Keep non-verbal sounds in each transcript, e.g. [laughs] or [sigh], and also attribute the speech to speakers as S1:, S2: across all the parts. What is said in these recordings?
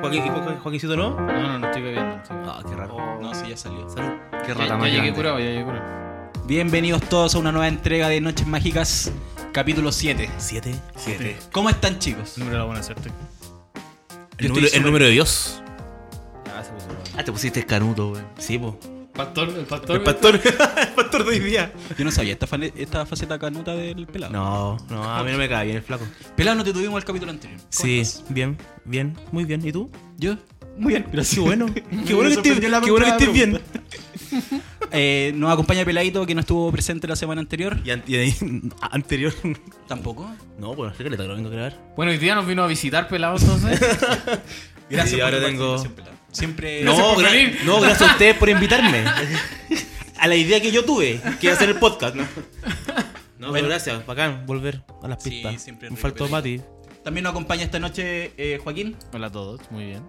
S1: Joaquín, Jo- Joaquincito no?
S2: No, no, no estoy bebiendo. no estoy bebiendo.
S1: Ah, qué raro.
S2: No, sí, ya salió.
S1: Salud. Qué
S2: Ya-
S1: rata
S2: ya,
S1: más
S2: llegué
S1: grande.
S2: curado, ya llegué curado.
S3: Bienvenidos todos a una nueva entrega de Noches Mágicas, capítulo 7.
S1: ¿Siete? Siete.
S3: ¿Cómo están, chicos?
S2: Número de la buena suerte.
S1: El, número,
S3: Yo estoy
S1: el
S3: súper-
S1: número de Dios.
S3: Ya se puso bueno.
S1: Ah, te pusiste canuto, güey. Sí, po.
S2: Pastor, el pastor.
S1: El pastor. [laughs] el pastor de hoy día.
S3: Yo no sabía esta, fane- esta faceta canuta del pelado.
S1: No, no, a mí no me cae bien el flaco.
S3: Pelado, no te tuvimos el capítulo anterior. ¿Cómo
S1: Sí,
S3: estás?
S1: bien, bien, muy bien. ¿Y tú?
S3: Yo, muy bien. [laughs]
S1: Qué [laughs] bueno. qué
S3: Me
S1: bueno que estés,
S3: sorprendió la
S1: qué bueno que estés
S3: pregunta.
S1: bien.
S3: [laughs] Eh, nos acompaña Peladito, que no estuvo presente la semana anterior.
S1: Y, an- y ahí, [laughs] anterior.
S3: Tampoco.
S1: No, pues sé que le lo vengo a grabar.
S2: Bueno, hoy día nos vino a visitar pelado entonces.
S1: Gracias. Y ahora
S3: tu
S1: tengo.
S3: participación, Pelado. Siempre.
S1: No,
S2: Gracias por
S1: gra-
S2: venir.
S1: no, gracias a ustedes por [laughs] invitarme. A la idea que yo tuve, que iba a hacer el podcast, ¿no? No, pero gracias, bacán, volver a las
S3: Sí,
S1: pistas.
S3: siempre
S1: Me
S3: rico,
S1: faltó
S3: pero-
S1: Mati.
S3: También nos acompaña esta noche eh, Joaquín.
S2: Hola a todos, muy bien.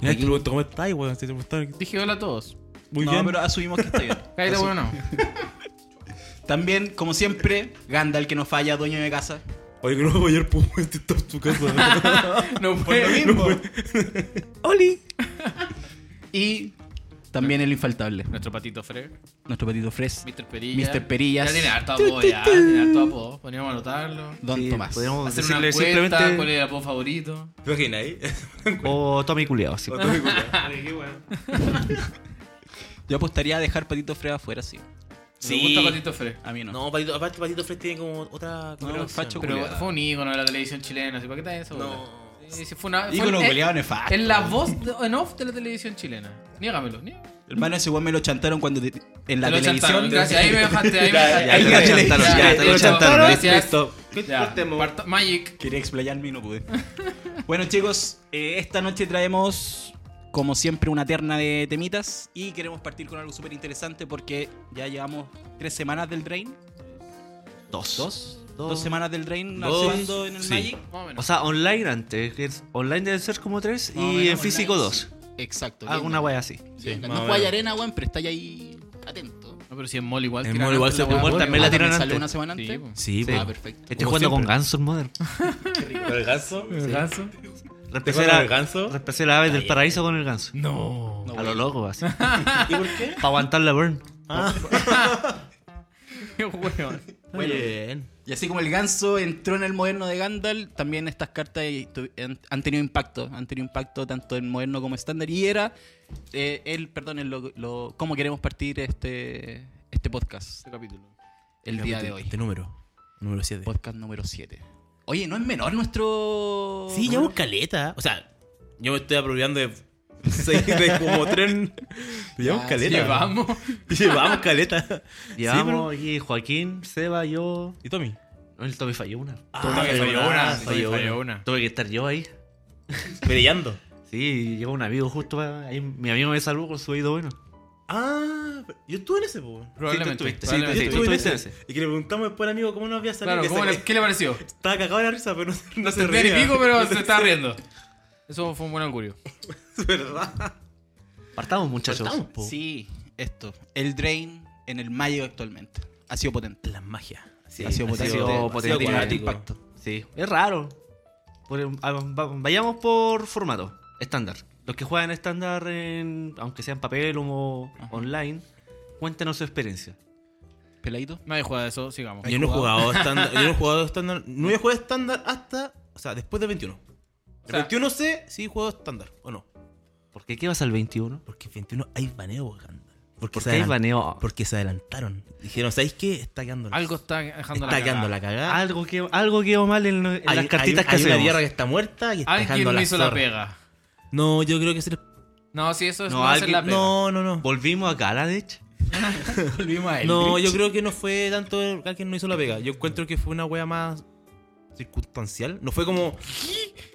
S1: Mira, te pregunto cómo estás, weón. Si te preguntaron,
S2: Dije hola a todos.
S1: Muy
S3: no,
S1: bien.
S3: pero asumimos que está bien.
S2: Cállate,
S3: Asum-
S2: bueno.
S3: También, como siempre, Ganda, el que nos falla, dueño de casa.
S1: Oye, que no voy a ir [laughs] por este top tu casa.
S2: [laughs] No
S3: Por lo
S2: fue.
S3: mismo.
S1: [laughs] ¡Oli!
S3: Y también el infaltable,
S2: Nuestro patito Fred,
S3: nuestro petito Fres,
S2: Mr. Perillas.
S3: Mr. Perillas.
S2: Ya tiene harto apodo, ya. Tiene harto apodo. Podríamos anotarlo.
S3: Don
S1: Sí,
S3: Tomás.
S1: podríamos-
S2: Hacer una
S1: Decirle
S2: encuesta,
S1: simplemente-
S2: cuál es el apodo favorito.
S1: ¿Te imaginas ahí? [laughs]
S4: O Tommy Culeado, sí.
S3: Yo apostaría a dejar Patito Fres afuera, sí. Ah,
S2: Me gusta patito Fred.
S3: A mí no.
S1: No, Patito, aparte Patito Fred tiene como otra connotación.
S3: facho
S2: Pero
S3: Culeado.
S2: fue un ícono de la televisión chilena, ¿sí? ¿para qué tal eso?
S1: No.
S2: Sí, sí, fue una, fue
S3: Ícono
S2: en-
S3: goleado nefasto.
S2: En la voz de- en off de la televisión chilena. Niégamelo, niégamelo.
S3: Hermano, ese weón me lo chantaron cuando te- en la
S2: Te lo chantaron,
S3: televisión.
S2: Gracias, ahí me dejaste, ahí me dejaste.
S1: ya,
S2: Ahí
S1: te
S2: me
S1: lo
S2: dejaste.
S1: chantaron, ya, te lo
S2: listo,
S1: chantaron,
S2: gracias.
S1: listo.
S2: Ya, parto- Magic.
S3: Quería explayarme y no pude. bueno, chicos, eh, esta noche traemos, como siempre, una terna de temitas. Y queremos partir con algo súper interesante porque ya llevamos tres semanas del Drain.
S4: Dos.
S3: Dos. Dos,
S4: Dos.
S3: semanas del Drain
S4: Dos,
S3: actuando en el
S4: sí.
S3: Magic.
S2: Más o
S4: O
S2: menos.
S4: sea, online antes. que es- Online deben ser como tres
S3: Más o
S4: y
S3: menos
S4: en físico
S3: online,
S4: dos.
S2: Exacto.
S4: Alguna wea así.
S1: Sí, más o
S3: no juega
S1: menos.
S3: arena, weón, pero está ahí atento.
S2: No, pero si en Mall igual.
S1: En
S2: tiran
S1: Mall igual
S2: harto
S1: se
S2: la
S1: puede
S2: wea,
S4: jugar,
S2: Mall
S4: también
S2: igual.
S4: la tiran
S3: Ah, salió
S4: antes. Este,
S3: una semana antes?
S2: Sí, po.
S1: Sí,
S3: Ah,
S1: pues.
S3: perfecto.
S4: Estoy
S1: Como
S4: jugando con
S1: siempre.
S4: Ganso, Modern.
S1: ¿Con el ganso?
S2: Ganso.
S1: ¿Te
S4: Reemplacé
S1: era el
S4: la,
S1: ganso?
S4: reemplacé la ave del paraíso con el Ganso.
S2: No.
S4: A lo loco, así.
S1: [laughs] ¿Y por qué?
S4: Para aguantar la burn.
S2: [laughs] Qué hueón.
S3: Bueno.
S1: bien.
S3: Y así como el ganso entró en el moderno de Gandalf, también estas cartas y tu- han- han tenido impacto. Han tenido impacto tanto en moderno como estándar. Y era eh, el, perdón, el lo, lo- cómo queremos partir este, este podcast
S2: Este capítulo.
S3: el día de hoy.
S1: Este número. Número 7.
S3: Podcast número 7. Oye, ¿no es menor nuestro...?
S1: Sí, llevo caleta. O sea, yo me estoy apropiando [laughs] de. de como tren. Llevamos
S3: Ah,
S1: caleta.
S2: Llevamos.
S1: Ah, Llevamos caleta.
S4: Llevamos aquí Joaquín, Seba, yo.
S1: ¿Y Tommy?
S4: No, el Tommy falló una.
S1: Ah,
S2: Tommy falló una. Tommy
S1: falló
S2: falló
S1: una.
S2: una.
S4: Tuve que estar yo ahí.
S1: Peleando.
S4: Sí, llegó un amigo justo ahí. Mi amigo me saludó con su oído bueno.
S1: Ah, yo estuve en ese, po.
S2: Probablemente.
S4: estuviste, sí,
S1: Yo
S2: probablemente.
S4: tú
S1: estuve en
S4: estuviste
S1: ese.
S4: en
S1: Y que le preguntamos después al amigo cómo nos había salido.
S2: Claro,
S1: que
S2: ¿cómo
S1: se-
S2: le- ¿qué le pareció?
S1: Estaba cagado de la risa, pero no, [laughs] no se
S2: Entendí
S1: reía.
S2: ni pico, pero se estaba riendo. Eso fue un buen augurio.
S1: Es verdad.
S4: Partamos, muchachos.
S1: Partamos, po.
S3: Sí, esto. El Drain en el Mayo actualmente. Ha sido potente.
S1: La magia.
S3: ha sido
S4: ha
S3: potente.
S4: sido potente.
S3: con harto
S4: Cuático.
S3: impacto.
S4: Sí, es raro. Por el- ah, va- vayamos por formato, estándar. Los que juegan estándar, en, aunque sea en papel o online, cuéntenos su experiencia.
S3: Peladito.
S2: Nadie juega de eso, sigamos.
S1: Yo no he jugado estándar. Yo no he jugado estándar. No he jugado estándar hasta. O sea, después de 21.
S2: O
S1: El
S2: sea,
S1: 21 sé si he jugado estándar o no.
S4: ¿Por qué qué vas al 21?
S1: Porque en 21 hay baneo, Gandalf. Porque,
S4: Porque hay
S1: adelan-
S4: baneo.
S1: porque se adelantaron. Dijeron, ¿sabéis qué? Está quedando la
S2: Algo está dejando
S1: está
S2: la
S1: quedando la
S2: cagada.
S1: cagada.
S4: Algo que algo quedó mal en, en
S1: Hay-
S4: las cartitas
S1: hay,
S4: que
S1: hay una
S4: hacemos.
S1: tierra que está muerta y está dejando
S2: Alguien me hizo la
S1: zorra.
S2: pega.
S1: No, yo creo que se les...
S2: No, si eso es
S4: No,
S2: no hacer
S4: alguien-
S2: la pega.
S1: No, no, no.
S4: Volvimos a Galadech.
S3: Volvimos a
S1: No,
S3: Eldritch.
S1: yo creo que no fue tanto el- alguien no hizo la pega. Yo encuentro que fue una wea más circunstancial. No fue como.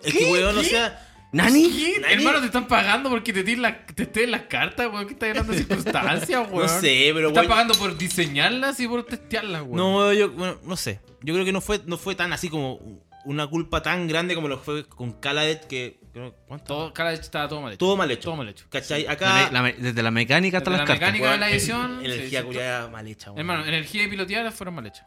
S1: Es que weón, o sea.
S4: ¿Nani?
S2: ¿Qué? Hermano, te están pagando porque te tiren la- te estén las cartas, weón. Que estás hablando de
S1: [laughs]
S2: circunstancias,
S1: No
S2: weón.
S1: sé,
S2: Te
S1: pero
S2: están
S1: weón-
S2: pagando por diseñarlas y por testearlas, weón.
S1: No, yo, bueno, no sé. Yo creo que no fue, no fue tan así como una culpa tan grande como lo fue con Caladet que. creo- ¿Cuánto?
S2: Todo, cada vez estaba todo mal hecho.
S1: Todo mal hecho.
S2: Todo mal hecho.
S1: ¿Cachai?
S4: La
S1: Acá.
S4: me- la me- desde la mecánica hasta
S2: Desde
S4: las
S2: la
S4: cartas.
S2: mecánica de la
S1: weón,
S2: edición. sí,
S1: energía
S2: sí,
S1: culiada mal hecha,
S2: todo-
S1: weón.
S2: Hermano, energía y pilotear fueron mal hechas.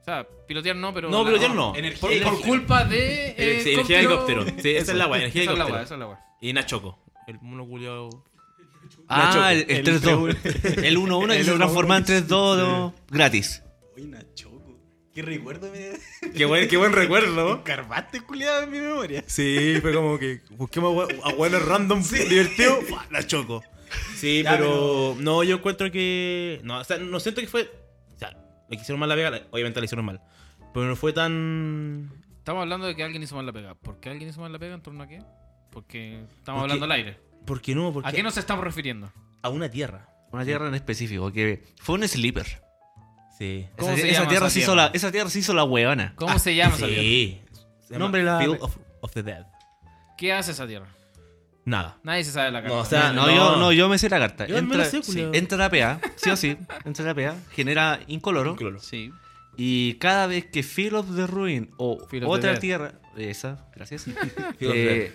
S2: O sea, pilotear no, pero.
S1: No,
S2: la-
S1: pilotear no.
S2: Por,
S1: Energía-
S2: por
S1: energía-
S2: culpa de. eh,
S1: Eh, sí, energía de helicóptero. Sí, esa es la weá, energía de
S2: Esa es la weá,
S1: helicóptero.
S2: esa es la weá.
S1: Y Nachoco. El mono culiao. Nachoco.
S4: Ah, el,
S1: [laughs]
S4: el 3-2. El 1-1 que se transforma en 3-2 ¿no? gratis.
S5: Oye, Nachoco. Qué recuerdo me.
S1: Qué buen, qué buen recuerdo.
S5: Carvaste, culiado, en mi memoria.
S1: Sí, fue como que busquemos a hueones random divertido. Nachoco. Sí,
S5: Ya,
S1: pero. No, yo encuentro que. No, o sea, no siento que fue. O sea, le quisieron mal la vega, la- obviamente la hicieron mal. Pero no fue tan.
S2: Estamos hablando de que alguien hizo mal la pega. ¿Por qué alguien hizo mal la pega? ¿En torno a qué? Porque
S1: Porque-
S2: estamos hablando al aire.
S1: ¿Por qué no? Porque
S2: ¿A qué nos estamos refiriendo?
S1: a una tierra.
S4: Una tierra en específico que fue un sleeper.
S1: Sí.
S2: ¿Cómo
S4: esa,
S2: se
S4: esa
S2: llama
S4: tierra
S2: esa
S4: se hizo
S2: tierra?
S4: la, esa tierra se hizo la hueona.
S2: ¿Cómo se llama esa tierra?
S1: Ah, Sí. Se llama
S4: Nombre la-
S1: Field of, of the Dead.
S2: ¿Qué hace esa tierra?
S1: Nada.
S2: Nadie se sabe la carta.
S1: No, o sea,
S4: Ah, no,
S1: no.
S4: Yo, no, yo me sé la carta.
S1: Yo me
S4: entra,
S1: la sé,
S4: sí,
S1: culiao.
S4: entra la PA, sí o sí. Entra la PA, genera incoloro.
S1: Incoloro.
S3: Sí.
S4: Y cada vez que Field of the Ruin o
S2: Field of the
S4: otra
S2: Dead.
S4: tierra, esa, gracias.
S1: Field of
S4: eh,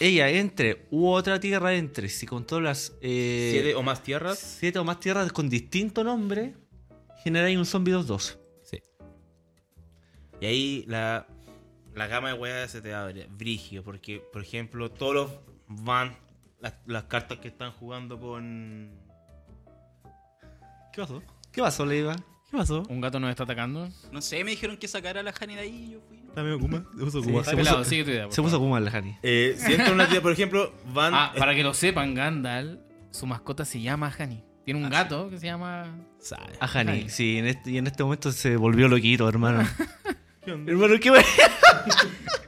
S4: ella entre u otra tierra entre, si controlas eh,
S1: Siete o más tierras.
S4: siete o más tierras con distinto nombre, generáis un zombie 2-2.
S1: Sí. Y ahí la, la gama de weas se te abre. Brigio. Porque, por ejemplo, todos los van. Las, las cartas que están jugando con.
S4: ¿Qué pasó? ¿Qué pasó, Leiva? ¿Qué pasó?
S2: ¿Un gato nos está atacando?
S3: No sé, me dijeron que sacara a la Jani de ahí y yo fui.
S1: También Kuma.
S4: Kuma.
S2: Está
S4: Se
S2: pelado,
S4: puso-
S2: sigue tu idea. por
S4: Se puso
S2: favor.
S4: como al Hani.
S1: Eh, si entra una tierra, por ejemplo, van.
S2: Ah, para que lo sepan, Gandalf, su mascota se llama Hani. Tiene
S4: Ah,
S2: un gato que se llama.
S1: Sabe.
S4: A
S2: Hani.
S4: Hani, sí, en este, y en este momento se volvió loquito, hermano.
S1: ¿Qué onda?
S4: hermano, ¿qué bueno.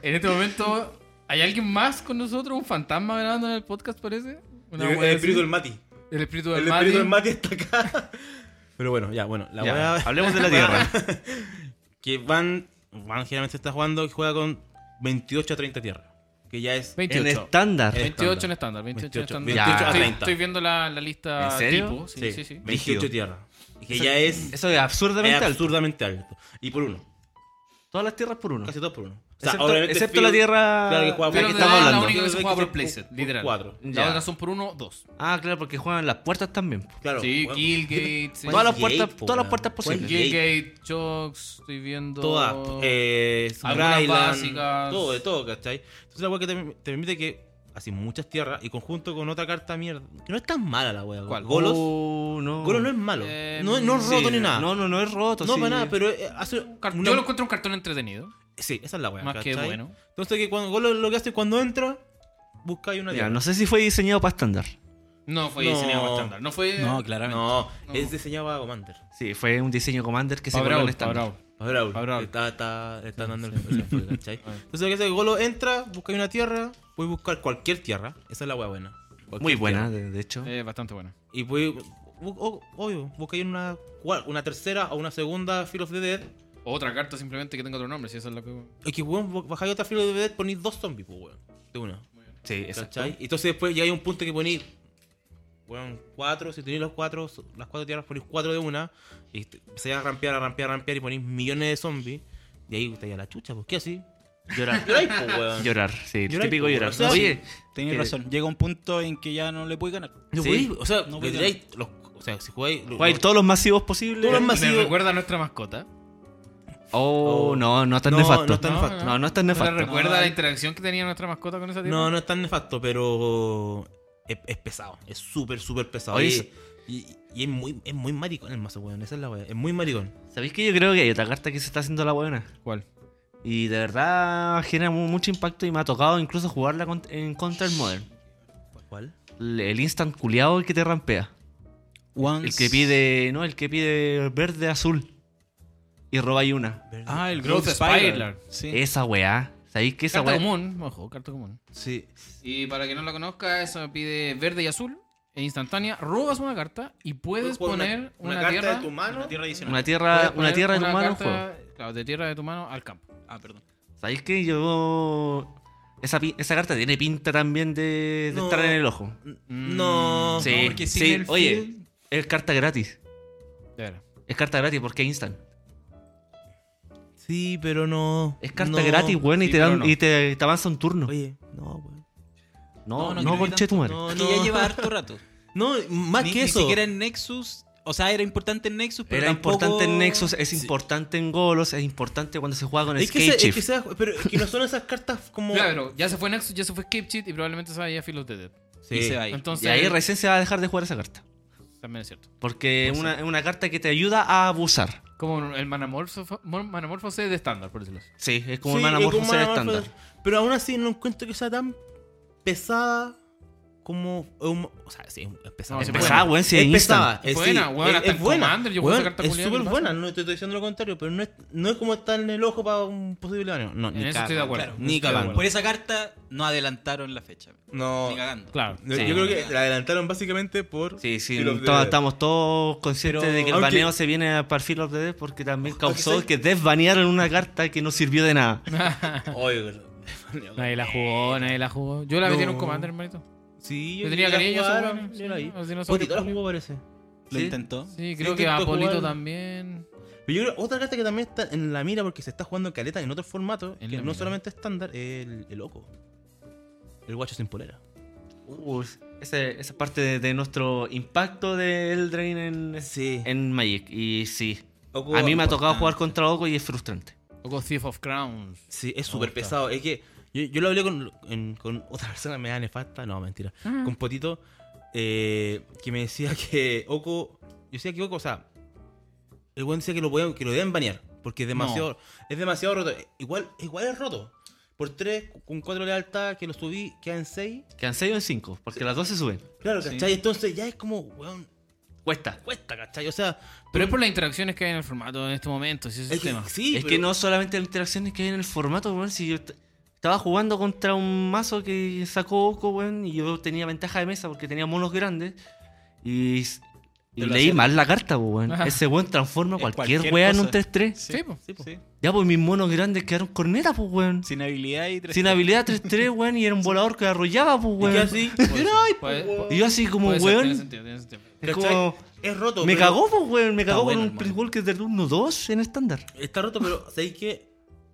S2: En este momento, ¿hay alguien más con nosotros? ¿Un fantasma grabando en el podcast, parece? Una
S1: El, el
S2: wea
S1: espíritu del
S2: así.
S1: Mati.
S2: El espíritu del
S1: El
S2: Mati.
S1: espíritu del Mati está acá. [laughs] Pero bueno, ya, bueno. La
S4: Ya,
S1: wea-
S4: hablemos
S1: [laughs]
S4: de la tierra.
S1: que van, van generalmente está jugando y juega con 28 a 30 tierras. Que ya es.
S2: 28.
S4: en estándar.
S1: Eh,
S2: 28 en estándar. 28
S1: 28,
S2: en estándar.
S1: 28
S4: a
S2: Estoy-
S1: 30.
S2: Estoy viendo la, la lista.
S4: ¿En serio?
S2: tipo. Sí, sí, sí.
S1: 28
S4: Brígido.
S1: tierras. Y que ya es,
S4: Eso es absurdamente
S1: es
S4: alto.
S1: absurdamente alto. Y por uno.
S4: Todas las tierras por uno.
S1: Casi dos por uno. O sea,
S4: Excepto,
S1: obviamente
S4: excepto
S1: Field-
S4: la tierra
S1: Claro, que juega
S4: de la
S1: por-
S4: que
S2: Pero
S4: estamos
S2: la- la
S4: hablando.
S2: única que se juega por
S1: Por-
S2: playset,
S1: por
S2: literal.
S1: cuatro.
S2: La
S4: Ya.
S2: otra son por uno, dos.
S4: Ah, claro, porque juegan las puertas también. po.
S1: Claro.
S2: sí,
S1: juega-
S2: Killgate. sí.
S4: Todas las
S1: Gate,
S4: puertas,
S1: po,
S4: todas las
S1: weón.
S4: puertas posibles.
S1: Gate.
S2: Gate, Chokes, estoy viendo.
S1: Todas. Eh,
S2: Algunas
S1: Skyland,
S2: básicas.
S1: Todo, de todo, ¿cachai? Entonces la wea que te, te permite que. Así muchas tierras y conjunto con otra carta mierda. Que no es tan mala la wea.
S2: ¿Cuál?
S1: Golos.
S4: Oh, no.
S1: Golos no es malo.
S2: Eh,
S1: no, no es
S4: Sí,
S1: roto ni nada.
S4: No, no, no es roto.
S1: No,
S4: sí.
S1: para nada, pero eh, hace
S2: Car-
S1: una-
S2: Yo lo encuentro un cartón entretenido.
S1: Sí, esa es la weá.
S2: Más que
S1: ¿cachai?
S2: bueno.
S1: Entonces, que cuando, Golo lo que hace cuando entra, buscáis una
S4: Mira,
S1: tierra.
S4: no sé si fue diseñado para estándar.
S2: No fue
S1: No.
S2: diseñado para estándar. No fue.
S5: No, claramente.
S1: No,
S2: No.
S1: es diseñado a Commander.
S4: Sí, fue un diseño Commander que se
S2: Pa'
S4: coló
S2: Brawl,
S4: en
S2: pa'
S4: estándar.
S2: Brawl.
S1: A ver, Raúl,
S2: A ver, Raúl.
S1: le Está, está, le está dando el- el enfoque, ¿cachai? Entonces, lo que hace es que Golo entra, buscáis una tierra, puedes buscar cualquier tierra. Esa es la weá buena. Cualquier
S4: Muy buena,
S1: tierra.
S4: de, de hecho.
S2: Eh, bastante bueno.
S1: Y puedes. bu- o- Obvio, buscáis una, cua- una tercera o una segunda Field of the Dead.
S2: Otra carta simplemente que tenga otro nombre, si eso es lo que.
S1: Es que, weón, bu- bajáis otra Field of the Dead, ponéis dos zombies, pues, weón. De una.
S4: Sí, exacto.
S1: ¿Cachai? Y Entonces después ya hay un punto que ponéis, bueno, cuatro, si tenéis los cuatro, so- las cuatro tierras, ponéis cuatro de una, y te- empecéis a rampear, a rampear, a rampear, y ponéis millones de zombies, y ahí te a la chucha, pues, ¿qué así? Llorar. [laughs] Lloráis, pues, weón.
S4: Llorar, sí,
S1: Llorar,
S4: típico
S1: po,
S4: llorar.
S1: o sea,
S4: Oye,
S3: Tenías
S4: Eh,
S3: razón. Llega un punto en que ya no le puede ganar.
S1: No
S4: Sí.
S1: podéis, o sea,
S3: No
S2: pues,
S1: le
S3: podéis
S1: tiráis los- o sea, si jugáis... lo-
S4: jugáis
S1: lo-
S4: todos los masivos posibles.
S1: Todos los
S2: Me
S1: masivos.
S2: recuerda a nuestra mascota.
S4: Oh,
S1: Oh.
S4: no, no es tan
S1: No,
S4: nefasto.
S1: no es tan nefasto.
S4: No, no es tan
S2: Me
S4: nefasto.
S2: recuerda
S3: No.
S2: la interacción que tenía nuestra mascota con esa tierra.
S1: No, no es tan nefasto, pero es, es pesado, es súper, súper pesado.
S4: Oye,
S1: y,
S4: eso-
S1: y- y es, muy, es muy maricón el mazo, weón, esa es la weón, es muy maricón.
S4: ¿Sabéis que yo creo que hay otra carta que se está haciendo la buena?
S2: ¿Cuál?
S4: Y de verdad genera mu- mucho impacto y me ha tocado incluso jugarla con- en contra del Modern.
S1: ¿Cuál?
S4: El- El instant culiado que te rampea.
S3: Once-
S4: El que pide, no, el que pide verde azul. Y roba y una.
S1: Verde.
S3: Ah, el
S2: Growth
S3: Growth
S2: Spiral.
S3: Spiral. Sí.
S4: Esa weá. ¿Sabéis que esa
S2: Carta
S4: weá?
S2: común, ojo, carta común.
S1: sí.
S2: Y para quien no la conozca, eso pide verde y azul. E instantánea, robas una carta y puedes
S1: Juega una-
S2: poner una,
S1: carta
S2: tierra.
S1: de tu mano,
S3: Una tierra adicional.
S4: Una
S2: puedes
S4: tierra, una
S2: poner
S4: tierra de tu
S2: una
S4: mano en
S2: carta-
S4: juego.
S2: Claro, de tierra de tu mano al campo.
S3: Ah, perdón.
S4: ¿Sabéis que yo. Esa, pi- esa carta tiene pinta también de, de
S1: No.
S4: estar en el ojo.
S1: No.
S4: Sí,
S3: porque sin
S4: sí.
S3: el
S4: Oye,
S3: field-
S4: es carta gratis.
S2: De veras.
S4: Es carta gratis porque es instant.
S1: Sí, pero no.
S4: Es carta
S1: No.
S4: gratis, weón, y,
S2: Sí,
S4: te
S2: pero
S4: dan-
S2: no.
S4: y te, te avanza un turno.
S1: Oye, no, weón.
S4: no,
S3: no,
S4: no,
S3: creo que
S4: conche tu madre.
S1: No,
S3: Es
S1: no.
S3: [laughs] que ya lleva harto rato.
S1: No, más
S3: ni,
S1: que
S3: ni
S1: eso.
S3: siquiera en Nexus O sea, era importante en Nexus, pero
S4: Era
S3: tampoco-
S4: importante en Nexus, es importante en Golos, es importante cuando se juega con
S1: Es que,
S4: Skate
S1: esa- es
S4: Chief.
S1: que esa- pero es que no son esas cartas como.
S2: Claro, ya se fue Nexus, ya se fue Cape Cheat y probablemente se vaya a Field of the Dead.
S1: Sí.
S3: Y se va ahí.
S2: Entonces,
S4: Y ahí recién se va a dejar de jugar esa carta.
S2: también es cierto.
S4: Porque es una, es una carta que te ayuda a abusar.
S2: Como el Manamorfo, Manamorfo C de estándar, por decirlo así.
S4: Sí, es como
S1: Sí,
S4: el Mana
S1: es
S4: Morpho
S1: como
S4: ser
S1: Mana Morpho.
S4: estándar.
S1: Pero aún así no encuentro que sea tan pesada como. un- o sea, sí, es pesada.
S2: No,
S4: Es
S2: sí,
S4: pesada,
S2: bueno.
S4: weón, si
S1: es
S4: es instant.
S1: pesada. Es
S2: buena,
S1: sí,
S2: weón,
S1: es-
S2: hasta
S1: es
S2: en
S1: buena.
S2: Commander yo jugué
S1: Weón,
S2: esa carta
S1: Es
S2: culiada,
S1: súper
S2: ¿qué
S1: buena,
S2: pasa?
S1: no te estoy diciendo lo contrario, pero no es, no es como estar en el ojo para un posible daño. No, ni
S2: En eso estoy de
S1: cagando,
S2: acuerdo.
S1: claro.
S2: en eso
S1: Ni
S2: estoy de
S1: cagando.
S2: acuerdo.
S3: Por esa carta no adelantaron la fecha.
S1: No.
S3: Ni cagando.
S2: Claro.
S1: Yo,
S4: Sí.
S1: yo creo que la adelantaron básicamente por.
S4: Sí, sí,
S1: Field of the
S4: to-
S1: Dead.
S4: estamos todos conscientes
S1: Pero-
S4: de que el
S1: aunque-
S4: baneo se viene a partir de Dead porque también causó
S1: sí.
S4: que desbanearon una carta que no sirvió de nada.
S1: [laughs] Oye, pero-
S2: Nadie la jugó, nadie la jugó. Yo la metí en un
S1: No.
S2: Commander, hermanito.
S1: Sí,
S2: Yo tenía
S1: la
S2: cariño,
S1: jugaron,
S2: supongo,
S1: yo la
S2: sí,
S1: vi.
S2: así no se
S1: Potito la
S2: ocupó.
S1: jugó, parece.
S3: Lo
S4: Sí.
S3: intentó.
S2: Sí,
S1: Sí,
S2: creo que
S1: intentó
S2: Apolito
S1: jugar.
S2: también.
S1: Pero yo creo otra carta que también está en la mira porque se está jugando en caleta en otros formatos,
S2: En
S1: que
S2: la
S1: no
S2: mira.
S1: solamente estándar, es el, el loco. El guacho sin polera.
S4: Uh, ese- esa parte de, de nuestro impacto de Eldrain en,
S1: Sí.
S4: en Magic. Y sí, a mí me ha tocado jugar contra Oco y es frustrante.
S2: O con Thief of Crowns.
S1: Sí, es súper
S2: gusta.
S1: pesado. Es que yo, yo lo hablé con, en- con otra persona, me da nefasta. No, mentira. Con Potito, eh, que me decía [laughs] que Oco. Yo decía que Oco, o sea, el buen decía que lo, podían- que lo deben banear. Porque es demasiado, es demasiado roto. Igual, igual es roto. Por 3, con 4 lealtad, que lo subí, queda en 6.
S4: Quedan 6 o en 5, porque las dos se suben.
S1: Claro,
S3: Sí.
S1: ¿cachai? Entonces ya es como, weón,
S4: Cuesta.
S1: cuesta, ¿cachai? O sea,
S2: Pero es por las interacciones que hay en el formato en este momento, si ese es
S1: es
S2: el
S1: que,
S2: tema.
S1: sí,
S4: es
S1: pero-
S4: que no solamente las interacciones que hay en el formato, weón. Si yo est- estaba jugando contra un mazo que sacó Oco, weón, y yo tenía ventaja de mesa porque tenía monos grandes. Y, s- y
S1: Te lo
S4: leí
S1: hacían.
S4: mal la carta, weón.
S2: Ajá.
S4: Ese weón transforma
S3: Es
S4: cualquier,
S3: cualquier
S4: weón en
S3: cosa.
S4: un 3-3.
S2: Sí, po.
S1: Sí, po.
S4: Ya, pues mis monos grandes quedaron cornetas, pues, weón.
S3: Sin habilidad y tres.
S4: Sin habilidad 3-3, weón, y era un volador que arrollaba, pues,
S1: Y que
S4: weón. [laughs]
S1: así,
S2: Puede ser,
S1: ay,
S2: puede-
S1: pues,
S4: Y yo así como,
S2: Puede ser, tiene
S4: weón.
S2: sentido, tiene sentido.
S4: Es
S1: ¿cachai?
S4: como,
S1: es roto.
S4: me
S1: pero-
S4: cagó, pues, weón. Me
S3: Está
S4: cagó
S3: bueno,
S4: con un
S3: hermano.
S4: Prince Walker de turno 2 en estándar.
S1: Está roto, pero ¿sabéis qué?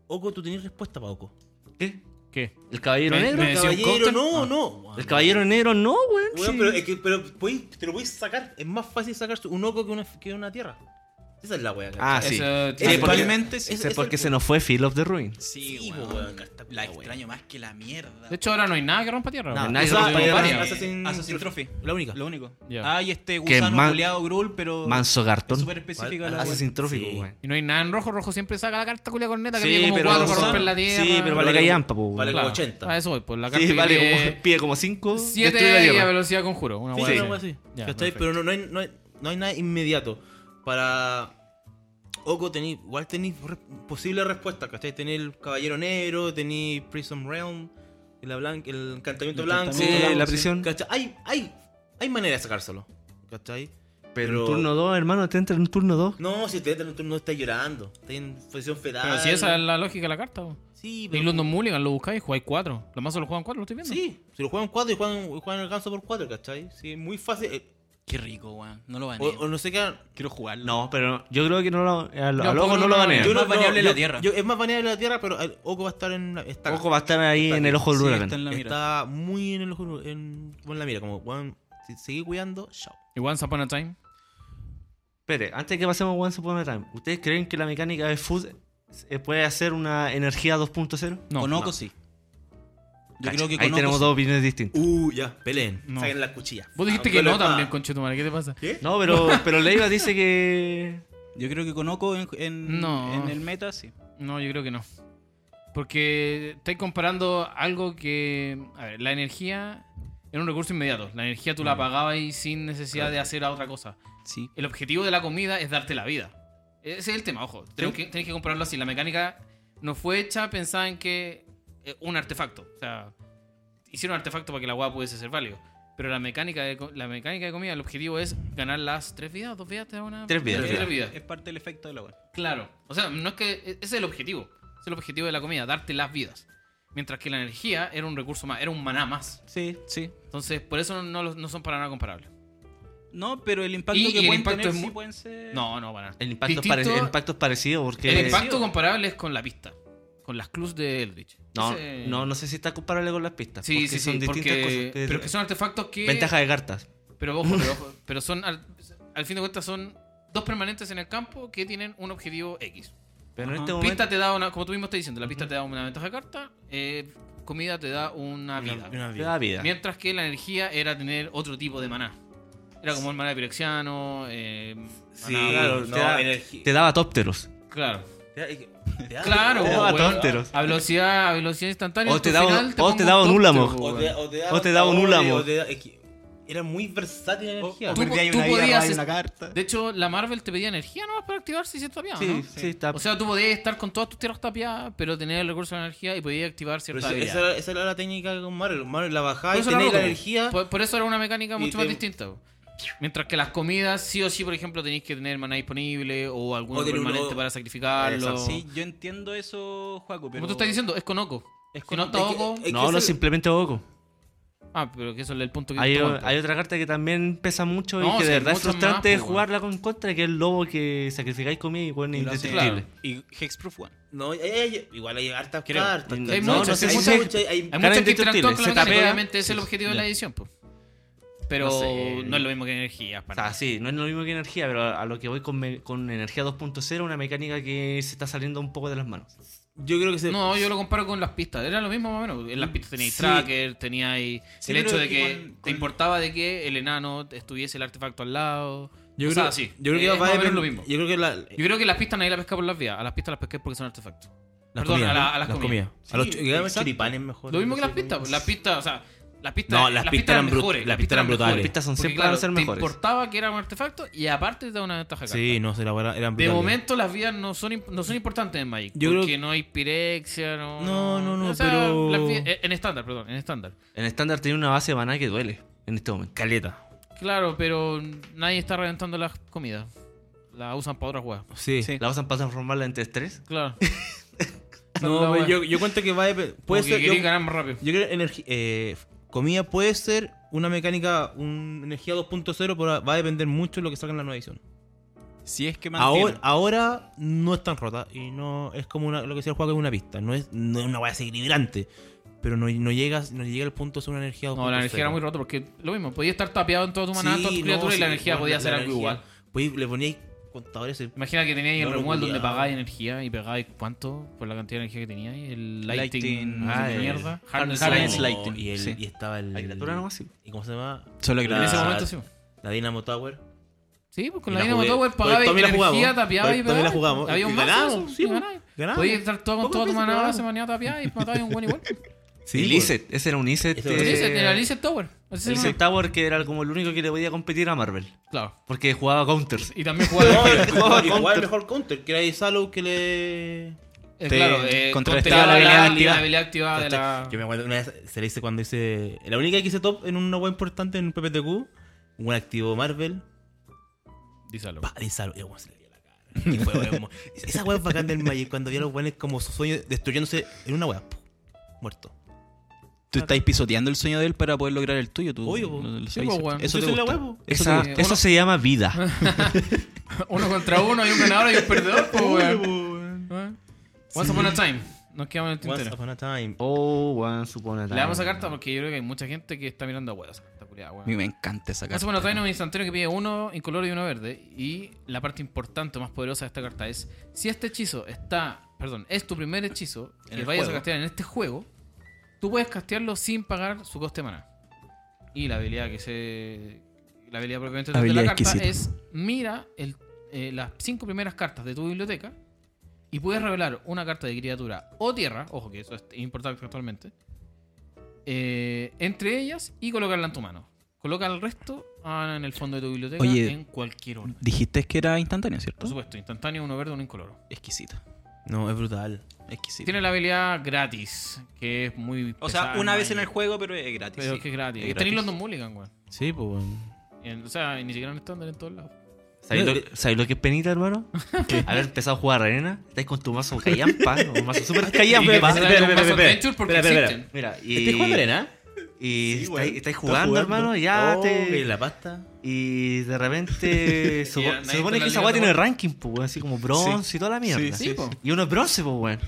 S1: Oco, tú tenías respuesta para Oco.
S4: ¿Qué?
S2: ¿Qué?
S4: ¿El caballero
S2: Me-
S4: negro?
S2: me- decía un
S1: Caballero,
S2: cóctel?
S1: no,
S2: Ah.
S1: no.
S4: El caballero negro no, weón.
S1: Weón,
S4: sí.
S1: pero, es que, pero podéis- te lo podéis sacar. Es más fácil sacar un Oco que una, que una tierra. Esa es la wea, ¿cachai?
S4: Ah, sí.
S2: Eso-
S1: Eh,
S2: porque-
S3: Eventualmente sí.
S1: es-
S4: Ese
S1: es
S4: porque
S1: el-
S4: se nos fue Field of the Ruin.
S3: Sí,
S1: Sí,
S3: weón.
S1: weón, carta pura,
S3: La
S1: weón.
S3: extraño más que la mierda.
S2: De hecho, ahora no hay nada que rompa tierra.
S4: Nada,
S2: weón.
S4: nada que
S2: Eso
S4: rompa
S2: digo,
S4: tierra.
S2: varias.
S1: Assassin-
S3: Assassin Trophy.
S1: La única.
S3: Lo único.
S2: Ya.
S3: Ah, y este
S4: Que
S3: gusano
S4: man-
S3: culeado grul, pero.
S4: Manso
S3: Es
S4: Gartón.
S3: súper específico
S1: ¿Cuál?
S3: la
S4: Assassin Trophy,
S1: Sí.
S4: weón.
S2: Y no hay nada en rojo. Rojo siempre saca la carta culia corneta que
S4: Sí,
S2: pide como
S4: pero-
S2: cuatro para
S4: Gusano.
S2: romper la tierra.
S4: Sí, pero vale
S1: como-
S4: callampa, po, weón.
S1: Vale
S2: Claro.
S1: como 80.
S2: Ah, eso voy. Pues la carta
S4: Sí, vale,
S1: [laughs]
S2: vale,
S4: como- pide como 5.
S2: 7 y velocidad conjuro. Una
S1: Sí,
S2: weá
S1: una
S2: así.
S1: wea así.
S2: Ya,
S1: ¿Cachai?
S2: perfecto.
S1: Pero no, no hay, no, hay, no hay nada inmediato. Para Oco tenéis, igual tenéis re- posibles respuestas, ¿cachai? Tenéis el Caballero Negro, tenéis Prism Realm, el, blan- el encantamiento
S3: El
S1: blanco.
S3: encantamiento
S4: Sí, la prisión.
S1: ¿Cachai? Hay, hay, hay manera de sacárselo, ¿cachai?
S4: Pero en turno 2, hermano, te entra en turno 2.
S1: No, si te entran en turno estás llorando. Estás en posición fetal.
S2: Pero Ah, si esa es la lógica de la carta. weón.
S1: Sí,
S2: Y
S1: pero...
S2: London Mulligan lo buscáis, jugáis 4. Los mazos lo juegan 4, lo estoy viendo.
S1: Sí, si lo juegan cuatro y juegan, y juegan el ganso por cuatro, ¿cachai? Sí, es muy fácil. eh,
S3: Qué rico, weón. No lo
S1: O,
S3: baneo.
S1: o no sé qué...
S3: Quiero jugarlo.
S4: No, pero yo creo que no lo, a lo-
S2: Yo
S4: a Loco
S2: tampoco lo
S4: no lo
S2: baneo.
S4: banean.
S3: Yo- más baneable
S1: yo-
S3: la tierra.
S1: yo- es más baneable la tierra, pero el Oco va a estar en la. Está,
S4: Oco va a estar ahí
S1: Está
S4: en el ojo del
S3: Sí,
S4: huracán.
S3: está en la mira.
S1: está muy en el ojo, del- en, como en la mira, como, weón, si seguí cuidando, chao.
S2: Y Once Upon a Time.
S4: Espere, antes que pasemos a Once Upon a Time, ¿ustedes creen que la mecánica de Food eh, puede hacer una energía 2.0?
S2: No.
S3: con Oco
S2: no.
S3: sí. Yo
S4: Cacha,
S3: creo que
S4: Ahí
S3: con
S4: tenemos
S3: Oco
S4: dos opiniones distintas.
S1: Uh, ya, peleen,
S2: No.
S1: saquen las cuchillas.
S2: Vos dijiste que no también, conchetumare. ¿Qué te pasa?
S1: ¿Qué?
S4: No, pero, pero Leiva dice que.
S3: sí. Yo creo que con Oco en, en,
S2: No.
S3: en el meta sí.
S2: No, yo creo que no. Porque estáis comparando algo que. A ver, la energía era un recurso inmediato. La energía tú la pagabas y sin necesidad de hacer a otra cosa.
S3: Sí.
S2: El objetivo de la comida es darte la vida. Ese es el tema, ojo. Tenés que, tenés que compararlo así. La mecánica no fue hecha pensada en que. eh, un artefacto. O sea, hicieron artefacto para que la guapa pudiese ser válido. Pero la mecánica, de, co- la mecánica de comida, el objetivo es ganar las tres vidas, dos vidas, te da una.
S4: Tres vidas.
S2: Tres vidas.
S3: Es parte del efecto de la weón.
S2: Claro. O sea, no es que. e, Ese es el objetivo. Ese es el objetivo de la comida, darte las vidas. Mientras que la energía era un recurso más, era un maná más.
S3: Sí, sí.
S2: Entonces, por eso no, los- no son para nada comparables.
S3: No, pero el impacto
S2: Y-
S3: que
S2: y el
S3: pueden
S2: impacto
S3: tener
S2: es
S3: sí
S2: mu-
S3: pueden ser.
S2: No, no, para nada.
S4: El impacto, es
S2: Distinto-
S4: parecido, el impacto es parecido porque.
S2: el impacto comparable es con la pista. Con las clues de Eldritch.
S4: No,
S2: Ese-
S4: no, no sé si está comparable con las pistas.
S2: Sí,
S4: porque
S2: sí, sí,
S4: son distintas
S2: porque-
S4: cosas.
S2: Pero que son artefactos que.
S4: Ventaja de cartas. [laughs]
S2: Pero ojo, pero ojo. Pero son. ar- al fin de cuentas son dos permanentes en el campo que tienen un objetivo X.
S4: Pero en
S3: Ajá.
S4: este
S2: Pista
S4: momento.
S2: te da una, como tú mismo estás diciendo, la pista te da una ventaja de carta, eh, comida te da una vida.
S1: Una
S4: Te da vida.
S2: Mientras que la energía era tener otro tipo de maná. Era como el maná pirexiano, eh,
S1: Sí,
S2: maná-
S1: claro,
S4: te
S1: no,
S4: da-
S1: energía.
S4: Te daba tópteros.
S2: claro.
S1: Te da- te da-
S2: Claro,
S4: Te daba
S2: weón.
S4: tópteros.
S2: A velocidad, a velocidad instantánea.
S4: O
S2: tu
S4: te daba-
S2: final
S4: o
S2: pongo
S4: te daba un
S2: tóptero,
S4: Úlamo.
S1: O
S2: weón.
S1: te, o te da,
S4: O te da un
S1: sabores,
S4: Úlamo.
S1: o te da- es que era muy versátil la energía.
S2: Tú-
S5: perdí ahí
S2: tú
S5: una vida,
S2: podías
S5: robáis
S2: es-
S5: una carta.
S2: De hecho, la Marvel te pedía energía nomás para activarse y se tapeaba,
S4: Sí,
S2: ¿no?
S4: sí, está.
S2: O sea, tú podías estar con todas tus tierras tapeadas, pero tenías el recurso de energía y podías activar
S1: Pero
S2: cierta
S1: esa,
S2: habilidad.
S1: esa era- esa era la técnica con Mario. Mario la bajaba
S2: Por
S1: y
S2: eso era Pues-
S1: tenía la
S2: roto.
S1: energía.
S2: Por, por eso era una mecánica
S1: Y
S2: mucho más
S1: te-
S2: distinta. po. Mientras que las comidas, sí o sí, por ejemplo, tenéis que tener maná disponible o alguno
S1: O tener un
S2: permanente
S1: logo.
S2: para sacrificarlo.
S3: Sí, yo entiendo eso, Juaco, pero...
S2: Como tú estás diciendo, es con Oco.
S3: Es
S2: Si no
S3: con-
S2: está
S1: es que-
S2: Oco.
S1: es
S4: no, no,
S1: ese-
S4: simplemente Oco.
S2: Ah, pero que eso es el punto que
S4: Hay,
S2: tú tomas, po.
S4: hay otra carta que también pesa mucho
S2: No,
S4: y que
S2: sí,
S4: de verdad es
S2: muchas más,
S4: frustrante
S2: pues, weón.
S4: jugarla con contra, que es el lobo que sacrificáis comida y bueno,
S3: Y lo hace-
S4: indestructible.
S2: claro.
S3: Y Hexproof One.
S1: No, hay- hay- igual hay hartas
S2: Creo.
S1: cartas.
S4: Hay
S1: ¿cachai?
S2: muchas,
S1: No, no sé,
S2: hay
S1: hay
S2: muchas.
S1: muchas, hay- hay-
S2: Hay
S4: Cara
S2: muchas que
S4: indestructible,
S2: interactúan con la
S4: se
S2: mecánica,
S4: tapea.
S2: obviamente ese es el objetivo de
S4: Ya.
S2: la edición, po. Pero
S4: No sé.
S2: no es lo mismo que energía.
S4: O
S2: para
S4: sea, sí, no es lo mismo que energía, pero a a lo que voy con, me- con energía 2.0, una mecánica que se está saliendo un poco de las manos.
S1: Yo creo que se.
S2: No, yo lo comparo con las pistas. Era lo mismo más o menos. En las pistas teníais
S1: Sí.
S2: tracker, teníais
S5: Sí,
S2: el
S5: pero
S2: hecho de
S5: es
S2: que
S5: que con-
S2: te
S5: con-
S2: importaba de que el enano estuviese el artefacto al lado.
S1: Yo
S2: o
S1: creo,
S2: sea, sí.
S1: yo creo que
S2: Eh,
S1: va
S2: más
S1: a
S2: o menos
S1: depender-
S2: lo mismo.
S1: Yo creo que la, eh,
S2: Yo creo que las pistas nadie las pesca por las vías. A las pistas las pesqué porque son artefactos.
S1: las
S2: Perdón,
S1: comidas,
S2: a, la-
S1: ¿no?
S2: a las, comidas.
S1: A los
S5: Sí,
S1: chu- que eran
S5: exacto.
S1: choripanes mejor.
S2: Lo mismo que
S1: no
S2: las
S1: sé,
S2: pistas. pues,
S1: como-
S2: Las pistas, o sea, las pistas,
S1: No, las pistas eran brut- las pistas eran brutales.
S2: mejores.
S4: Las pistas son
S2: Porque,
S4: siempre van a ser mejores.
S2: Te importaba que era un artefacto y aparte te da una ventaja. carta.
S1: Sí, no sé, la verdad, eran
S2: De
S1: brutales.
S2: momento las vías no son, imp- no son importantes en Magic.
S1: Yo creo
S2: porque
S1: que-
S2: no hay pirexia, no.
S1: No, no, no,
S2: o sea,
S1: pero-
S2: las vías- en- en estándar, perdón, en estándar.
S4: En estándar tiene una base de maná que duele en este momento.
S1: Caleta.
S2: Claro, pero nadie está reventando las comidas. La usan para otras weas.
S1: Sí.
S3: Sí.
S4: La usan para transformarla en T3.
S1: [laughs]
S2: Claro.
S1: No, pero yo, yo cuento que va a dep- Puede ser.
S2: quería
S1: Yo,
S2: ganar más rápido.
S1: yo creo que energi- eh, comida puede ser una mecánica, un energía 2.0, pero va a depender mucho de lo que salga en la nueva edición.
S3: Si es que mantiene.
S1: Ahora, ah, ahora no es tan rota y no es como una- lo que decía el juego es una pista, no es, no es una vaya equilibrante, pero no, no llega no llega al punto de ser una energía
S2: No, la energía era muy rota porque lo mismo, podía estar tapeado en toda tu maná, en toda tu criatura y la energía podía ser algo igual.
S1: Pues, le ponía contadores y-
S2: Imagina que teníais
S1: No
S2: el
S1: lo
S2: remual donde
S1: culiao.
S2: pagáis energía y pegáis cuánto por la cantidad de energía que teníais. El lighting,
S3: Lighting,
S2: no sé
S4: ah,
S2: qué
S4: el
S2: mierda. Harness
S3: harness lighting.
S2: lighting.
S3: Lighting,
S1: y, el-
S3: sí.
S1: y estaba el
S4: La criatura nomás, sí.
S1: ¿Y cómo se llama?
S3: Solo que
S1: La-
S2: En ese momento sí. pues.
S1: La Dynamo Tower.
S2: Sí, pues con
S1: Ah, Y
S2: la
S1: la
S2: Dynamo
S1: jugué.
S2: Tower
S1: Con
S2: pagaba
S1: Tommy la
S2: energía,
S1: jugamos.
S2: tapeaba y
S1: Con Tommy la
S2: pegaba.
S1: jugamos.
S2: Había
S1: Y
S2: un mazo,
S1: ganamos,
S2: eso,
S1: sí, pues. Ah.
S2: y ganabas.
S1: ganamos.
S2: Podías estar todo con
S1: Pocas
S2: toda tu
S1: veces
S2: maná,
S1: ganamos.
S2: se manía tapeada y matabas a un buen igual.
S1: [laughs] Sí,
S4: el
S1: pues.
S4: Iset, ese era un Iset.
S1: Ese era un
S2: Pero
S1: Eh,
S2: sí, se- era Lizard Tower. Ese
S4: El
S2: es
S4: Iset
S2: uno.
S4: Tower que era como el único que le podía competir a Marvel.
S2: Claro.
S4: Porque jugaba counters.
S1: [laughs]
S2: Y también jugaba. eh,
S1: No,
S2: [laughs]
S1: igual [laughs] mejor counter, que era el Salo que le
S3: Te
S2: claro, eh,
S3: contrarrestaba
S2: contrarrestaba
S3: la habilidad
S2: la
S3: activada.
S2: la habilidad activada Ah, de la.
S1: Yo me acuerdo una vez se le hice cuando hice. La única que hice top en una web importante en PPTQ, un activo Marvel,
S2: Díselo. [laughs]
S1: pa, disparo, y el weón se le dio la cara. Y fue, weón, mo- Esa web bacán del Magic, cuando vi a los weones como su sueño destruyéndose en una web, muerto.
S3: Tú estás pisoteando el sueño de él para poder lograr el tuyo. Tú,
S1: Obvio, po.
S3: no lo
S2: Sí,
S3: sabes.
S2: po, weón.
S3: Eso te
S1: Yo soy la
S3: gusta.
S1: huevo.
S3: Eso
S4: Esa-
S3: te gusta.
S4: eso se llama vida.
S2: Uno contra uno, hay un ganador y un perdedor, po, weón. ¿Eh? Once upon a time. Nos quedamos en el
S1: Once
S2: tintero.
S1: upon a time.
S4: oh, one supone
S2: Le damos a carta porque yo creo que hay mucha gente que está mirando a huevos. Esta culiada,
S3: [laughs] A mí
S2: weón.
S3: me encanta esa
S2: Once
S3: carta.
S2: upon a time es un instantáneo que pide uno incoloro y uno verde. Y la parte importante, más poderosa de esta carta es: si este hechizo está. Perdón, es tu primer hechizo
S3: En
S2: que
S3: el
S2: vayas
S3: juego.
S2: a castear en este juego, tú puedes castearlo sin pagar su coste de maná. Y la habilidad que se. La habilidad propiamente tal de la
S3: Habilidad
S2: carta
S3: exquisita.
S2: es mira el- eh, las cinco primeras cartas de tu biblioteca y puedes revelar una carta de criatura o tierra, ojo que eso es importante actualmente, eh, entre ellas y colocarla en tu mano. Coloca el resto ah, en el fondo de tu biblioteca
S3: Oye.
S2: en cualquier orden.
S3: Dijiste que era instantáneo,
S2: Por
S3: ¿cierto?
S2: supuesto, instantáneo, uno verde, uno incoloro.
S3: Exquisito.
S1: No, es brutal.
S3: Exquisito.
S2: Tiene la habilidad gratis, que es muy...
S3: O sea,
S2: pesada,
S3: una vez en
S2: y-
S3: el juego, pero es gratis.
S2: Pero
S3: sí.
S2: que es gratis. Y
S3: Es gratis.
S2: Tenéis los dos mulligan, weón.
S1: Sí, pues weón.
S2: En- O sea, ni siquiera en estándar en todos lados.
S4: ¿Sabéis
S1: Eh,
S4: lo, sabéis lo que es penita, hermano? [laughs] Haber empezado a jugar arena. Estáis con tu mazo
S1: [laughs]
S4: callampa. un mazo super
S2: Y que
S4: callampa.
S2: empezaron a hacer un mazo adventure porque
S1: espera, espera.
S2: existen.
S4: Mira, y.
S1: ¿Estás jugando ¿Este arena?
S4: Y
S5: Sí,
S4: estáis,
S5: güey.
S4: estáis
S5: Está
S4: jugando, hermano, ya
S1: Oh,
S4: te...
S1: que La pasta.
S4: Y de repente se,
S2: Ya,
S4: se
S2: nadie está
S4: supone
S2: en la
S4: que esa
S2: liga
S4: weá tiene
S2: tampoco.
S4: ranking, pues, weón, así como bronce y toda la mierda.
S2: sí, sí.
S4: Y uno es bronce, pues, weón.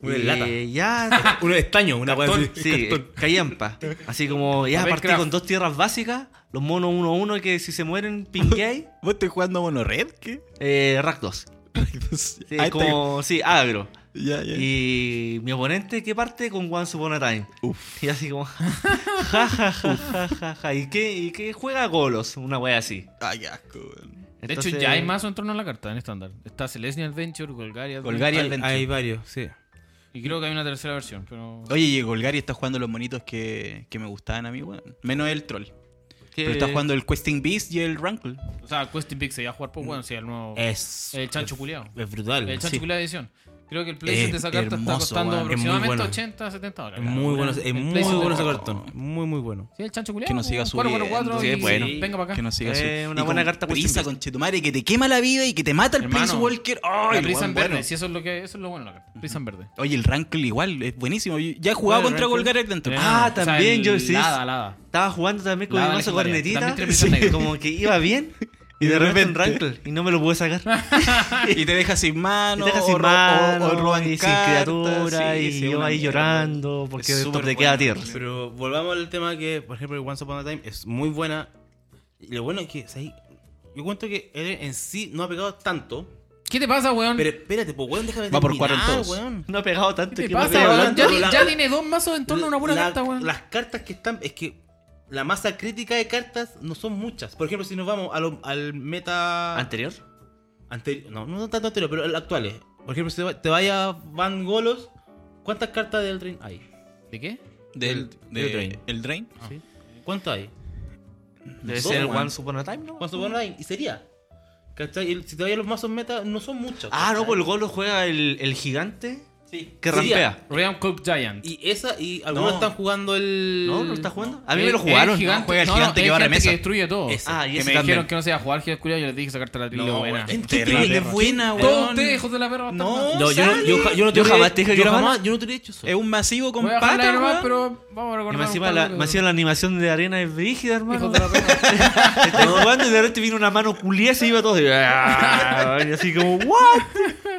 S1: Una
S4: Y
S1: lata. [laughs]
S4: ya.
S1: Un estaño, una weá así.
S4: sí,
S1: Cartón.
S4: callampa. Así como ya
S2: Papel
S4: partí
S2: craft.
S4: con dos tierras básicas, los monos 1-1 que si se mueren, pingueáis. [laughs]
S3: ¿Vos estás jugando Mono Red? ¿Qué?
S4: Eh, Rack 2.
S3: Entonces,
S4: Sí,
S3: ahí está.
S4: como, sí, agro.
S3: Ya, ya.
S4: Y mi oponente que parte con Once Upon a Time.
S3: Uf.
S4: [laughs] Y así como, ja, ja, ja, ja, ja, ja. ¿Y qué, y qué juega golos? Una wea así.
S3: Ay, qué asco, weón.
S2: De
S4: Entonces,
S2: hecho, ya hay más en torno a la carta en estándar. Está Celestia Adventure, Golgaria Adventure,
S3: Golgaria.
S1: Hay,
S3: Adventure.
S1: hay varios, sí.
S2: Y creo que hay una tercera versión, pero.
S3: Oye, y Golgari está jugando los monitos que, que me gustaban a mí, weón. Menos el troll.
S4: que-
S3: Pero está jugando el Questing Beast y el Rankle.
S2: O sea, Questing Big se iba a jugar, pues bueno, si el nuevo.
S1: Es.
S2: El chancho culiao.
S1: Es brutal.
S2: El chancho
S1: Sí.
S2: culiao edición. Creo que el playset
S3: Es
S2: de esa carta está
S3: hermoso,
S2: costando
S3: weón. Es muy
S2: aproximadamente
S1: bueno.
S2: 80, 70 dólares.
S1: Es muy bueno, es
S2: Ah, El
S1: muy
S2: playset de
S1: bueno
S2: la
S1: ese
S2: carta.
S1: cartón. Muy, muy bueno.
S2: Sí, el chancho culiao.
S3: Que nos siga
S2: cuatro, cuatro, cuatro,
S3: subiendo,
S4: sí,
S2: y
S4: es bueno.
S2: Venga para acá.
S3: Que no siga
S4: Eh,
S3: su-
S4: una
S3: y
S4: buena
S3: con
S4: carta Questing
S3: Prisa,
S4: Beast.
S3: conchetumare, que te quema la vida y que te mata el
S2: Hermano,
S3: Prince Walker.
S2: La
S3: Ay,
S2: prisa
S3: weón,
S2: en verde,
S3: bueno.
S2: sí, eso es lo que eso es lo bueno de la carta. Prisa en verde.
S3: Oye, el Rankle igual, es buenísimo. Yo Ya he jugado
S1: Claro,
S3: contra
S1: Rankle.
S3: Golgari dentro.
S4: Ah, también, yo sí.
S2: Lada, lada.
S4: Estaba jugando también con
S2: La
S4: el mazo
S2: legendaria.
S4: cornetita.
S2: También tiene prisión
S4: sí,
S2: negra.
S4: Como que iba bien. Y de repente un rankle. Y no me lo pude sacar.
S3: [laughs] y te deja sin mano,
S4: Me deja sin
S3: o ro-
S4: mano,
S3: o- o roban
S4: y sin
S3: cartas,
S4: criatura,
S3: sí,
S4: y
S3: sí,
S4: yo
S3: una
S4: ahí
S3: mierda.
S4: llorando porque
S3: Es
S4: esto
S3: súper
S4: te queda
S3: buena.
S4: tierra.
S1: Pero volvamos al tema que, por ejemplo, el Once Upon a Time es muy buena. Y lo bueno es que, o sea, yo cuento que él en sí no ha pegado tanto.
S2: ¿Qué te pasa, weón?
S1: Pero espérate, pues, weón, déjame
S3: Va por
S1: terminar,
S3: cuatro entonces.
S1: weón.
S4: [laughs] No ha pegado tanto.
S2: ¿Qué te
S4: que me
S2: pasa,
S4: pega
S2: weón?
S4: tanto.
S2: Ya,
S1: la-
S2: ti- ya tiene dos mazos en torno a una buena
S1: La-
S2: carta, weón.
S1: Las cartas que están. Es que la masa crítica de cartas no son muchas. Por ejemplo, si nos vamos a lo- al meta.
S4: ¿Anterior?
S1: anteri- no, no tanto anterior, pero al actuales. Por ejemplo, si te vaya Van Golos, ¿cuántas cartas del Drain hay?
S2: ¿De qué?
S3: Del,
S1: Del
S3: de-
S1: Drain.
S3: El drain.
S1: ¿Cuánto hay?
S4: Debe
S1: Dos,
S4: ser
S1: weón.
S4: One Upon a Time, ¿no?
S1: ¿Cuánto Upon a Time? Y sería. ¿Cachai? Y Si te vayas a los mazos meta, no son muchas.
S4: Ah, no,
S1: ¿cachai?
S4: pues el golo juega el, el gigante
S1: Sí.
S4: que
S1: Sería.
S4: rampea.
S2: Realm Cook Giant.
S1: Y esa, y algunos
S4: No.
S1: están jugando el.
S4: ¿No? ¿No está jugando? A mí
S2: El-
S4: me lo
S2: el
S4: jugaron.
S2: gigante-
S3: juega el
S2: no, no,
S3: gigante que va a remesa.
S2: que destruye todo.
S1: Esa.
S4: Ah, y
S2: Que
S4: ese
S2: me
S4: también.
S2: dijeron que no se iba a jugar Gigante Culiao. Yo les dije que sacarte la trilogía buena.
S1: weón.
S3: Qué
S1: Terrible.
S3: buena,
S2: Todos
S3: weón.
S2: ustedes, hijos de la perra.
S3: No,
S1: No, yo, no, yo, ja- yo no
S4: Yo
S1: te
S4: jamás te dije que
S1: yo
S4: era
S1: jamás-
S4: mala.
S1: yo no te he dicho eso.
S3: Es un masivo con
S2: Voy a dejar la
S3: patas,
S2: hermana,
S3: weón.
S2: pero vamos a
S4: Y
S2: recordar.
S4: más
S2: un
S4: encima
S2: par
S4: la,
S2: de-
S4: más encima la animación de arena es brígida, hermano.
S2: Hijos de la perra.
S4: Estás jugando y de repente vino una mano culiada y se iba todo. Y, ah, y así [laughs] como, ¿what?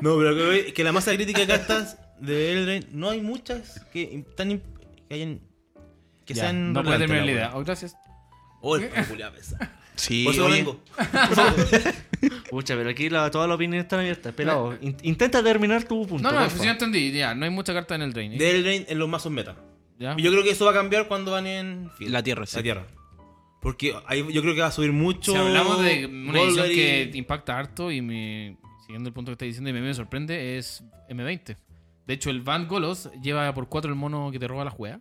S1: No, pero que, que la masa crítica de cartas de Eldrain no hay muchas que están imp- que hayan que
S2: Ya,
S1: sean
S2: No puedo
S1: relevantes,
S2: terminar la
S1: la E.
S2: idea.
S1: wea.
S2: Oh, gracias.
S1: Oh, el peculiar pesa.
S3: Sí,
S1: Por eso
S3: oye,
S1: vengo.
S4: Pucha, pero aquí la- todas las opiniones están abiertas. Pelado, in- intenta terminar tu punto.
S2: No, no,
S4: porfa.
S2: si yo entendí. Ya, no hay mucha carta en el drain.
S1: De Eldrain en los mazos meta.
S2: Ya.
S1: Y yo creo que eso va a cambiar cuando van en Field.
S3: La tierra, sí.
S1: La tierra. Porque ahí yo creo que va a subir mucho.
S2: Si hablamos de una edición
S1: Golgari.
S2: que impacta harto y me, siguiendo el punto que está diciendo y me, me sorprende es M20. De hecho, el Van Golos lleva por 4 el mono que te roba la juega.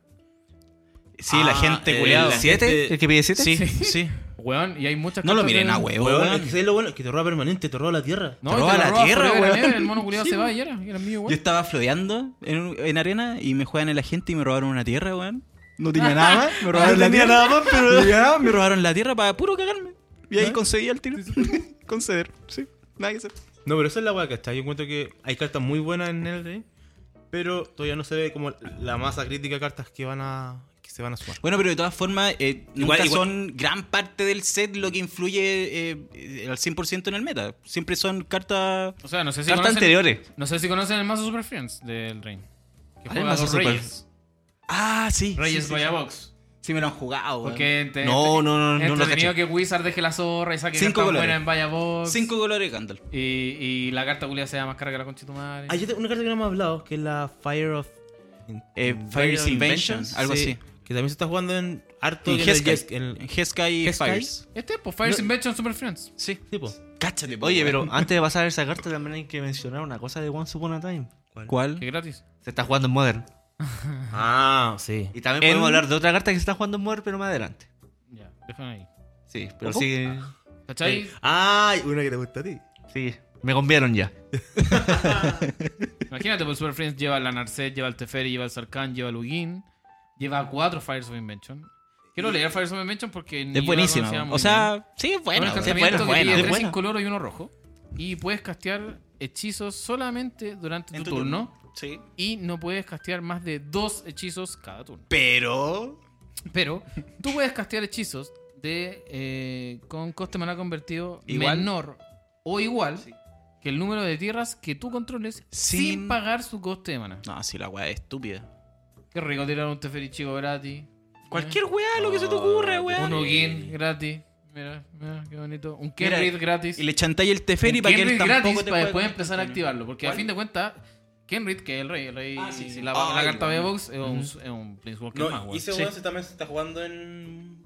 S3: Sí, la
S1: Ah,
S3: gente
S1: el-
S3: culeada.
S1: la
S3: Sí,
S1: gente-
S4: ¿El que pide 7?
S3: sí.
S2: Weón, y hay muchas
S3: No lo
S2: cartas
S3: miren
S2: de-
S3: a huevo,
S1: Weón,
S3: weón.
S1: es que ¿sabes lo bueno? Que te roba permanente, te roba la tierra.
S2: No,
S3: Te
S2: y
S3: roba
S2: te
S3: la
S2: la roba
S3: tierra,
S2: fuera de la
S3: weón.
S2: nieve, El mono culiado se va y era, era mío,
S3: Yo
S2: weón.
S3: estaba flodeando en, en arena y me juegan en la gente y me robaron una tierra, weón. No tenía nada más, me robaron la
S4: tenía
S3: tierra.
S4: nada más, pero-
S3: No tenía nada, me robaron la tierra para puro cagarme. Y ahí conseguí el tiro. [laughs] Conceder, sí. Nada que hacer.
S1: No, pero esa es la weá, ¿cachai? Yo encuentro que hay cartas muy buenas en Eldrain, pero todavía no se ve como la masa crítica de cartas que van a. que se van a sumar.
S3: Bueno, pero de todas formas, eh,
S1: Igual-
S3: nunca
S1: igual-
S3: son gran parte del set lo que influye eh, eh, al 100% en el meta. Siempre son cartas...
S2: O sea, no sé si
S4: Cartas
S2: conocen,
S4: anteriores.
S2: No sé si conocen el mazo Super Friends del Reign. Que
S4: ¿Cuál es el
S2: juega
S4: mazo
S2: dos
S4: Super-
S2: Reyes.
S3: Ah, sí.
S2: Reyes
S3: sí, sí,
S2: vaya box.
S3: Sí, me lo han jugado, weón.
S2: Porque te,
S4: No, no, no,
S2: te-
S4: no, no lo
S2: entretenido
S4: caché.
S2: que Wizard deje la zorra y saque
S3: Cinco
S2: cartas
S3: colores.
S2: buenas en vaya box.
S3: Cinco colores Gandalf.
S2: Y, y la carta culiada sea más cara que la concha de tu madre.
S1: Hay otra- Ah, una carta que no hemos hablado, que es la Fire of.
S3: Eh, Fire's Invention, algo
S1: Sí,
S3: así.
S1: Que también se está jugando en harto
S3: En
S1: que en el
S3: Heskai.
S1: Yes- en el-
S3: En Heskai
S1: Heskai.
S3: Fires.
S2: Este, pues Fires
S1: No-
S2: Invention Super Friends.
S1: Sí, tipo.
S3: Cáchate, po,
S4: Oye, pero
S3: weón.
S4: antes de pasar esa carta también hay que mencionar una cosa de Once Upon a Time.
S2: Que
S3: ¿Cuál?
S2: gratis.
S4: Se está jugando en Modern.
S1: Ah, sí.
S4: Y también
S3: En-
S4: podemos hablar de otra carta que se está jugando en Modern, pero más adelante.
S2: Ya, déjame ahí.
S4: Sí, pero
S3: Ojo.
S4: sí.
S2: ¿Cachai?
S1: Ah, una que te gusta a ti.
S4: Sí, me convieron ya.
S2: Imagínate, por Super Friends lleva la Narset, lleva el Teferi, lleva el Sarkhan, lleva el Ugin, lleva cuatro Fires of Invention. Quiero leer Fires of Invention porque ni yo
S3: Es
S2: la conocía
S3: buenísima.
S2: muy
S3: O sea, sí, es
S2: bien.
S3: buena.
S2: Es un
S3: weón.
S2: encantamiento que
S3: buena,
S2: pide
S3: es
S2: tres
S3: buena.
S2: en color y uno rojo. Y puedes castear hechizos solamente durante tu,
S3: En tu
S2: turno.
S3: Sí.
S2: Y no puedes castear más de dos hechizos cada turno.
S3: Pero...
S2: Pero tú puedes castear hechizos de eh, con coste maná convertido
S3: Igual.
S2: menor o igual que el número de tierras que tú controles sin,
S3: Sin-
S2: pagar su coste de mana.
S3: No, si la weá es estúpida.
S2: Qué rico tirar un Teferi chico gratis.
S4: Cualquier weá, lo que se te
S3: Oh,
S4: ocurra, weá.
S2: Un Ugin gratis. Mira, mira, qué bonito. Un
S3: Mira,
S2: Kenrid gratis.
S3: Y le chantáis el Teferi
S2: Un
S3: para que
S2: Kenrid
S3: él tampoco
S2: gratis
S3: te
S2: para después
S3: pueda-
S2: empezar a activarlo. Porque a fin de cuentas, Kenrid, que es el rey, el rey
S3: Ah, sí, sí.
S2: La,
S5: Ay,
S2: la carta de
S5: bueno.
S2: box es un, es un Planeswalker más,
S1: No,
S2: weón.
S1: y ese
S2: Sí.
S1: weón se también se está jugando en.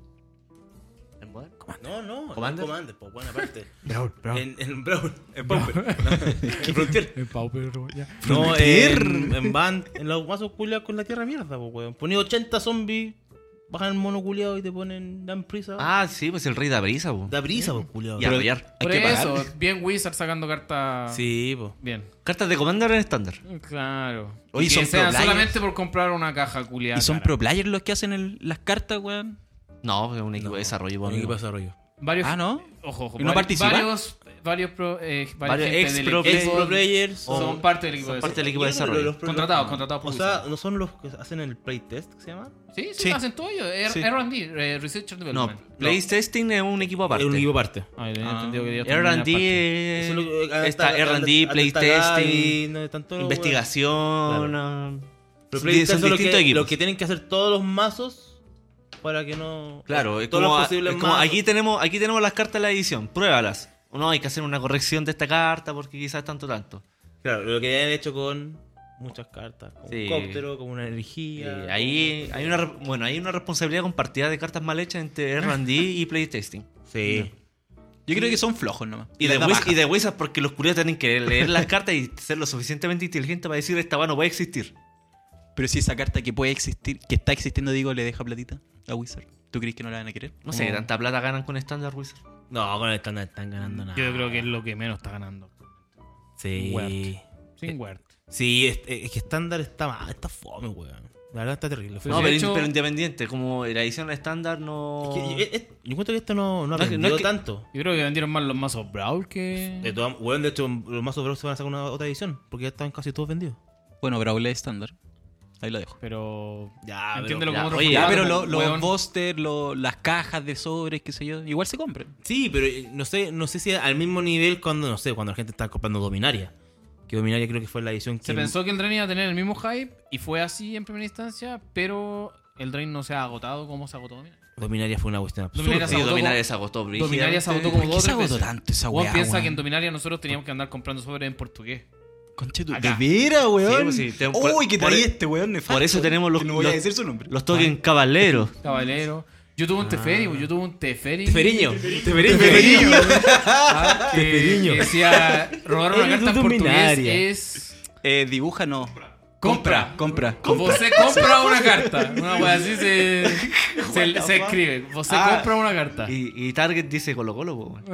S4: ¿En Modern?
S1: No, no, en
S4: ¿Commander?
S1: Commander, pues buena parte.
S6: Brawl, Brawl.
S1: En, en Brawl, en Pomper. [laughs] en Frontier.
S6: El Pau, pero ya.
S1: No,
S3: Frontier.
S1: en, en Band, en los mazos culiados con la tierra mierda, pues weón. Poní 80 zombies, bajan el mono culiado y te ponen, dan prisa.
S4: Ah, sí, pues el rey da brisa, po.
S1: Da brisa, pues culiado.
S4: Y a rayar.
S2: Por
S3: Hay que
S2: eso,
S3: pagar.
S2: bien Wizard sacando cartas.
S1: Sí, pues.
S2: Bien.
S4: Cartas de Commander en estándar.
S2: Claro.
S3: Oye,
S2: y que
S3: son
S2: sea
S3: pro players.
S2: solamente por comprar una caja culiada.
S3: Y son
S2: cara.
S3: pro players los que hacen el- las cartas, weón.
S4: No, es un equipo de desarrollo, po,
S1: ¿Qué
S4: amigo.
S1: pasa, rollo?
S2: Varios.
S3: Ah, ¿no?
S2: Ojo, ojo.
S3: ¿Y no
S2: vari-
S3: participa?
S2: Varios, varios pro. eh,
S4: Varios
S2: gente
S4: ex
S2: del
S4: pro
S2: equipo
S4: players.
S1: Pro players.
S2: Son
S1: o-
S2: parte del equipo de
S4: parte del equipo
S1: Yo
S4: de
S1: creo que
S4: desarrollo.
S1: los pro-
S2: Contratados, contratados por
S1: O sea, ¿no son los que hacen el playtest que se llama?
S2: Sí, sí,
S3: Sí.
S2: hacen todo ello. R-
S3: Sí.
S2: RD, eh, Research and
S4: No,
S2: Development.
S4: Place Testing es un equipo aparte.
S1: Es un equipo aparte.
S2: Ah, yo
S3: Ah.
S2: entendido que ellos también
S4: RD
S2: eran parte.
S4: es-
S1: Eso es lo que-
S4: eh, está
S1: hasta- hasta-
S4: RD,
S1: hasta
S4: playtesting,
S1: Gaby, no, están todos los weones.
S4: investigación. ah.
S1: Pero
S4: Son
S1: playtest
S4: son
S1: es lo
S4: distintos
S1: que,
S4: equipos.
S1: lo que tienen que hacer todos los mazos para que no.
S4: Claro, es
S1: todos
S4: como,
S1: los
S4: a-
S1: posibles
S4: es como
S1: mazos.
S4: aquí tenemos aquí tenemos las cartas de la edición, pruébalas. No, hay que hacer una corrección de esta carta porque quizás tanto tanto.
S1: Claro, lo que ya han hecho con muchas cartas. Con
S4: Sí.
S1: un cóptero, con una
S4: Y
S1: energía.
S4: ahí hay una re- bueno, hay una responsabilidad compartida de cartas mal hechas entre R&D y playtesting.
S1: Sí.
S3: Yo creo que son flojos nomás.
S4: Y
S3: Les
S4: de,
S3: da
S4: Wiz-
S3: paja.
S4: y de Wizards porque los curiosos tienen que leer las cartas y ser lo suficientemente inteligente para decir esta va no va a existir.
S3: Pero si esa carta que puede existir, que está existiendo, digo, le deja platita a Wizard. ¿Tú crees que no la van a querer?
S4: No sé, tanta plata ganan con estándar Wizards.
S1: No, con el estándar están ganando nada.
S2: Yo creo que es lo que menos está ganando.
S1: Sí.
S2: Wert. Sin Wert.
S1: Sí, es, es que estándar está mal. Está fome, weón. La verdad está terrible.
S2: Pero
S4: no,
S2: de
S4: pero,
S2: hecho-
S4: pero independiente, como la edición estándar no...
S1: Es que- eh, es- es- yo encuentro que esto no, no ha
S4: No es que- no es
S1: vendido
S4: que-
S1: tanto.
S2: Yo creo que vendieron más los mazos Brawl
S1: De,
S2: que.
S1: todas- weón, de hecho, los mazos bros se van a sacar una otra edición porque ya están casi todos vendidos.
S3: Bueno, Brawl es estándar. Ahí lo dejo.
S2: Pero.
S1: Ya,
S2: Entiéndelo
S4: ya,
S2: como otro
S4: oye,
S2: formato,
S4: ya,
S3: Ya, pero lo-
S2: weón.
S3: los busters, lo- las cajas de sobres, qué sé yo, igual se compran.
S1: Sí, pero eh, no sé, no sé si al mismo nivel cuando, no sé, cuando la gente está comprando Dominaria. Que Dominaria creo que fue la edición que.
S2: Se pensó que el Drain iba a tener el mismo hype y fue así en primera instancia, pero el Drain no se ha agotado como se agotó. Mira.
S1: Dominaria fue una cuestión absurda.
S2: Dominaria
S4: Sí,
S2: se agotó
S4: Dominaria
S2: como-
S4: se agotó,
S2: Dominaria se agotó como
S3: ¿Por
S2: dos
S3: qué
S2: o
S3: se
S2: tres
S3: agotó
S2: veces.
S3: tanto esa
S2: Juan
S3: weá,
S2: piensa
S3: weón?
S2: que en Dominaria nosotros teníamos que andar comprando sobre en portugués.
S3: Conche tu-
S2: Acá.
S3: ¿De veras,
S4: Sí,
S3: weón?
S4: pues sí, te-
S5: Uy, que
S4: por-
S3: e-
S5: traía este weón nefasto.
S4: por eso tenemos los-
S5: que No voy
S4: los-
S5: a decir su nombre.
S4: Los
S1: Ah.
S4: toquen caballeros.
S2: Caballero. Yo
S3: Ah.
S2: tuve un Teferi, yo tuve un Teferi.
S1: Feriño.
S2: Teferiño. Ah, que- que decía, robar una
S1: Eres
S2: carta en
S1: un
S2: portugués
S1: Dominaria.
S2: es...
S3: Eh, dibuja no.
S2: Compra.
S3: Compra. [laughs]
S2: Você compra una carta. Una wea así se, se, se escribe. Você
S5: Ah.
S2: compra una carta.
S4: Y, y Target dice Colo Colo, po,
S2: [laughs]
S4: weón.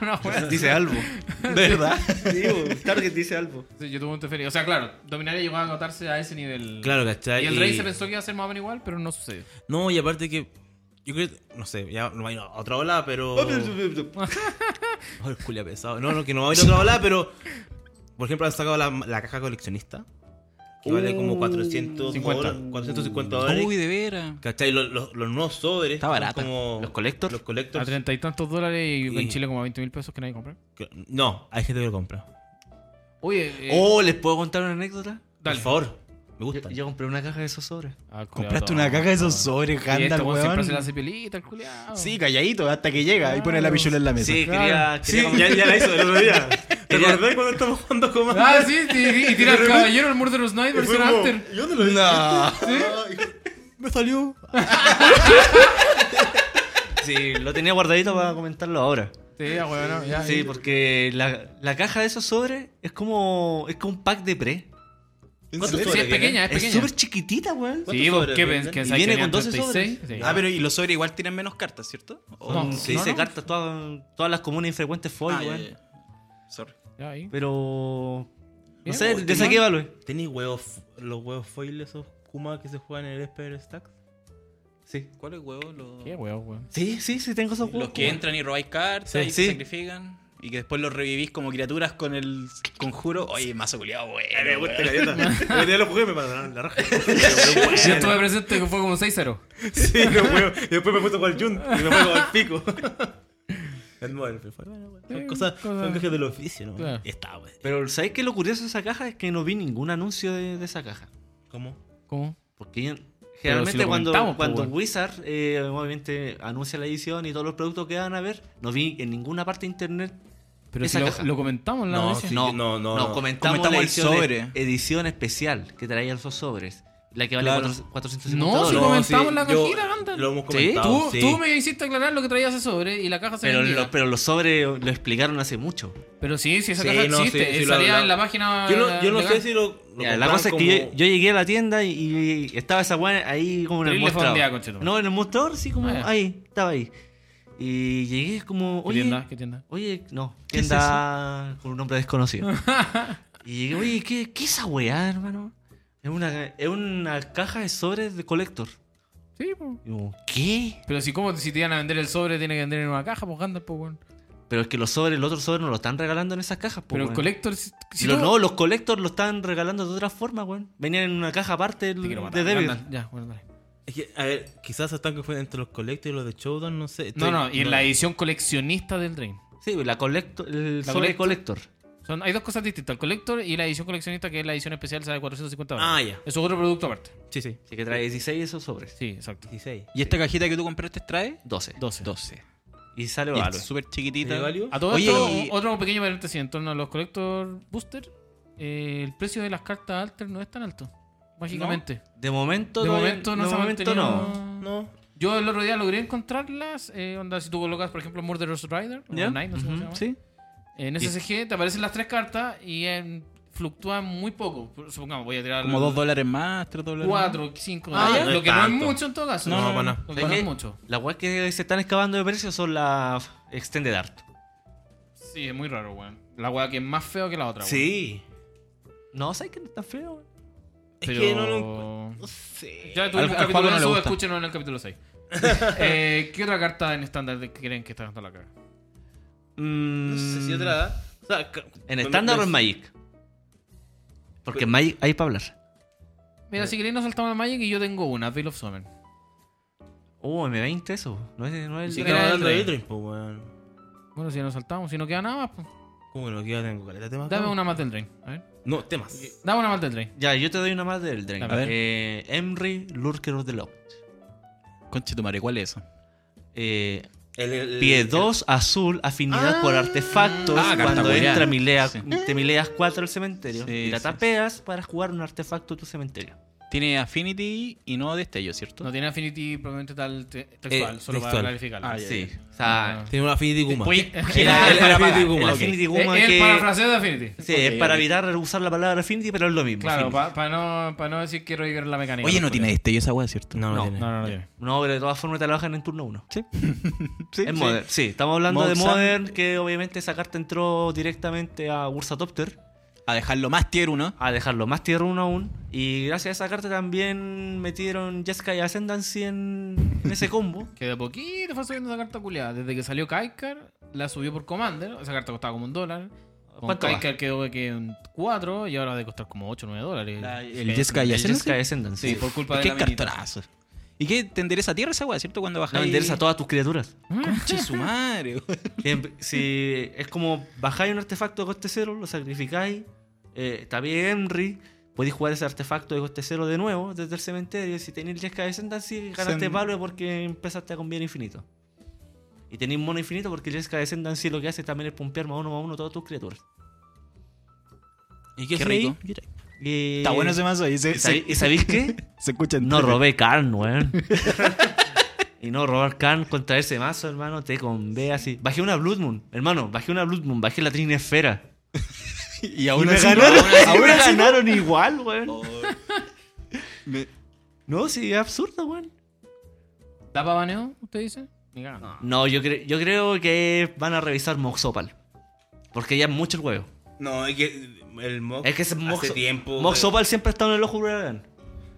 S2: Una wea así.
S4: dice Albo. ¿Verdad? [laughs] Sí, po, Target dice Albo.
S2: Sí, yo tuve un Teferi. O sea, claro, Dominaria llegó a agotarse a ese nivel.
S1: Claro,
S2: Y
S1: ¿cachai?
S2: el Rey se pensó que iba a ser más o menos igual, pero no sucedió.
S1: No, y aparte que. Yo creo. No sé, ya no va a ir a otra ola, pero.
S2: [laughs]
S1: [laughs] Ay, Julia pesado. No, no, que no va a ir a otra ola, pero. Por ejemplo, han sacado la, la caja coleccionista. Que vale
S2: Uh,
S1: como 400
S2: 50.
S1: dólares. 450 dólares.
S3: Uy, de veras.
S1: ¿Cachai? Los, los, los nuevos sobres.
S3: Está
S1: que son
S3: barata.
S1: Como
S4: Los collectors.
S1: Los collectors.
S2: A treinta y tantos dólares y, en
S1: Y-
S2: Chile como a 20 mil pesos que nadie compra.
S1: que- No, hay gente que lo compra.
S2: Oye, eh,
S4: Oh, ¿les puedo contar una anécdota?
S2: dale.
S1: Por favor. Me
S4: Yo,
S1: gusta.
S4: yo compré una caja de esos sobres.
S2: Ah, culiao,
S5: Compraste
S2: todo.
S5: una caja de esos sobres,
S2: Y este
S5: Gandalf,
S2: weón siempre se la
S5: weón.
S2: hace pielita, el culiao.
S5: Sí, calladito, hasta que llega y pone la pichula en la mesa.
S4: Sí,
S2: Claro.
S4: quería, quería
S1: Sí,
S4: comentar-
S1: la hizo el
S5: [laughs]
S1: otro día. ¿Te
S4: Quería-
S1: acordás cuando [laughs] estamos jugando Commander?
S2: Ah, sí, y, y tira el caballero el Murderous Knight versión After.
S1: Yo no lo vi.
S2: Ah,
S5: Me salió.
S4: Sí, lo tenía guardadito para comentarlo ahora.
S2: Sí, ah, weón, no, ya.
S4: Sí,
S2: Sí,
S4: porque la, la caja de esos sobres es como, es como un pack de pre.
S1: ¿Cuántos
S2: es
S1: sobres vienen?
S2: pequeña, Ah, es
S4: Es
S2: pequeña.
S4: súper chiquitita, weón.
S1: ¿Cuántos
S2: Sí, porque
S1: sobres
S2: ¿qué
S1: venden?
S2: pens- que
S4: Y
S2: pensás
S4: viene
S2: que
S4: con
S2: tenían
S4: 12
S2: 36? Sí.
S3: Ah, pero y los sobres igual tienen menos cartas, ¿cierto? O-
S2: No,
S4: Se
S2: no,
S4: dice
S2: no.
S4: cartas todas, todas las comunes y frecuentes foil,
S3: Ah, ya,
S4: weón.
S3: ya, ya. Sorry.
S2: Ya, ahí.
S4: Pero. No
S2: Bien,
S4: sé,
S2: weón.
S4: de esa que evalué.
S1: ¿Tenéis huevos, los huevos foil esos Kuma que se juegan en el Esper Stack?
S4: Sí.
S3: ¿Cuál es huevo? Los,
S2: Qué weón, weón.
S4: Sí, sí, sí, tengo esos
S3: los
S4: juegos,
S3: que
S4: weón.
S3: entran y robáis cartas
S4: Sí,
S3: y
S4: sí.
S3: se sacrifican. Y que después los revivís como criaturas con el conjuro. Oye, mazo culiado, bueno.
S4: pues,
S3: weón.
S1: galleta. [laughs] El día lo jugué me mandaron la raja. [laughs]
S2: Yo estuve presente que fue como un 6-0.
S1: Sí, los huevos. Y después me puse con [laughs] el Jun y me puse con el pico. En Modern fue, bueno, bueno, son cosas, son cosas del oficio, ¿no?
S2: Claro.
S1: Y está, güey.
S4: Pero ¿sabéis qué lo curioso de esa caja? Es que no vi ningún anuncio de, de esa caja.
S1: ¿Cómo?
S2: ¿Cómo?
S4: Porque yo- generalmente
S2: si lo comentamos, po,
S4: cuando, cuando
S2: weón.
S4: Wizard eh, obviamente anuncia la edición y todos los productos que van a ver, no vi en ninguna parte de internet.
S2: Pero
S4: Esa
S2: si lo,
S4: caja.
S2: lo comentamos la
S1: No,
S2: noticia.
S1: sí.
S4: No,
S1: no,
S4: no,
S1: no,
S4: no.
S1: no.
S4: comentamos,
S5: Comentamos
S4: la
S5: el
S4: edición, de-
S5: sobre.
S4: edición especial que traía esos sobres. La que vale
S5: Claro.
S4: cuatro- 450
S2: No,
S4: dólares.
S2: sí, comentamos la
S1: yo-
S2: cajita, anda.
S1: Lo hemos
S4: ¿Sí?
S1: comentado.
S2: Tú,
S1: sí.
S2: tú me hiciste aclarar lo que traías ese sobre y la caja se
S4: Pero,
S2: vendía.
S4: lo- pero los sobres lo explicaron hace mucho.
S2: Pero sí, sí, esa
S1: Sí,
S2: caja
S1: no,
S2: existe.
S1: sí, sí,
S2: eh,
S1: lo
S2: salía
S1: hablamos.
S2: en la página.
S1: Yo no, yo no
S2: legal.
S1: sé si lo. lo
S4: Ya, la
S1: compraban
S4: cosa es que yo,
S1: como-
S4: yo llegué a la tienda y, y estaba esa weá ahí como en el
S2: Terrible
S4: mostrador.
S2: fondeada, conchetumare.
S4: no, en el mostrador, sí, como
S2: Ah, ya.
S4: ahí, estaba ahí. Y llegué como,
S2: ¿Qué
S4: oye,
S2: tienda? ¿Qué tienda?
S4: oye, no, tienda con un
S2: [laughs]
S4: nombre desconocido. y llegué, oye, ¿qué, qué es esa weá, hermano? Es una, es una caja de sobres de collector.
S2: Sí, po.
S4: Y como, ¿qué?
S2: Pero si, ¿cómo? Si te iban a vender el sobre, tiene que vender en una caja, pues Gandalf, pues, weón.
S4: Pero es que los sobres, los otros sobres no los están regalando en esas cajas, po,
S2: Pero el
S4: weón.
S2: collector. Si, si
S4: Los-
S2: tú-
S4: No, los collectors lo están regalando de otra forma, weón. Venían en una caja aparte
S2: Te quiero matar,
S4: de débil.
S2: Gandalf. Ya, bueno, dale.
S1: Es que, a ver, quizás están que fue entre los colectos y los de Showdown, no sé.
S2: No,
S1: Estoy-
S2: no, y en la edición coleccionista del Drain.
S4: Sí, la colecto, el
S2: La
S4: sobre
S2: colecto.
S4: collector.
S2: Son, hay dos cosas distintas, el Collector y la edición coleccionista, que es la edición especial, sale 450 dólares.
S1: Ah, ya.
S2: Eso es otro producto aparte.
S1: Sí, sí.
S4: Así que trae 16 esos sobres.
S2: Sí, exacto.
S1: 16.
S3: ¿Y esta cajita que tú compraste trae?
S4: 12.
S2: 12.
S3: 12.
S4: Y sale
S3: Y es
S4: Valve.
S3: súper
S1: ¿Tiene
S3: chiquitita.
S1: value?
S2: A todo
S3: Oye,
S2: esto,
S3: y-
S2: otro pequeño paréntesis en torno a los Collector Booster. eh, el precio de las cartas Alter no es tan alto, mágicamente.
S4: De momento,
S2: De
S4: no-
S2: momento no
S4: de
S2: se ha
S4: momento
S2: mantenido-
S4: no.
S1: No.
S2: Yo el otro día logré encontrarlas. Eh, onda, si tú colocas, por ejemplo, Murderous Rider, o
S4: ¿Ya?
S2: Knight, no sé cómo se
S4: Ujú,
S2: llama.
S4: Sí.
S2: En SSG te aparecen las tres cartas y en- fluctúan muy poco. Supongamos, voy a tirar.
S3: Como 2 dólares más, 3 dólares más.
S2: 4, 5
S1: Ah, ya.
S2: Lo que
S1: No es
S2: no es
S1: tanto.
S2: mucho en todo caso.
S1: No, para nada.
S2: Lo que
S4: ¿Sabes
S2: no es
S4: qué?
S2: mucho.
S4: Las weas que se están excavando de precio son las Extended Art.
S2: Sí, es muy raro, weón. La weá que es más feo que la otra, weón.
S1: Sí.
S4: No, ¿sabes que no está feo? weón?
S1: Es
S2: Pero...
S1: que no lo. No sé.
S2: Ya
S3: Al-
S2: tuvimos un
S3: al
S2: capítulo
S3: Juaco
S2: de
S3: no le
S2: eso,
S3: gusta.
S2: escúchenos en el capítulo 6. [laughs] eh, ¿Qué otra carta en estándar de- creen que está dando la caga?
S4: Mm,
S1: No sé si otra edad. O sea, ca-
S4: ¿En
S1: me-
S4: estándar
S1: me-
S4: o en Magic? Porque
S1: Pero-
S4: en Magic hay para hablar.
S2: Mira, si queréis nos saltamos a Magic y yo tengo una, Veil of Summer.
S4: Oh, M20 eso. No es, no es el-
S1: Sí,
S2: Sí,
S1: estamos
S2: era el
S1: hablando de
S2: rey.
S1: Idris, pues, weón.
S2: Bueno, si ya nos saltamos, si no queda nada más, pues,
S1: ¿Cómo que no? Aquí ya tengo caleta de temas.
S2: dame
S1: ¿no?
S2: una más del Drain. A ver.
S1: No, temas.
S2: Dame una más del Drain.
S4: Ya, yo te doy una más del Drain.
S2: A ver.
S4: Eh, Emry, Lurker of the Lost.
S3: Conche tu madre, ¿cuál es eso?
S4: Eh,
S1: El, el-
S4: Pie
S1: el-
S4: 2 azul, afinidad por artefactos.
S3: Ah,
S4: cuando
S3: cartagureana.
S4: entra milea,
S3: Sí.
S4: te mileas 4 al cementerio
S3: Sí,
S4: y la
S3: sí,
S4: tapeas para jugar un artefacto de tu cementerio.
S3: Tiene Affinity y no destello, ¿cierto?
S2: No tiene Affinity probablemente tal te- textual,
S1: Eh,
S2: solo para
S1: textual.
S2: clarificarlo.
S3: Ah, ya.
S4: Sí. O sea,
S1: Tiene una Affinity Guma. [laughs]
S2: Uy,
S4: era
S1: el-
S4: para-
S1: el Affinity
S4: el
S1: Woman,
S4: Affinity
S2: el, [laughs]
S4: Woman
S2: el
S4: que-
S2: parafraseo de Affinity.
S4: Sí,
S3: Ok,
S4: es para
S3: ok.
S4: evitar usar la palabra Affinity, pero es lo mismo.
S2: Claro,
S4: Affinity.
S2: para no, pa no decir que Roger la mecánica.
S3: Oye, no tiene
S2: esto.
S3: destello esa weá, ¿cierto?
S1: No, no,
S4: No,
S1: tiene.
S2: No, no, no tiene.
S4: No, pero de todas formas te la bajan en turno 1.
S3: Sí.
S4: en Modern. Sí, estamos hablando de
S3: Mount Sam-
S4: Modern, que obviamente esa carta entró directamente a Ursatopter.
S3: A dejarlo más tier 1.
S4: a dejarlo más tierno aún. Y gracias a esa carta también metieron Jessica y Ascendancy en, en ese combo.
S2: Que de poquito fue subiendo esa carta culiada. Desde que salió Kaikar, la subió por Commander. Esa carta costaba como un dólar. Con
S4: ¿Cuánto va?
S2: Kaikar quedó que en 4 y ahora debe costar como 8 o 9 dólares.
S3: el Jeskai
S4: El
S3: Ascendancy.
S4: Jessica y Ascendancy.
S2: Sí, por culpa de
S3: Qué
S2: la minita.
S3: cartonazo. ¿Y qué? ¿Te endereza a tierra esa weá, ¿cierto? Cuando
S4: La
S3: bajáis. ¡Ah! [laughs]
S4: venderás a todas tus criaturas.
S3: Conche su madre, weón.
S4: Siempre- em, si es como bajáis un artefacto de coste cero, lo sacrificáis. Eh, está bien, Henry. Podéis jugar ese artefacto de coste cero de nuevo desde el cementerio. Si tenéis Jessica y Ascendancy, ganaste
S5: Sen-
S4: value porque empezaste a convivir infinito. Y tenéis mono infinito porque Jessica y Ascendancy lo que hace también es pumpear más uno más uno todas tus criaturas.
S1: ¿Y qué,
S3: Qué
S1: hace ahí?
S3: rico.
S4: Y-
S5: Está bueno ese mazo ahí. Se,
S4: Eh, ¿Y
S5: se,
S4: sabí- ¿Y sabéis qué?
S5: [laughs] se escucha en
S4: No
S5: Twitter.
S4: robé
S5: [laughs]
S4: Khan, weón. y no robar Khan contra ese mazo, hermano, te convé así. Bajé una Blood Moon, hermano, bajé una Blood Moon, bajé la Trinesfera.
S5: [laughs] Y
S4: Y
S5: aún
S4: me
S5: así- aún
S4: ganaron,
S5: así- Oh.
S4: aún me ganaron igual, weón. No, sí, es absurdo, weón.
S2: ¿Da para baneo? ¿Usted dice? Ni cagando.
S4: No, yo, cre- yo creo que van a revisar Moxopal. Porque ya es mucho el huevo.
S1: No, es que el Mox.
S4: Es que es Mox-
S1: hace tiempo.
S4: Moxopal siempre ha estado en el ojo, weón.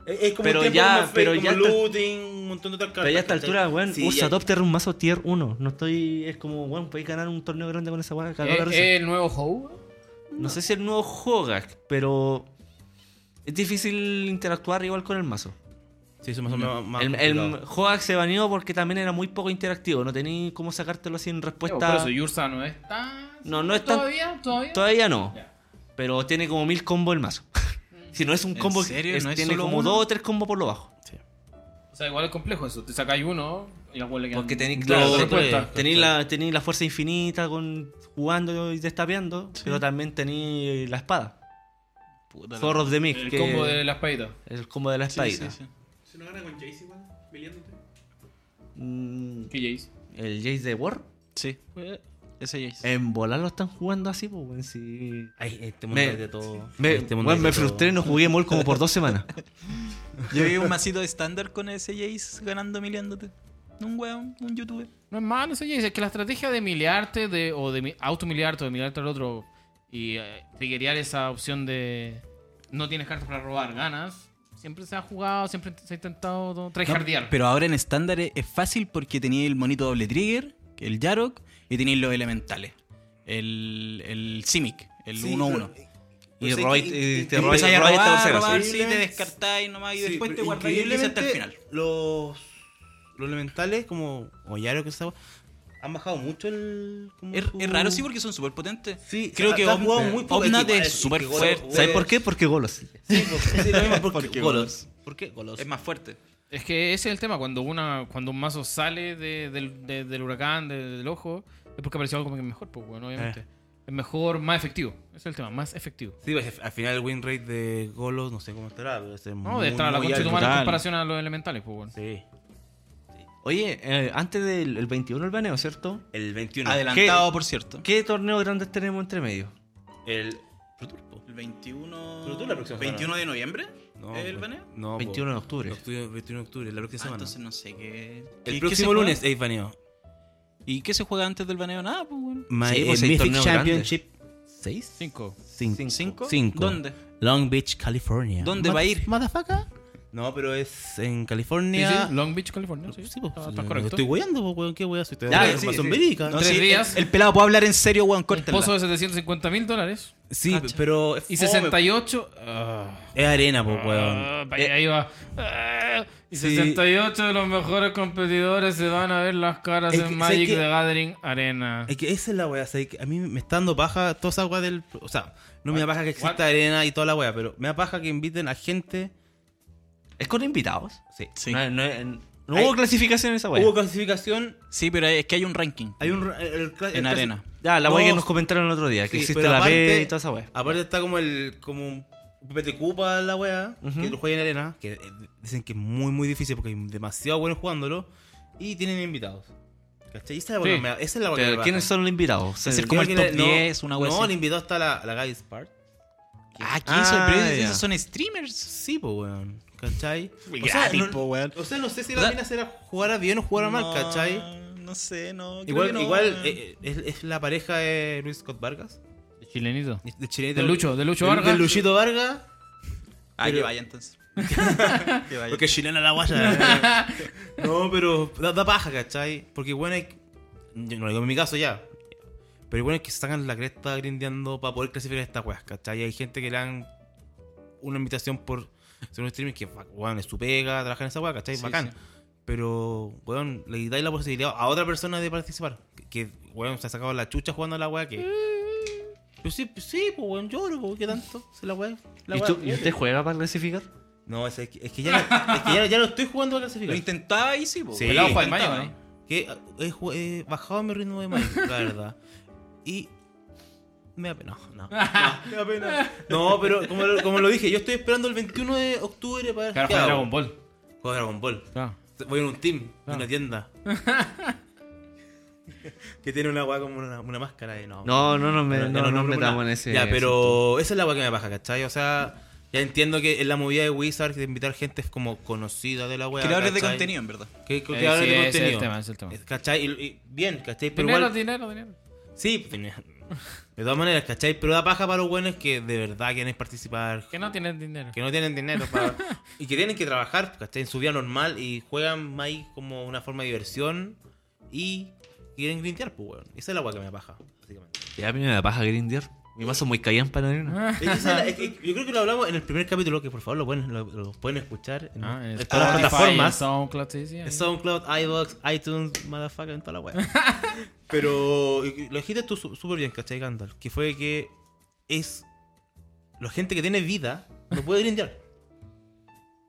S1: Es, es como
S4: Pero
S1: el tiempo
S4: ya-
S1: como fe-
S4: pero
S1: como
S4: ya está-
S1: looting, un montón de otras cartas.
S4: Pero ya a esta altura,
S1: ¿cachai?
S4: weón,
S1: Sí,
S4: usa
S1: ya-
S4: Adopter un mazo tier 1. No estoy. Es como, weón, podéis ganar un torneo grande con esa weá. cagado la
S2: ¿Es-
S4: risa.
S2: es el nuevo Howe?
S4: No sé si el nuevo Hogak, pero es difícil interactuar igual con el mazo.
S1: Sí, eso más o menos más
S4: el, el
S1: complicado.
S4: Hoax se baneó porque también era muy poco interactivo. No tenía cómo sacártelo sin respuesta.
S2: Por eso Yursa no es tan.
S4: Pues No, no es tan-
S2: ¿Todavía? ¿Todavía?
S4: Todavía no.
S2: Ya.
S4: Pero tiene como mil combos el mazo. [laughs] si no es un
S5: ¿En
S4: combo,
S5: serio?
S4: es-
S5: ¿No es
S4: tiene
S5: solo
S4: como
S5: uno?
S4: dos o tres combos por lo bajo.
S2: O sea, igual es complejo eso. Te sacáis uno y la hueá le queda.
S4: Porque tenéis
S1: Claro,
S4: claro,
S1: después,
S4: tenéis- tenéis la, tenéis la fuerza infinita con jugando y destapeando, pero también tenéis la espada.
S5: Puta,
S4: Zorros de Mix,
S2: El
S4: que
S2: combo de la espadita.
S4: el combo de la
S5: Sí,
S4: espadita.
S5: sí, sí.
S6: Si no gana con Jace igual, peleándote.
S4: Mm,
S2: ¿Qué Jace?
S4: el Jace de War.
S5: Sí. Ese ya es.
S3: Eh.
S4: En volar lo están jugando así, pues, weón, si-
S1: Ay, este mundo
S4: Me-
S1: es de todo.
S4: Me,
S1: este mundo
S4: weón,
S1: es de
S4: me
S1: todo.
S4: frustré y no jugué mol como por dos [laughs] semanas.
S5: Yo vi un masito estándar con ese Jace ganando miliándote. Un weón, un youtuber.
S2: No es malo ese Jace. Es que la estrategia de miliarte de, o de mi- automiliarte o de miliarte al otro y eh, triggerear esa opción de no tienes cartas para robar, ganas. Siempre se ha jugado, siempre se ha intentado todo- tryhardear.
S3: No, pero ahora en estándar es es fácil porque tenía el monito doble trigger, que el Yarok, y tenéis los elementales. El, el Simic, el 1-1.
S6: Sí, pero-
S4: Y
S6: Pues es
S4: Roy,
S6: que-
S4: y te
S6: que
S4: Roy,
S6: empezáis a
S4: Roy está
S6: robar,
S4: cero,
S6: robar.
S4: sí.
S6: sí, te descartáis
S3: nomás
S6: Sí, pero increíblemente, Los, los elementales, como Ollaro que estaba, han bajado mucho el. como
S3: Es,
S6: su-
S3: es raro, [laughs] sí, porque son súper potentes.
S6: Sí,
S3: creo
S6: ha-
S3: que
S6: ha
S3: Ob-
S6: jugado muy poco.
S3: Obnate
S6: Igual,
S3: es súper
S6: que Golos-
S3: fuerte.
S6: Golos-
S4: ¿Sabes por qué? Porque Golos.
S6: Sí, porque- sí, lo mismo, porque
S5: Porque
S6: Golos. ¿Por qué Golos?
S3: Es más fuerte.
S2: Es que ese es el tema, cuando una cuando un mazo sale de- del, de- del huracán, de- del ojo, es porque apareció algo que es mejor, pues, bueno, obviamente. Es mejor, más efectivo. Ese es el tema, más efectivo.
S1: Sí, pues, al final el win rate de Golos, no sé cómo estará, pero este es
S2: No,
S1: muy,
S2: de estar a la
S1: muy
S2: concha de tu
S1: alto.
S2: madre en
S5: brutal.
S2: comparación a los elementales, pues, bueno.
S1: Sí.
S4: Oye, eh, antes del el 21 el baneo, ¿cierto?
S1: El 21.
S3: Adelantado, por cierto.
S4: ¿Qué torneos grandes tenemos entre medio?
S1: El. Pro Tour, po.
S3: ¿El 21,
S1: Pero tú la próxima semana.
S3: 21 de noviembre?
S1: No,
S3: ¿El
S1: pues,
S3: baneo?
S1: No, po.
S4: 21 de octubre.
S1: Octubre- 21 de octubre, la próxima
S3: Ah,
S1: semana.
S3: entonces no sé qué. ¿Qué-
S1: el
S3: qué
S1: próximo
S3: se juega?
S1: lunes es baneo.
S3: ¿Y qué se juega antes del baneo? Nada, pues, bueno.
S1: My,
S4: Sí, pues,
S1: eh,
S4: hay
S1: Mythic
S4: torneos
S1: Championship 6.
S2: Cinco.
S1: 5.
S3: ¿Cinco?
S1: Cinco.
S3: ¿Dónde?
S1: Long Beach, California.
S3: ¿Dónde va a ir?
S1: No, pero es en
S2: Sí,
S1: California.
S2: sí, Long Beach, California, sí.
S1: Sí, pues,
S2: Ah, está, está
S1: eh,
S2: correcto.
S1: Estoy hueando, pues, weón. ¿Qué weón? Si te
S4: Ya,
S1: da
S4: sí,
S1: información
S4: sí.
S1: verídica.
S3: No,
S2: Tres
S3: el-
S2: días.
S3: El, pelado puede hablar en serio, weón,
S2: Un
S3: córtela.
S2: pozo de 750 mil dólares
S1: Sí,
S3: Cacha.
S1: pero. es
S2: y
S1: fome,
S2: 68... ah,
S1: Es arena, pues, weón.
S2: ah, ahí- ahí va. Ah, y
S1: Sí.
S2: 68 de los mejores competidores se van a ver las caras
S1: Es que-
S2: en
S1: ¿sabes
S2: Magic
S1: qué?
S2: the Gathering Arena.
S1: Es que esa es la weá, o sea, que a mí me está dando paja toda esa weá del. O sea, no me da paja que exista
S2: What?
S1: arena y toda la weá, pero me da paja que inviten a gente.
S4: ¿Es con invitados?
S1: Sí.
S4: No, no- no
S1: Hay-
S4: hubo clasificación en esa
S1: Hubo
S4: wea.
S1: clasificación,
S3: Sí, pero es que hay un ranking.
S1: hay un. el- el- el-
S3: En arena.
S4: Ya, la wea
S1: No,
S4: que nos comentaron el otro día, que
S1: sí,
S4: existe
S1: pero
S4: la
S1: aparte-
S4: B y toda esa wea.
S1: Aparte está como el. como un PTQ para la weá, que lo juega en arena, que eh, dicen que es muy, muy difícil porque hay demasiado buenos jugándolo, y tienen invitados. ¿Cachai? Y Esa es la weá
S2: Sí.
S1: que me da- esa es la weá que me
S4: Pero,
S1: da
S4: ¿Quiénes
S1: paja.
S4: son los invitados?
S3: Es
S4: Se-
S3: el como
S1: Creo
S3: top
S1: que la- no,
S3: 10, una wea
S1: No,
S3: así.
S1: el invitado está la, la Guy Spark.
S3: Ah, ¿quién
S4: Ah,
S3: son? Pero
S4: ya.
S3: esos, esos son streamers.
S1: Sí, pues, weón. ¿Cachai? O sea,
S5: Gratis,
S1: no-
S5: po, weón.
S1: O sea, no sé si la mina será jugara bien o jugara mal, ¿cachai?
S5: No sé, no. creo
S1: Igual,
S5: que no,
S1: igual
S5: weón.
S1: eh, eh, es, es la pareja de Luis Scott Vargas.
S2: Chilenito.
S1: De Chilenito-
S2: De Lucho, de Lucho
S1: de-
S2: Vargas.
S1: De Luchito Vargas.
S5: Ah, que
S1: pero-
S5: vaya entonces.
S1: Porque es chilena la
S3: [laughs]
S1: guaya. no, pero da, da paja, ¿cachai? Porque bueno, hay, yo no lo digo en mi caso ya. Pero bueno, es que se sacan la cresta grindeando para poder clasificar estas weas, ¿cachai? Hay gente que le dan una invitación por ser un streamer que, weón, es su pega, trabajar en esa wea, ¿cachai?
S3: Sí,
S1: Bacán.
S3: sí.
S1: Pero, weón, le dais la posibilidad a otra persona de participar. Que- Que, weón, se ha sacado la chucha jugando a la wea que.
S3: Mm.
S1: Pero sí, sí, pues, weón, lloro, pues, ¿qué tanto? Si la wea. La
S4: ¿Y,
S1: wea-
S4: tú- y usted juega para clasificar?
S1: [laughs] No, es, es que, es que ya, es que ya, ya lo estoy jugando a
S3: Lo
S1: clasificar.
S3: intentaba y sí, po.
S1: Sí.
S2: Pelado juega el
S3: Intentaba,
S2: Magic, ¿no?
S1: que he, ju- he bajado mi ritmo de Magic, la
S4: [laughs]
S1: verdad. Y me da pena. No, no, me da pena. No, pero como, lo- como lo dije, yo estoy esperando el 21 de octubre para ver
S2: Claro,
S1: qué
S2: juega
S1: hago.
S2: Dragon Ball.
S1: Juego Dragon Ball.
S2: Claro.
S1: Voy en un team, en
S2: Ah.
S1: una tienda. que tiene una weá como una, una máscara de no.
S4: No, no, no, me,
S1: Ya
S4: no, no,
S1: nombro
S4: metamos
S1: nada.
S4: en ese.
S1: Ya, pero esa es la weá que me baja, ¿cachai? O sea, ya entiendo que en la movida de Wizard de invitar gente es como conocida de la weá.
S3: Creadores de
S1: ¿cachai?
S3: contenido, en verdad.
S1: Que, que
S2: Eh,
S1: creadores
S2: sí,
S1: de
S2: ese
S1: contenido.
S2: es el tema, ese es el tema.
S1: ¿Cachai? Y, y bien, ¿cachai? Pero
S2: dinero,
S1: igual-
S2: dinero, dinero.
S1: Sí,
S2: [laughs]
S1: pues, tenía- de todas maneras, ¿cachai? Pero da paja para los buenos que de verdad quieren participar,
S2: Que no tienen dinero.
S1: que no tienen dinero
S2: [laughs]
S1: para- y que tienen que trabajar, ¿cachai? En su vida normal y juegan Magic como una forma de diversión
S2: [laughs]
S1: y quieren grindear, pues, weón. Esa es la weá que me da paja, básicamente.
S4: Ya a mí me da paja Grindier. Mi mazo muy cayán para
S2: Ah,
S4: arena.
S1: Es que esa es la- es que yo creo que lo hablamos en el primer capítulo, que por favor lo pueden, lo, lo pueden escuchar en,
S2: Ah,
S1: en
S2: en Spotify,
S1: todas las
S2: en
S1: plataformas.
S2: SoundCloud, sí, sí, ahí.
S1: En SoundCloud, iVoox, iTunes, motherfucker, en toda la web. Pero y- y lo dijiste tú su- súper bien, ¿cachai, Gandalf? Que fue que es. La gente que tiene vida no puede grindear.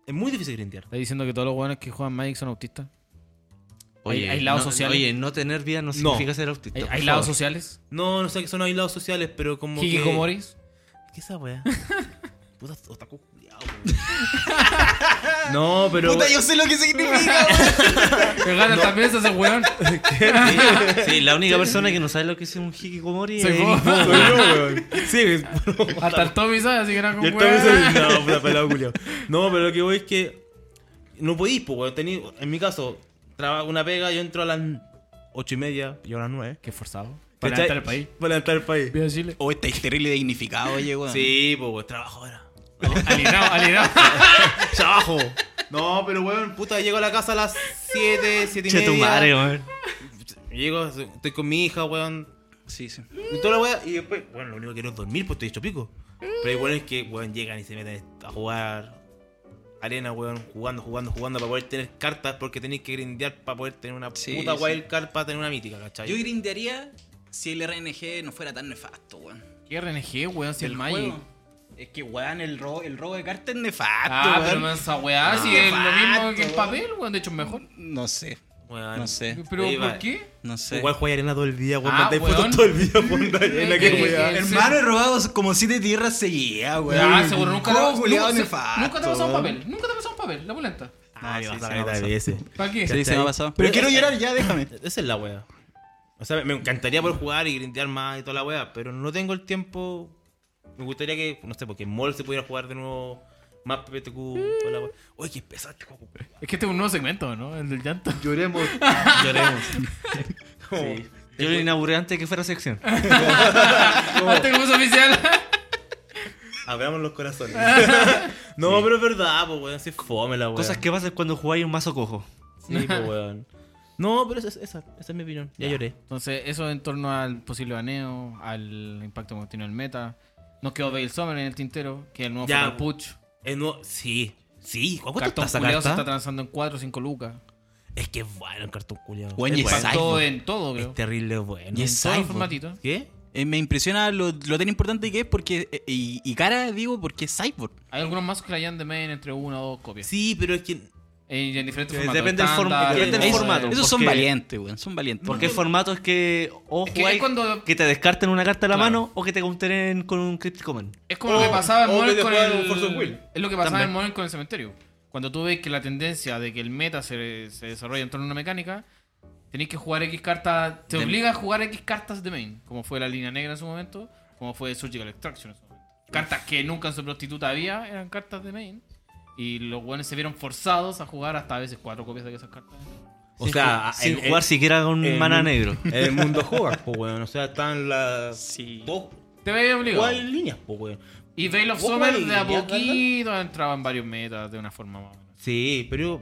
S1: Es muy difícil grindear.
S2: ¿Estás diciendo que todos los buenos que juegan Magic son autistas?
S4: Oye,
S2: aislados
S4: no,
S2: sociales.
S4: Oye, no tener vida no significa ser autista.
S2: ¿Hay,
S4: por
S2: hay lados
S4: favor.
S2: sociales?
S1: No, no sé qué son aislados sociales, pero como. que-
S2: ¿Hikikomoris?
S1: ¿Qué es esa weá? Puta, otaku culiao, weón. No, pero.
S3: Puta, yo sé lo que significa.
S2: El gana también se hace weón.
S1: [laughs]
S4: Sí, la única persona que no sabe lo que es un hikikomori eh,
S2: Soy
S4: es
S2: vos.
S4: mi-
S1: Soy yo, weón. Sí, [laughs]
S2: Hasta el Tommy sabe, así que era como
S1: Y el
S2: weón.
S1: Tommy se- No, puta, pelado, culiao. No, pero lo que voy es que. No podís, pues, weón. Tení- En mi caso, trabajo una pega, yo entro a las ocho y media, yo a las nueve.
S2: Qué forzado.
S1: ¿Cachai?
S2: Para entrar al país.
S1: Para entrar al país.
S2: Viva [laughs] Chile.
S3: O estáis terrible dignificado, oye, weón.
S1: Sí, pues, weón, trabajo ahora.
S2: Alienado, alienado.
S1: ¡Trabajo! No, pero weón, puta, llego a la casa a las siete, siete y
S4: Che,
S1: media.
S4: tu madre, weón.
S1: Llego, estoy con mi hija, weón.
S3: Sí, sí.
S1: Y toda la wea, y después, bueno, lo único que quiero es dormir, pues estoy hecho pico. Pero igual es que, weón, llegan y se meten a jugar arena, weón, jugando, jugando, jugando para poder tener cartas, porque tenéis que grindear para poder tener una
S3: Sí,
S1: puta
S3: sí.
S1: wildcard para tener una mítica, ¿cachai?
S3: Yo grindearía si el RNG no fuera tan nefasto, weón.
S2: ¿Qué RNG, weón? Si el
S3: Del
S2: Magic.
S3: juego. Es que, weón, el robo, el robo de cartas es nefasto,
S2: Ah, pero
S3: weón.
S2: no esa weá, si es lo mismo que el papel, weón. De hecho, es mejor.
S3: No sé,
S1: Weón.
S3: no sé,
S2: Pero
S1: Ahí va.
S2: ¿por qué?
S3: no sé.
S1: Igual juega arena todo el día, weón,
S2: Ah,
S1: mandáis
S2: weón.
S1: fotos todo el día,
S3: [laughs]
S1: weón, de arena,
S2: Eh,
S1: qué
S2: eh,
S1: weá.
S2: eh,
S3: Hermano, he robado como siete tierras seguidas, weón.
S2: Ah, seguro nunca
S3: Juego
S2: nunca-
S3: culiao
S2: nunca-
S3: nefasto,
S2: Nunca te ha pasado un
S3: weón.
S2: papel. Nunca te ha pasado un papel, la pulenta.
S1: Ah,
S3: sí,
S1: vas
S3: se
S1: a
S3: me
S1: la
S3: pasó.
S1: meta de ese.
S2: ¿Para qué?
S3: Sí, se me ha pasado. Pero quiero llorar ya, déjame.
S1: Esa es la wea. O sea, me encantaría poder jugar y grindear más y toda la wea, pero no tengo el tiempo. Me gustaría que, no sé, porque en MOL se pudiera jugar de nuevo más PPTQ. toda la wea. Uy, qué pesado este juego.
S2: Es que este es un nuevo segmento, ¿no? El del [laughs] llanto.
S4: Lloremos. Lloremos. Sí. Yo lo inauguré antes de que fuera sección.
S2: Ah, tenemos [laughs] oficial.
S1: [laughs] Abramos los corazones. [laughs] no, pero es verdad, pues weón, sí es fome la wea.
S4: Cosas que pasan cuando jugáis un mazo cojo.
S1: Sí, pues weón. No, pero esa, esa, esa es mi opinión. Ya lloré.
S2: Entonces, eso en torno al posible baneo, al impacto continuo del meta. Nos quedó Bale Summer en el tintero, que el nuevo
S1: Ya,
S2: Fatal Puch.
S1: Es nuevo- Sí, sí. ¿cu- ¿Cuánto
S2: Cartón
S1: está esa
S2: culiado se está
S1: carta?
S2: transando en 4 o 5 lucas.
S1: Es que es bueno el cartón culiado.
S3: Weón,
S1: es
S3: y
S1: bueno.
S3: Cyborg.
S2: Todo en todo, creo.
S1: Es terrible bueno.
S3: Y
S2: en
S3: es
S2: todos los
S3: Cyborg.
S2: formatitos.
S1: ¿Qué?
S3: Eh, me impresiona lo, lo tan importante que es porque. eh, Y, y cara, digo, porque es cyborg.
S2: Hay algunos mazos que la hallan de main entre una o dos copias.
S1: Sí, pero es que
S2: En, en diferentes
S4: Eh,
S2: formatos.
S4: depende del form-
S2: estándar,
S4: depende del
S2: eh,
S4: formato.
S2: eh,
S3: Esos son
S4: porque-
S3: valientes, weón. Son valientes.
S4: Porque hay formatos que o
S2: Es que
S4: jugáis
S2: es cuando-
S4: que te descarten una carta a la
S2: Claro.
S4: mano o que te counteren con un Cryptic Command.
S2: Es como lo que pasaba en
S1: o
S2: Modern
S1: que
S2: con
S1: juegan
S2: el.
S1: Force of Will.
S2: Es lo que pasaba
S4: También.
S2: en Modern con el cementerio. Cuando tú ves que la tendencia de que el meta se, se desarrolla en torno a una mecánica, tenéis que jugar X cartas. Te
S4: De-
S2: obliga a jugar X cartas de main. Como fue la línea negra en su momento, como fue Surgical Extraction en su momento. Cartas que nunca en su prostituta había eran cartas de main. Y los buenos se vieron forzados a jugar hasta a veces cuatro copias de esas cartas.
S1: O sea,
S4: sin
S1: en-
S4: jugar siquiera con
S1: en-
S4: mana
S1: en-
S4: negro.
S1: en el mundo juega, pues weón. O sea, están las dos
S2: Te veía obligado.
S1: cuatro líneas, pues weón.
S2: Y Veil of
S1: ¿Vos
S2: Summer
S1: cuál
S2: de a
S1: dirías,
S2: poquito entraba en varios metas de una forma más o menos.
S1: Sí, pero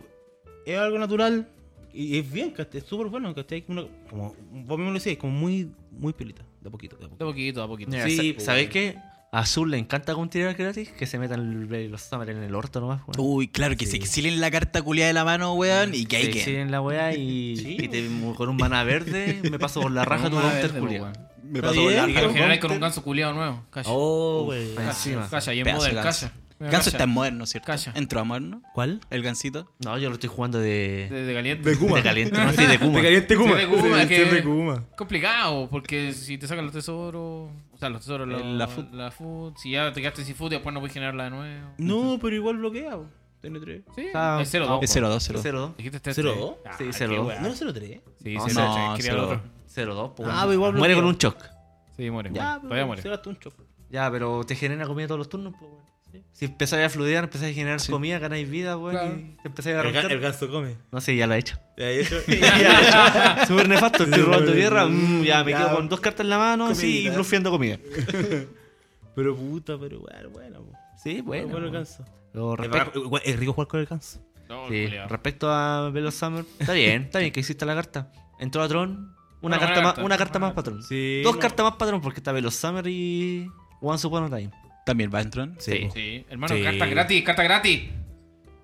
S1: es algo natural y es bien, ¿cachai? Es súper bueno, ¿cachai? Uno- como vos mismo lo decís, como muy, muy pilita, de a poquito, de a
S2: De
S1: poquito.
S2: a poquito, de a poquito.
S4: Mira,
S1: Sí,
S4: sa-
S1: pues,
S4: ¿Sabéis
S1: bueno.
S4: qué? A Azul le encanta tirar gratis, que se metan el- el- los Summer en el orto nomás. weón.
S3: Uy, claro, que se exilen la carta culiada de la mano, weón. Y que
S4: Te
S3: hay que.
S4: exhiben la weá y, y te, con un mana verde me paso por la raja tu
S2: Una verde, pues,
S4: counter
S2: po,
S4: culiado.
S2: weón.
S3: Me
S1: pasó por
S2: Y
S1: largo.
S2: lo generáis con un ganso culiado nuevo. Calla.
S1: Oh, weón.
S4: Ah,
S2: Calla,
S4: encima.
S2: calla, y en
S3: Pedazo
S2: poder,
S3: de ganso.
S2: calla.
S3: Ganso está en moderno, ¿cierto?
S2: Calla.
S3: Entró a moderno.
S1: ¿Cuál?
S3: El gansito.
S4: No, yo lo estoy jugando de.
S2: De, de caliente.
S4: De, caliente, no estoy de Kuma.
S2: Kuma. De Kuma, que- [laughs] Complicado, porque si te sacan los tesoros. O sea, los tesoros, los-
S3: El- la food.
S2: la food, Si ya te quedaste sin food, después no puedes generarla de nuevo.
S1: No, pero igual bloquea, po. TN3.
S2: Sí,
S4: Ah,
S2: es 0
S3: Es 02, 02.
S4: 0-2.
S2: Dijiste este.
S1: ¿Cero dos?
S2: Ah,
S4: Sí,
S2: qué Ah,
S4: cero dos.
S2: weá.
S1: No, 03.
S2: Sí,
S4: No,
S2: cero
S3: no,
S2: dos, quería el
S3: cero
S2: otro.
S4: 0-2, pues,
S1: Ah,
S4: weón.
S1: igual bloquea.
S4: Muere con un shock.
S2: Sí, muere.
S1: Ya,
S2: muere.
S1: pero
S2: Todavía muere.
S1: será hasta un choco.
S4: Ya, pero te genera comida todos los turnos, pues, weón. Si empezáis a fluidear, empezáis a generar comida, ganáis vida, weón.
S2: Claro.
S4: Y te empezáis a
S1: El, ga-
S4: arrancar.
S1: el ganso come.
S4: No sé, ya lo he hecho.
S1: Ya, y eso-
S4: [laughs] Súper nefasto, estoy robando tierra. mm, ya, me
S1: Ya.
S4: quedo con dos cartas en la mano, así, y
S1: Comida.
S4: blufeando comida.
S1: [laughs] pero puta, pero bueno, bueno. po.
S4: Sí, bueno.
S1: Bueno, el
S4: weón.
S1: ganso.
S4: Lo
S1: Es
S4: respecto-
S1: bacán, igual Es rico jugar con el ganso.
S2: No,
S4: Sí,
S2: culiao.
S4: respecto a Velo Summer, está bien, está bien que exista la carta. Entró a Tron,
S2: Una
S4: Una,
S2: buena
S4: carta, más,
S2: carta.
S4: una carta más patrón.
S1: Sí.
S4: Dos cartas más patrón porque está Veloz Summer y Once Upon a Time.
S3: También va Tron.
S1: Sí. po.
S2: Sí, hermano,
S1: Sí.
S2: carta gratis, carta gratis.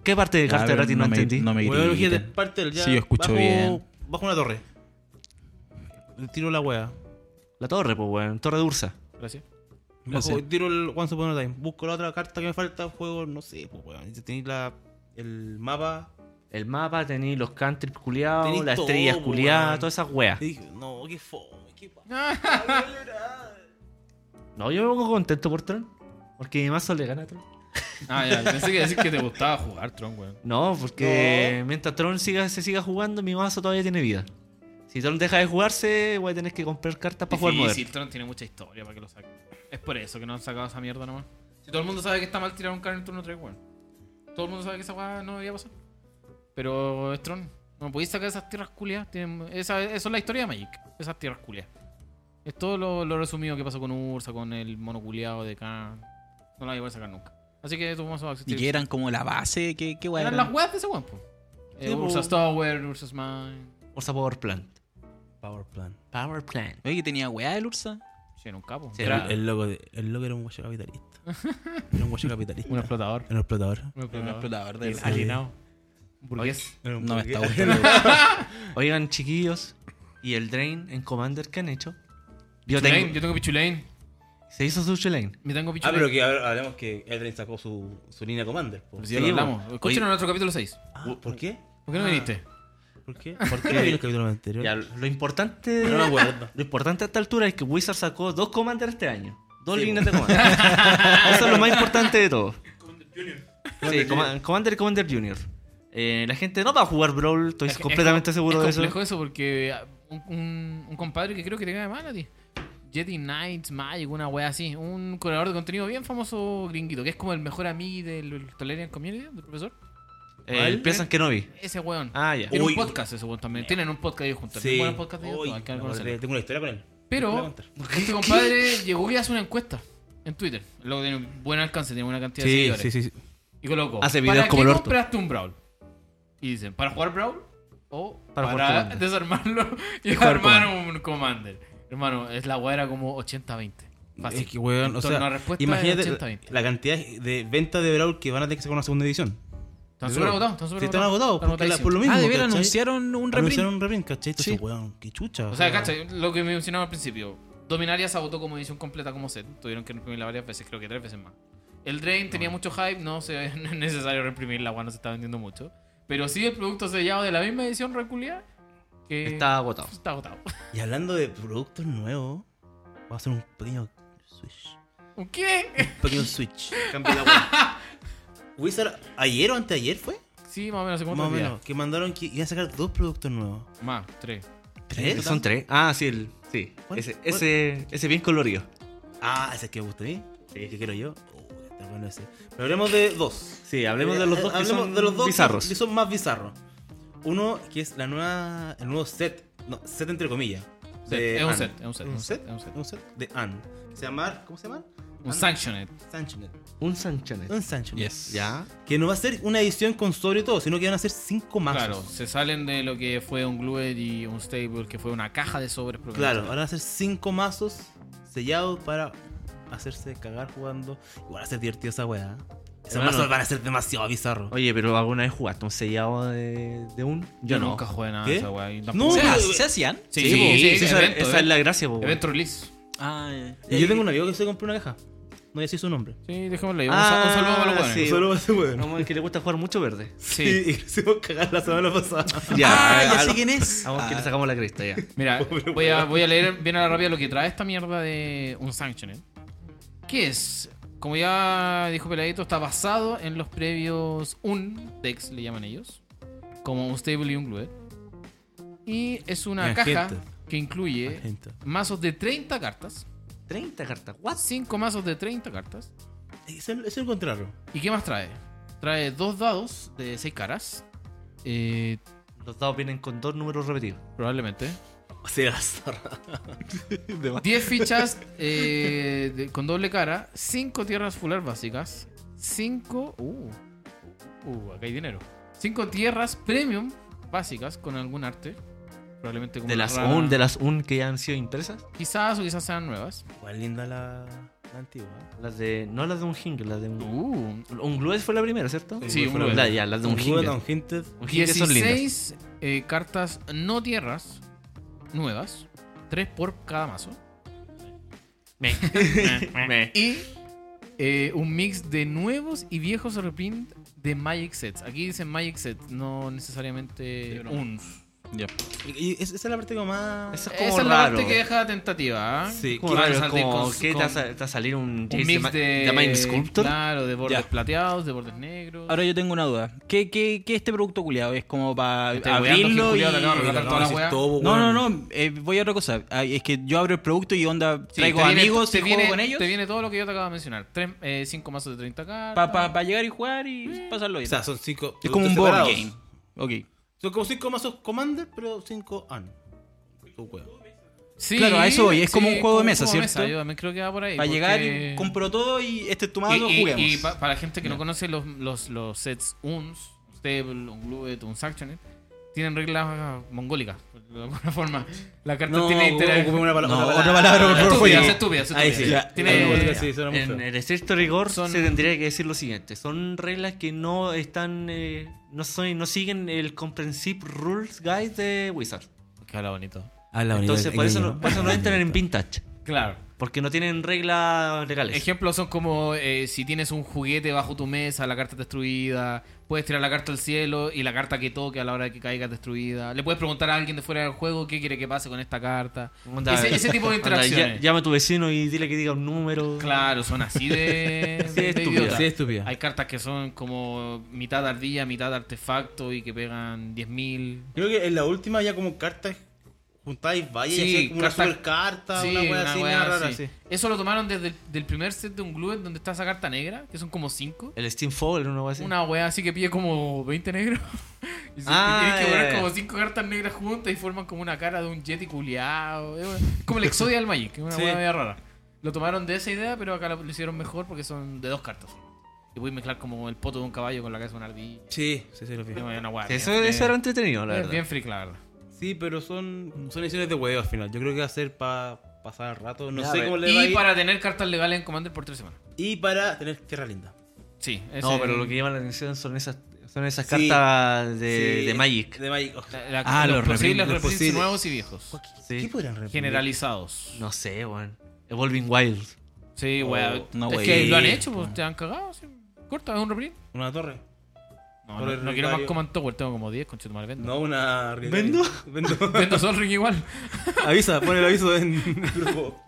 S4: ¿Qué parte de carta gratis no,
S3: me,
S4: entendí?
S3: Ah, No me
S1: Bueno,
S3: griten.
S1: imagínate, parte del ya.
S3: Sí, yo escucho
S1: bajo,
S3: bien.
S1: Bajo una torre. Tiro la wea.
S4: La torre, pues, weón. Torre de Ursa.
S2: Gracias.
S3: Gracias.
S1: Bajo- tiro el Once Upon a Time. Busco la otra carta que me falta, juego, no sé, pues weón. Si Tenéis la. El mapa.
S4: El mapa, tenéis los cantrips culiados,
S1: Tenéis
S4: las
S1: todo,
S4: estrellas
S1: po,
S4: culiadas,
S1: weón.
S4: todas esas weas.
S1: Y dije, no, qué fome, qué pa-
S4: No, yo me pongo contento por Tron. Porque mi mazo le gana a Tron.
S2: Ah, ya, pensé que decir que te gustaba jugar, Tron, weón.
S4: No, porque mientras Tron siga, se siga jugando, mi mazo todavía tiene vida. Si Tron deja de jugarse, voy a tener que comprar cartas para jugar
S2: Difícil,
S4: Modern.
S2: Tron tiene mucha historia para que lo saque. Es por eso que no han sacado esa mierda nomás. Si todo el mundo sabe que está mal tirar un card en el turno 3, weón. Todo el mundo sabe que esa weá no debería pasar. Pero es Tron. No podéis sacar esas tierras culias. Tienen- Esa, eso es la historia de Magic. Esas tierras culias. Es todo lo, lo resumido que pasó con Ursa, con el mono culiado de Khan. No la voy a poder sacar nunca. Así que tu mazo va a existir.
S3: Y que eran como la base, que qué guay
S2: Eran las weas de ese weón, po. Eh,
S4: Sí, po.
S2: Ursa's Tower, Ursa's Mine.
S4: Ursa Power Plant.
S1: Power Plant.
S4: Power Plant.
S3: Oye, que tenía weá el Ursa.
S2: Sí, era un capo.
S4: Sí,
S2: Era
S1: El, el loco de- el loco era un guacho capitalista. Era un guacho capitalista.
S2: un explotador.
S1: Era un explotador.
S2: Un explotador.
S3: explotador de
S1: Sí.
S2: Alienado. Burgués.
S1: Era un
S3: No
S1: [laughs]
S3: me está
S1: burgués.
S3: gustando.
S4: Oigan, chiquillos, ¿y el Drain en Commander qué han hecho? Yo
S2: Pichulain,
S4: tengo-
S2: yo tengo Pichulain.
S4: Se hizo su Lane.
S2: Me tengo
S1: Ah,
S2: Pichulain.
S1: pero que a ver, hablemos que Eldrain sacó su, su línea Commander. po.
S2: Pero si ya lo
S4: pues, Sí,
S2: hablamos.
S4: bueno.
S2: Escuchen
S4: Oye-
S2: nuestro capítulo 6.
S1: Ah, ¿Por qué?
S2: ¿Por qué no viniste?
S1: ¿Por [laughs] qué? ¿Por qué no vino el capítulo anterior?
S4: Ya, lo importante.
S1: No me acuerdo. [laughs]
S4: Lo importante a esta altura es que Wizard sacó dos Commander este año. Dos
S1: Sí,
S4: líneas de Commander. Eso es lo más importante de todo. Sí, Coma- Commander y Commander Junior. Eh, la gente no va a jugar Brawl, estoy
S2: Es- es
S4: completamente
S2: com-
S4: seguro
S2: es
S4: de eso.
S2: complejo eso porque ah, un, un- un compadre que creo que te cae mal a ti. Jedi Knights, Magic, una wea así. Un creador de contenido bien famoso gringuito, que es como el mejor amigo del Tolerian Community, del profesor.
S4: Eh,
S1: ¿Vale?
S4: piensan que no vi.
S2: Ese weón.
S4: Ah, ya.
S2: Tiene
S1: Uy.
S2: un podcast ese weón también. Tienen un podcast ellos juntos.
S1: Sí.
S2: Tienen un buen podcast de ellos,
S1: Uy,
S2: hay que
S1: me
S2: reconocerlo.
S1: acordé, tengo una historia con él. Te voy a
S2: Pero
S1: contar.
S2: este compadre llegó y hace una encuesta en Twitter. Luego tiene un buen alcance, tiene buena cantidad de seguidores.
S1: sí.
S2: Y coloco.
S4: Hace videos
S2: ¿para
S4: como
S2: qué
S4: el orto.
S2: compraste un Brawl? Y dicen, ¿para jugar Brawl? O
S4: Para
S2: para,
S4: jugar Commander.
S2: desarmarlo y
S4: jugar
S2: armar un Commander. Hermano, es la weá era como 80-20. Fácil.
S1: Es que, weón, o
S2: En
S1: sea,
S2: torno a respuesta
S1: imagínate
S2: es
S1: la-
S2: 80-20.
S1: la cantidad de ventas de Brawl que van a tener que sacar una segunda edición.
S2: Están súper agotados, están
S1: Sí,
S2: súper
S1: están agotados. porque la-
S2: agotadísimos.
S1: Por lo mismo.
S3: Ah, de ver,
S1: ¿cachai?
S3: anunciaron un reprint.
S1: Anunciaron un reprint, ¿cachai? Entonces,
S3: Sí.
S1: weón, qué chucha.
S2: O sea, cacha, lo que mencionaba al principio. Dominaria se agotó como edición completa como set. Tuvieron que reprimirla varias veces, creo que tres veces más. El Drain tenía mucho hype, no, se, [laughs] no es necesario reprimirla, weón, no se está vendiendo mucho. Pero sí el producto sellado de la misma edición reculia que
S4: Está
S1: [laughs]
S4: agotado.
S2: está agotado. [laughs]
S1: Y hablando de productos nuevos, voy a hacer un pequeño switch.
S2: ¿Un ¿Qué?
S1: Un pequeño switch. Cambio la weá. Wizard, ayer o anteayer fue?
S2: Sí, más o menos, hace como
S1: Más o
S2: tres días.
S1: menos. Que mandaron que iban a sacar dos productos nuevos.
S2: Más, tres.
S1: ¿Tres?
S4: Son tres. Ah, sí, el, sí.
S1: ¿Cuál?
S4: Ese,
S1: ¿Cuál?
S4: ese, ese bien colorido.
S1: Ah, ese que me gusta a mí. Que quiero yo. Uh, está bueno ese. Pero hablemos de dos.
S4: Sí, hablemos de los
S1: Eh,
S4: dos que
S1: hablemos
S4: son
S1: de los dos que-
S4: bizarros.
S1: Que son más bizarros. Uno que es la nueva, el nuevo set. No, set entre comillas.
S2: Set.
S1: de
S2: Es un
S1: Anne.
S2: set, es un set,
S1: ¿Un set?
S2: es un set.
S1: Es un set de Anne. Se llama, ¿Cómo se llama?
S2: Un Sanctioned.
S1: Sanchonet.
S4: Un Sanchanet.
S1: Un Sanchonet.
S4: Ya.
S1: Que no va a ser una edición con sobre todo, sino que van a ser cinco
S2: Claro,
S1: mazos.
S2: se salen de lo que fue un Glued y un Stable, que fue una caja de sobres.
S1: Claro,
S2: propiamente
S1: ahora van a ser cinco mazos sellados para hacerse cagar jugando. Igual va a ser divertido esa weá. Esos
S4: Hermano.
S1: mazos van a ser demasiado bizarros.
S4: Oye, pero alguna vez jugaste un sellado de, de un.
S2: Yo nunca jugué nada de
S1: ¿Qué?
S2: esa weá. y
S1: No,
S2: tampoco-
S3: ¿Se,
S2: Sí,
S3: ha- se hacían?
S2: sí,
S4: Sí, po,
S2: sí,
S4: esa,
S2: evento,
S4: esa es
S2: evento.
S4: la gracia, po,
S2: Evento release.
S3: Ah,
S1: Y yo tengo un amigo que se compró una caja. No voy a decir su nombre.
S2: Sí, dejémoslo ahí. Un,
S4: Ah,
S2: sa- un saludo para los buenos.
S4: sí.
S1: a ese weón.
S4: Vamos, el que le gusta jugar mucho verde.
S1: [laughs]
S2: Sí.
S1: Y, y lo hicimos cagar la semana pasada.
S4: Ya,
S3: Ah,
S4: a-
S3: ya
S4: a-
S3: sé quién es.
S4: Vamos que le sacamos la cresta ya.
S2: [laughs] Mira, voy a, voy a leer bien a la rápida lo que trae esta mierda de un Sanctioned. ¿Qué es? Como ya dijo Peladito, está basado en los previos un decks, le llaman ellos, como un stable y un glued. Y es una
S1: Bien,
S2: caja
S1: gente.
S2: que incluye
S1: Gente.
S2: mazos de 30 cartas,
S4: 30 cartas, what?
S2: 5 mazos de 30 cartas.
S1: Es el, es el [laughs] contrario.
S2: ¿Y qué más trae? Trae dos dados de 6 caras, eh,
S4: Los dados vienen con dos números repetidos.
S2: probablemente.
S1: O sea, la zorra.
S2: 10 fichas eh, de- con doble cara, 5 tierras fular básicas, 5. Uh, uh, acá hay dinero. 5 tierras premium básicas con algún arte, Probablemente como
S4: De
S2: una
S4: las,
S2: rana.
S4: un, de las un que ya han sido impresas.
S2: Quizás o quizás sean nuevas.
S1: Cuál linda la, la antigua.
S4: Las de. No las de un jingle, las de un.
S2: Uh,
S4: Un Glues fue la primera, ¿cierto?
S2: Sí, un
S4: La- ya, las de un jingle.
S1: Un Hinted.
S4: Un jingle son lindas.
S2: 16 Uh, eh, cartas no tierras nuevas. 3 por cada mazo. Me.
S4: [laughs]
S2: y eh, un mix de nuevos y viejos reprint de Magic Sets. Aquí dicen Magic Sets, no necesariamente un.
S1: Y es- esa es la parte como más.
S4: Eso es
S2: Esa
S4: como
S2: es la
S4: raro.
S2: parte que deja tentativa. ¿eh?
S1: Sí,
S4: como
S2: que
S4: raro,
S2: van a salir
S4: como
S2: con-
S4: que te
S2: con-
S4: va a sa- te va a salir un,
S2: Un mix de.
S4: Mind Sculptor.
S2: Claro, de bordes
S1: Ya.
S2: plateados, de bordes negros.
S3: Ahora yo tengo una duda. ¿Qué, qué, qué este producto culiado? ¿Es como para
S2: Estoy weando,
S3: abrirlo
S2: Gil
S3: y...
S2: Culeado, te acabo de
S3: No,
S2: relatar toda la wea.
S3: no, no. eh, voy a otra cosa. Ah, Es que yo abro el producto y onda
S2: Sí,
S3: traigo
S2: te viene-
S3: amigos
S2: te
S3: y
S2: viene-
S3: juego con ellos
S2: Te viene todo lo que yo te acabo de mencionar. 5 mazos de 30 cartas.
S3: para llegar y jugar
S2: Mm.
S3: y pasarlo
S1: O
S3: bien.
S1: sea, son cinco.
S3: es como un board
S1: separados.
S3: game. Ok.
S1: Son como cinco mazos Commander, pero cinco AN. Tu wea.
S2: Sí,
S3: Claro, a eso voy, es como un juego de mesa, ¿cierto?
S2: Yo también creo que va por ahí.
S3: Para llegar
S2: porque-
S3: y compro todo y este es tu
S2: Y-
S3: mazo,
S2: y-
S3: juguemos.
S2: y pa- para la gente que no conoce los, los, los sets UNS, un Stable, un Gluet, un Sanctioned, tienen reglas mongólicas, de alguna forma. La carta tiene interés. Ah,
S1: ocupé una pala-
S3: No,
S1: una palabra.
S3: otra palabra, por favor.
S2: Estúpidas,
S3: Oye,
S2: estúpidas,
S1: Ahí
S2: estúpidas.
S1: sí.
S3: Ya,
S2: Tiene- eh,
S1: Ahí me gusta, sí, suena mucho.
S4: En el estricto rigor
S2: Son-
S4: se tendría que decir lo siguiente: son reglas que no están, eh, no son, no siguen el Comprehensive Rules Guide de Wizard.
S2: Que habla bonito.
S4: Entonces por eso, no, por eso no entran en Vintage,
S2: Claro.
S4: porque no tienen reglas legales.
S2: Ejemplos son como eh, si tienes un juguete bajo tu mesa, la carta es destruida, puedes tirar la carta al cielo y la carta que toque a la hora de que caiga es destruida. Le puedes preguntar a alguien de fuera del juego qué quiere que pase con esta carta.
S4: Onda-
S2: ese, ese tipo de
S4: onda, ya-
S2: interacciones.
S4: llama a tu vecino y dile que diga un número.
S2: Claro, son así de,
S4: Sí,
S2: de
S4: estúpida.
S2: idiotas.
S1: Sí, estúpida.
S2: Hay cartas que son como mitad ardilla, mitad artefacto y que pegan 10.000.
S1: Creo que en la última ya como cartas juntáis vallas
S2: Sí,
S1: y hacías como una
S2: cartas-
S1: super carta,
S2: Sí,
S1: una wea
S2: una
S1: así,
S2: wea
S1: nada rara,
S2: así.
S1: sí.
S2: Eso lo tomaron desde el del primer set de un glue donde está esa carta negra, que son como 5.
S4: El Steam Fall, una cosa así.
S2: Una wea así que pide como 20 negros. [laughs] Y, se- y
S4: Ah,
S2: tienes que
S4: ya,
S2: poner
S4: ya.
S2: como 5 cartas negras juntas y forman como una cara de un Yeti culiado. Es una- es como el Exodia del Magic, es una
S1: Sí.
S2: wea media rara. Lo tomaron de esa idea, pero acá lo lo hicieron mejor porque son de dos cartas. Y puedes mezclar como el poto de un caballo con la cabeza de una ardilla.
S1: Sí, sí, sí, lo
S2: Es
S1: vi.
S2: una wea
S4: Eso,
S2: bien-
S4: eso era entretenido, la
S2: bien-
S4: verdad.
S2: bien freak, la verdad.
S1: Sí, pero son, son ediciones de huevo al final. Yo creo que va a ser para pasar el rato. No
S4: Ya, a
S1: sé
S4: ver.
S1: cómo le va a
S2: Y
S1: ir.
S2: para tener cartas legales en Commander por tres semanas.
S1: Y para tener tierra linda.
S2: Sí,
S4: No,
S2: ese-
S4: pero lo que llama la atención son esas, son esas
S1: Sí.
S4: cartas de,
S1: Sí,
S4: de Magic.
S1: De Magic. Oh,
S2: la- la-
S3: Ah,
S2: los,
S3: los
S2: posibles
S3: reprints, los
S2: reprints
S1: posibles.
S2: nuevos y viejos.
S4: Sí.
S1: ¿Qué podrían repetir?
S2: Generalizados.
S4: No sé, weón. Evolving Wild.
S2: Sí, weón.
S3: no,
S2: es
S3: wey.
S2: que lo han hecho, pues te han cagado. sí. Corta, es un reprint.
S1: Una torre.
S2: No,
S1: Por
S2: no,
S1: el
S2: no quiero más
S1: Ricario.
S2: Command Tower, tengo como 10, conchito mal vendo.
S1: No, una.
S4: ¿Vendo?
S1: Vendo. [laughs]
S2: Vendo [laughs] Sol Ring igual.
S1: Avisa, pon el aviso en el grupo.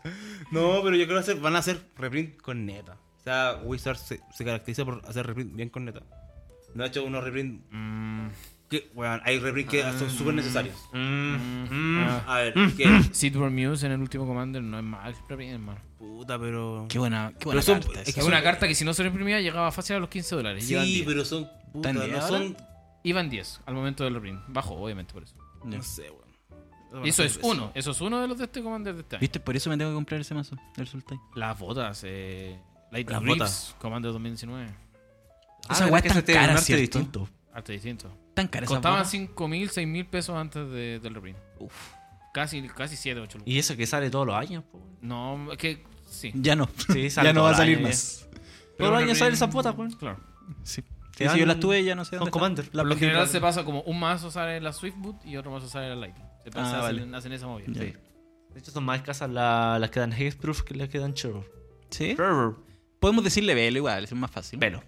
S1: No, pero yo creo que hacer- van a hacer reprint con neta. O sea, Wizard se, se caracteriza por hacer reprint bien con neta. No ha hecho unos reprint. Que, bueno, hay reprint que
S4: Ah.
S1: son súper necesarios. A ver,
S4: Mm.
S1: que.
S2: Sidward Ah. Muse en el último Commander no es mal reprint, hermano.
S1: Puta, pero.
S3: Qué buena, qué
S1: Pero
S3: buena
S1: son-
S3: carta
S1: es
S3: esa.
S1: que
S2: Es una carta que si no se reprimía llegaba fácil a los 15 dólares. Llevan
S1: Sí,
S2: 10.
S1: pero son. Puta,
S3: ¿Están bien
S1: no
S3: ahora?
S1: son.
S2: Iban 10 al momento del reprint. Bajo, obviamente, por eso.
S3: Ya.
S1: No sé, weón.
S2: Y eso es uno. Eso es uno de los de este Commander de este año.
S3: ¿Viste? Por eso me tengo que comprar ese mazo del Sultai.
S2: Las botas, eh. Lightning
S1: Las
S2: Reefs,
S1: botas.
S2: Commander 2019.
S3: Esa
S4: Ah,
S3: weá
S4: que
S3: es tan
S4: ese tiene un
S3: cara,
S4: arte
S3: ¿cierto?
S4: distinto.
S2: Arte distinto.
S3: Tan cara esa
S2: Costaban
S3: botas.
S2: 5 mil, 6 mil pesos antes de- del reprint.
S3: Uf.
S2: Casi, casi 7, 8 lucas.
S4: Y eso que sale todos los años. po.
S2: [laughs] No, es que sí.
S3: Ya no.
S4: Sí, sale
S3: ya no va a
S4: todos los
S3: salir
S4: años,
S3: más.
S4: Todos los
S2: un
S4: años salen
S2: reprint-
S4: esas botas,
S3: pues.
S4: weón.
S2: Claro.
S3: Sí.
S4: Te
S3: Sí,
S4: dan-
S3: si yo las tuve, ya no sé dónde.
S4: son
S3: están.
S4: Commander.
S3: Las
S2: Por lo
S3: perdí.
S2: general se pasa como un mazo sale en la Swiftboot y otro mazo sale en la Lightning. Se pasa,
S3: Ah, vale.
S2: hacen, hacen esa movida.
S3: Ya.
S2: Sí.
S4: De hecho, son más escasas la- las que dan Hexproof que las que dan Cherub.
S3: Sí. Podemos decirle velo igual, es más fácil.
S4: Velo.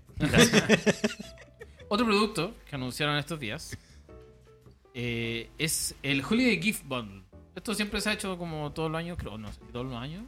S2: Otro producto que anunciaron estos días eh, es el Holiday Gift Bundle. Esto siempre se ha hecho como todos los años, creo, no sé, todos los años.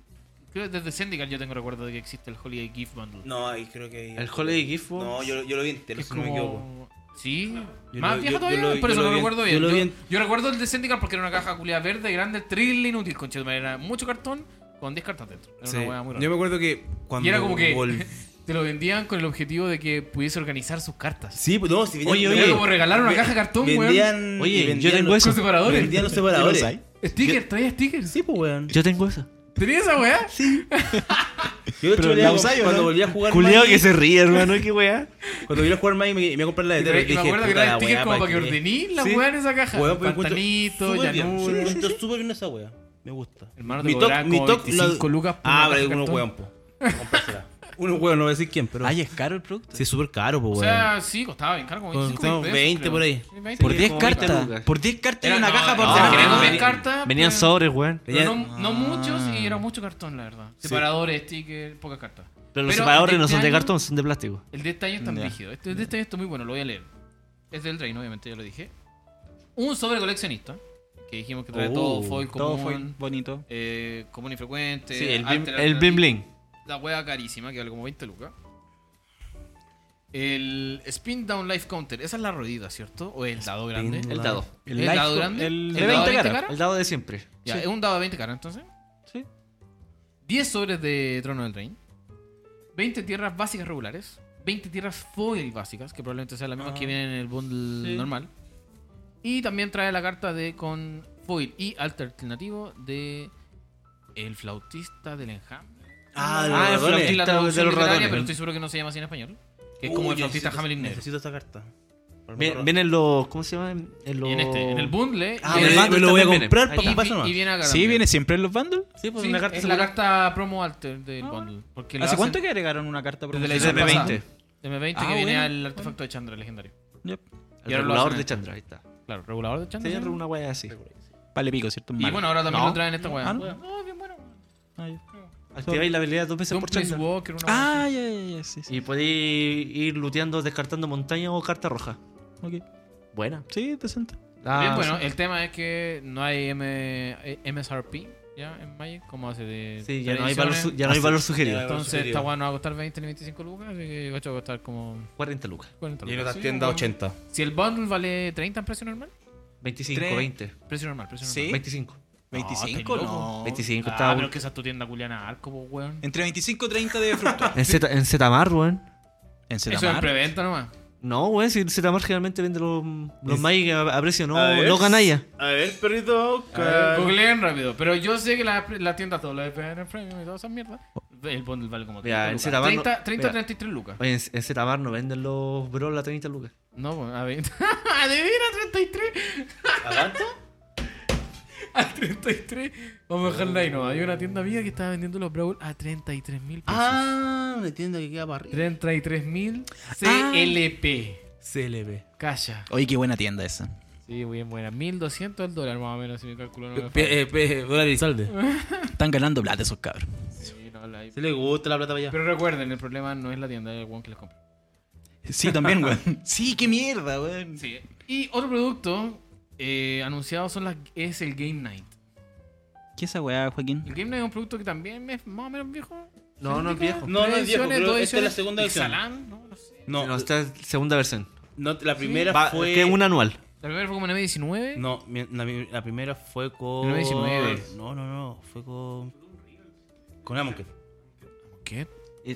S2: Creo que desde Syndicate yo tengo recuerdo de que existe el Holiday Gift Bundle.
S1: No, ahí creo que.
S4: El Holiday Gift, weón.
S1: No, yo, yo lo vi
S2: Que
S1: entero,
S2: es
S1: si no me equivoco.
S2: como... Sí,
S1: Yo
S2: más
S1: lo- yo-
S2: vieja
S1: yo
S2: todavía,
S1: lo-
S2: por
S1: yo lo
S2: eso
S1: vi
S2: lo
S1: en-
S2: recuerdo bien.
S1: yo
S2: Yo,
S1: lo vi en-
S2: yo recuerdo el de Syndicate porque era una caja culiada verde, grande, terrible, inútil, conchito. Era mucho cartón con 10 cartas dentro. Era
S1: Sí.
S2: una hueá muy rara.
S1: Yo me acuerdo que cuando
S2: Y era como que-
S1: vol-
S2: [laughs] Te lo vendían con el objetivo de que pudiese organizar sus cartas.
S1: Sí, pues, no, si vendían-
S4: Oye,
S2: Era
S4: oye,
S2: como regalar una caja de cartón, weón.
S1: vendían,
S4: Oye,
S1: y
S4: yo
S1: vendían
S4: tengo
S1: los-
S4: eso.
S2: Con separadores.
S1: Vendían los separadores.
S3: ¿Y los hay?
S2: Stickers, traía stickers.
S1: Sí, pues weón.
S4: Yo tengo esa.
S2: ¿Tenías esa weá?
S1: Yo de hecho,
S3: Pero
S1: le
S3: la
S1: digo,
S3: usáis, ¿o
S1: cuando
S3: no?
S1: volví a jugar
S4: Culeado
S1: Magic-
S4: que se ríe, hermano, qué weá.
S2: [laughs]
S1: Cuando volví a jugar Magic me, me iba a comprar la de
S2: Y
S1: Terra.
S2: me
S1: Dije,
S2: acuerdo que
S1: puta,
S2: era
S1: la
S2: el ticket
S1: weá,
S2: como para que
S1: qué?
S2: ordení la
S1: Sí.
S2: weá en esa caja.
S1: Weón, pues, encuentro
S2: Pantanito,
S1: súper bien, sí,
S2: llanura.
S1: encuentro súper bien esa wea. Me gusta.
S2: Hermano,
S1: Mi
S2: te
S1: toc-
S2: cobraban
S1: mi
S2: como
S1: toc-
S2: 25
S1: la-
S2: lucas por una
S1: Ah,
S2: caja
S1: pero
S2: de
S1: unos
S2: cartón.
S1: weón, po. Comprársela. Unos weón, no voy a decir quién, pero.
S3: [laughs] Ay, es caro el producto.
S1: Sí, es súper caro, po,
S2: O
S1: weón.
S2: sea, sí, costaba bien caro, como
S1: Con-
S2: 25
S1: como
S2: pesos,
S1: 20
S2: creo.
S1: por ahí.
S2: Sí, 20.
S3: Por
S4: Sí,
S3: 10
S4: como
S3: cartas.
S4: 20 lucas.
S3: Por 10 cartas
S2: Era-
S3: y una
S2: no,
S3: caja por
S2: no,
S3: semana.
S2: era como
S4: Ah, Venían-
S2: 10 cartas,
S4: Venían Ah.
S2: pero-
S4: sobres, weón.
S2: Pero no, no muchos y era mucho cartón, la verdad. Separadores, stickers, pocas cartas.
S4: Pero los
S2: Pero
S4: separadores no
S2: este
S4: son de
S2: año-
S4: cartón, son de plástico.
S2: El de este año está
S3: Ya.
S2: rígido. Este, el de este año está muy bueno, lo voy a leer. Es del Drain, obviamente, ya lo dije. Un sobre coleccionista, que dijimos que
S4: Oh,
S2: trae todo foil
S3: Todo
S2: común,
S3: fue bonito.
S2: eh, común y frecuente.
S4: Sí, el,
S2: arte
S4: blim, el
S2: alternativo.
S4: bling bling.
S2: La hueá carísima, que vale como 20 lucas. El Spin Down Life Counter, esa es la ruedita, ¿cierto? O el dado grande.
S4: El dado.
S2: ¿El dado grande?
S3: El
S2: ¿El
S3: de
S2: dado
S3: 20
S2: de
S3: caras.
S2: cara?
S4: El dado de siempre.
S2: Ya, es un dado de 20 caras, entonces.
S4: Sí.
S2: 10 sobres de Trono del Drain. 20 tierras básicas regulares. 20 tierras foil básicas, que probablemente sean las mismas que vienen en el bundle normal. Y también trae la carta de con foil y alternativo de El flautista del enjambre.
S1: Ah, de los
S4: Ah, el
S1: ratones.
S2: Es la
S4: flautista de
S2: traducción
S4: los
S2: literaria, pero
S4: ratones.
S2: estoy seguro que no se llama así en español. Que es como
S1: Uy,
S2: el flautista
S1: necesito-
S2: Hamelin Negro.
S1: Necesito esta carta. Para el
S4: Ven-
S1: motor-
S4: Vienen los. ¿Cómo se llama? En, los...
S2: Y en este, en el bundle.
S1: Ah,
S2: y en
S1: me,
S2: el-
S1: me
S4: bundle
S1: lo voy a
S4: también
S1: comprar
S4: viene.
S1: para
S2: y,
S1: comprar eso
S2: y
S1: nomás.
S2: viene acá.
S3: Sí,
S2: también.
S3: viene siempre en los bundles.
S1: Sí, pues
S2: Sí,
S1: una carta
S2: es la
S1: segura.
S2: carta promo alter del bundle. Porque la
S3: ¿Hace
S2: hacen
S3: cuánto que agregaron una carta por
S2: desde la
S4: Desde
S2: edición
S4: el
S2: pasada.
S4: M20.
S2: M20
S3: Ah,
S2: que viene
S3: bueno,
S2: al artefacto de Chandra legendario.
S4: El
S2: Y ahora lo
S4: regulador
S2: hacen
S4: de
S2: en
S4: Chandra, ahí está.
S2: Claro, regulador de Chandra.
S4: Sería una wea así.
S3: Vale pico, ¿cierto?
S2: Y bueno, ahora también
S4: No.
S2: lo traen esta weá.
S3: Ah, no.
S2: Weá, oh, bien bueno.
S4: Activáis la habilidad dos veces
S2: Don't
S4: por
S2: place
S4: Chandra.
S2: Walker, una weá
S3: Ah,
S2: así.
S3: ya, ya, ya. Sí, sí.
S4: Y podéis ir looteando, descartando montaña o carta roja.
S3: ok.
S4: Buena.
S3: Sí, decente.
S2: Bien
S4: Ah,
S2: bueno, el tema es que no hay M- eh, MSRP ya en Magic, como hace de.
S4: Sí, ya no hay valor,
S2: tradiciones.
S4: su- ya no hay valor sugerido.
S2: Entonces esta weá no va a costar 20 ni 25 lucas, así que va a costar como
S4: 40 lucas.
S2: 40
S1: Y en
S2: lucas.
S1: otras
S2: Sí,
S1: tiendas
S2: weón.
S1: 80.
S2: Si el bundle vale 30 en precio normal,
S4: 25,
S3: Tres.
S4: 20.
S2: precio normal, precio normal.
S3: Sí.
S4: 25.
S2: estáis loco.
S4: 25
S2: Ah,
S4: estaba.
S2: pero que esa es tu tienda Juliana Arco, po, weón.
S3: Entre 25 y 30
S2: [laughs]
S3: debe fructuar.
S4: En Z- en Zetamar, weón.
S3: En
S2: Eso es en
S3: Cetamar.
S2: preventa nomás.
S4: No, weón, si Zetamar generalmente vende los, los Magic a, a precio, no,
S1: A ver.
S4: no canalla.
S1: A ver, perrito.
S4: Ah.
S2: Googleen rápido, pero yo sé que las la tiendas todas las de Premium y todas esas mierdas. El bundle vale como
S4: Mira,
S2: 30
S4: en
S2: lucas.
S4: Zetamar no-
S2: 30, 30
S4: mira.
S2: 33 lucas.
S4: Oye, en, en Zetamar no venden los Brawl a 30 lucas.
S2: No, bueno, a ver. [laughs] De veras, 33.
S1: ¿A cuánto?
S2: [laughs] A 33. Vamos a dejarla ahí, no. Hay una tienda mía que estaba vendiendo los Brawl a 33 mil pesos.
S1: Ah, una tienda que queda para arriba.
S2: 33 mil CLP.
S1: CLB.
S2: Calla.
S3: Oye, qué buena tienda esa.
S2: Sí, bien buena. 1200 el dólar más o menos, si mi cálculo no me falla.
S1: P- eh, P- Dólar Elizalde.
S3: Están ganando plata esos cabros.
S2: Sí, no, la-
S1: Se le gusta la plata para allá.
S2: Pero recuerden, el problema no es la tienda, es el one que les compra.
S3: Sí, también, weón. sí, qué mierda, weón.
S2: Sí. Y otro producto eh, anunciado son las, es el Game Night.
S3: ¿Qué es esa weá, Joaquín?
S2: El Game Night es un producto que también es más o menos viejo.
S4: No, no es viejo.
S1: No, no
S2: Tres
S1: es viejo,
S2: ediciones,
S1: pero
S2: dos
S1: esta es la
S2: ediciones.
S1: segunda edición.
S2: Ixalan, no, no sé.
S4: No,
S1: No,
S4: esta es segunda versión.
S1: no, la primera
S4: Va-
S1: fue.
S4: Que es un anual.
S2: La primera fue como en M19.
S1: No, mi- la, la primera fue con.
S2: 19.
S1: No, no, no. Fue con. Con Amonkhet.
S2: ¿Qué?
S4: Y
S1: Y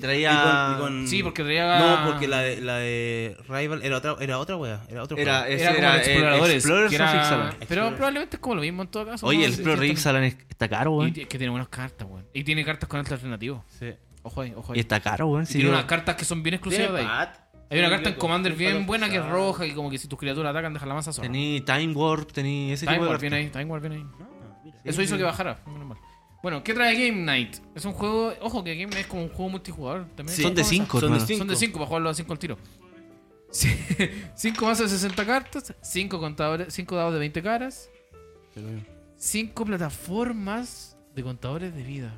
S1: con-
S4: traía.
S1: y con-
S2: Sí, porque traía...
S1: Mm. No, porque la de, la de Rival era otra, era otra wea. Era otro
S4: Era,
S1: juego.
S4: ese
S2: Era como
S4: era
S2: los exploradores.
S4: Explorers
S2: que
S4: of
S2: era-
S4: Ixalan.
S2: Pero probablemente es como lo mismo en todo caso.
S4: Oye,
S2: ¿no?
S4: el
S2: Sí,
S4: Explorer
S2: sí,
S4: de
S2: está-
S4: Ixalan es- está caro,
S2: Y
S4: weón.
S2: t- que tiene buenas cartas, weón. Y tiene cartas con alto alternativo.
S1: Sí.
S2: Ojo ahí, ojo
S4: Y
S2: ahí.
S4: está caro, weón.
S2: Y
S4: sí,
S2: tiene
S4: yo-
S2: unas cartas que son bien exclusivas de ahí. Hay una carta en Commander bien buena que es roja y como que si tus criaturas atacan, deja la masa sola.
S4: Tení Time Warp, tení ese
S2: Time
S4: tipo de
S2: Warp
S4: cartas.
S2: viene ahí, Time Warp viene ahí. Eso hizo que bajara, menos mal. Bueno, ¿qué trae Game Night? Es un juego, ojo que Game Night es como un juego multijugador. También
S4: Son de
S2: Son
S4: 5,
S1: Son de
S4: hermano.
S1: cinco.
S2: Son de 5 para jugarlo a 5 al tiro. [laughs] 5 más de 60 cartas, 5 contadores, 5 dados de 20 caras, 5 plataformas de contadores de vida.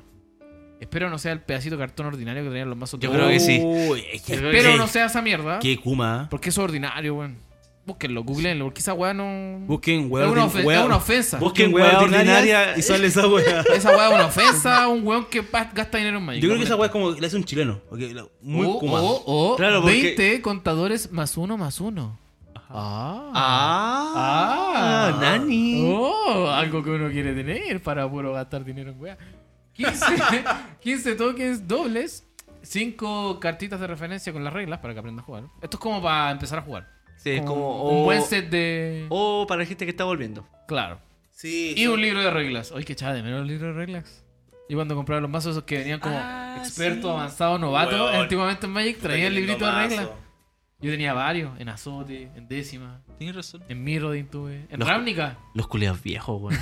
S2: Espero no sea el pedacito de cartón ordinario que traían los mazos.
S4: Yo
S2: de-
S4: creo que sí.
S1: Uy, es que-
S2: Espero
S1: qué-
S2: no sea esa mierda.
S1: Qué Kuma.
S2: Porque eso es ordinario, weón. Búsquenlo, googleenlo, porque esa weá no.
S1: Busquen
S2: es,
S1: wea.
S2: una
S1: ordin-
S2: ofen-
S1: wea-
S2: es una ofensa.
S1: Busquen
S4: Wea
S1: wea ordinaria
S4: ordinaria
S1: y sale esa wea.
S2: Esa weá es una ofensa a un weón que pa- gasta dinero en Magic.
S1: Yo creo que esa wea es como que la hace un chileno. porque la- Muy
S2: o,
S1: Kuma.
S2: o- o
S4: Claro, porque-
S2: 20 contadores más uno más uno. Ah.
S4: Ah,
S2: Ah.
S4: Nani.
S2: Oh, algo que uno quiere tener para puro gastar dinero en weá. 15,
S4: [laughs]
S2: 15 tokens dobles, 5 cartitas de referencia con las reglas para que aprenda a jugar. Esto es como para empezar a jugar.
S4: Sí, es como.
S2: un
S4: o-
S2: buen set de.
S4: O para la gente que está volviendo.
S2: Claro.
S1: Sí.
S2: Y un libro de reglas. Oye, qué chada de menos el libro de reglas. Y cuando compraba los mazos esos que venían como
S4: Ah,
S2: experto, avanzado, novato,
S1: Weón.
S2: antiguamente en Magic traía el
S1: Qué lindo
S2: librito de reglas.
S1: mazo.
S2: Yo tenía varios, en azote, en décima,
S3: Tienes razón.
S2: en Mirrodin tuve, en
S4: Los-
S2: Ravnica.
S4: Los culiados viejos, weón.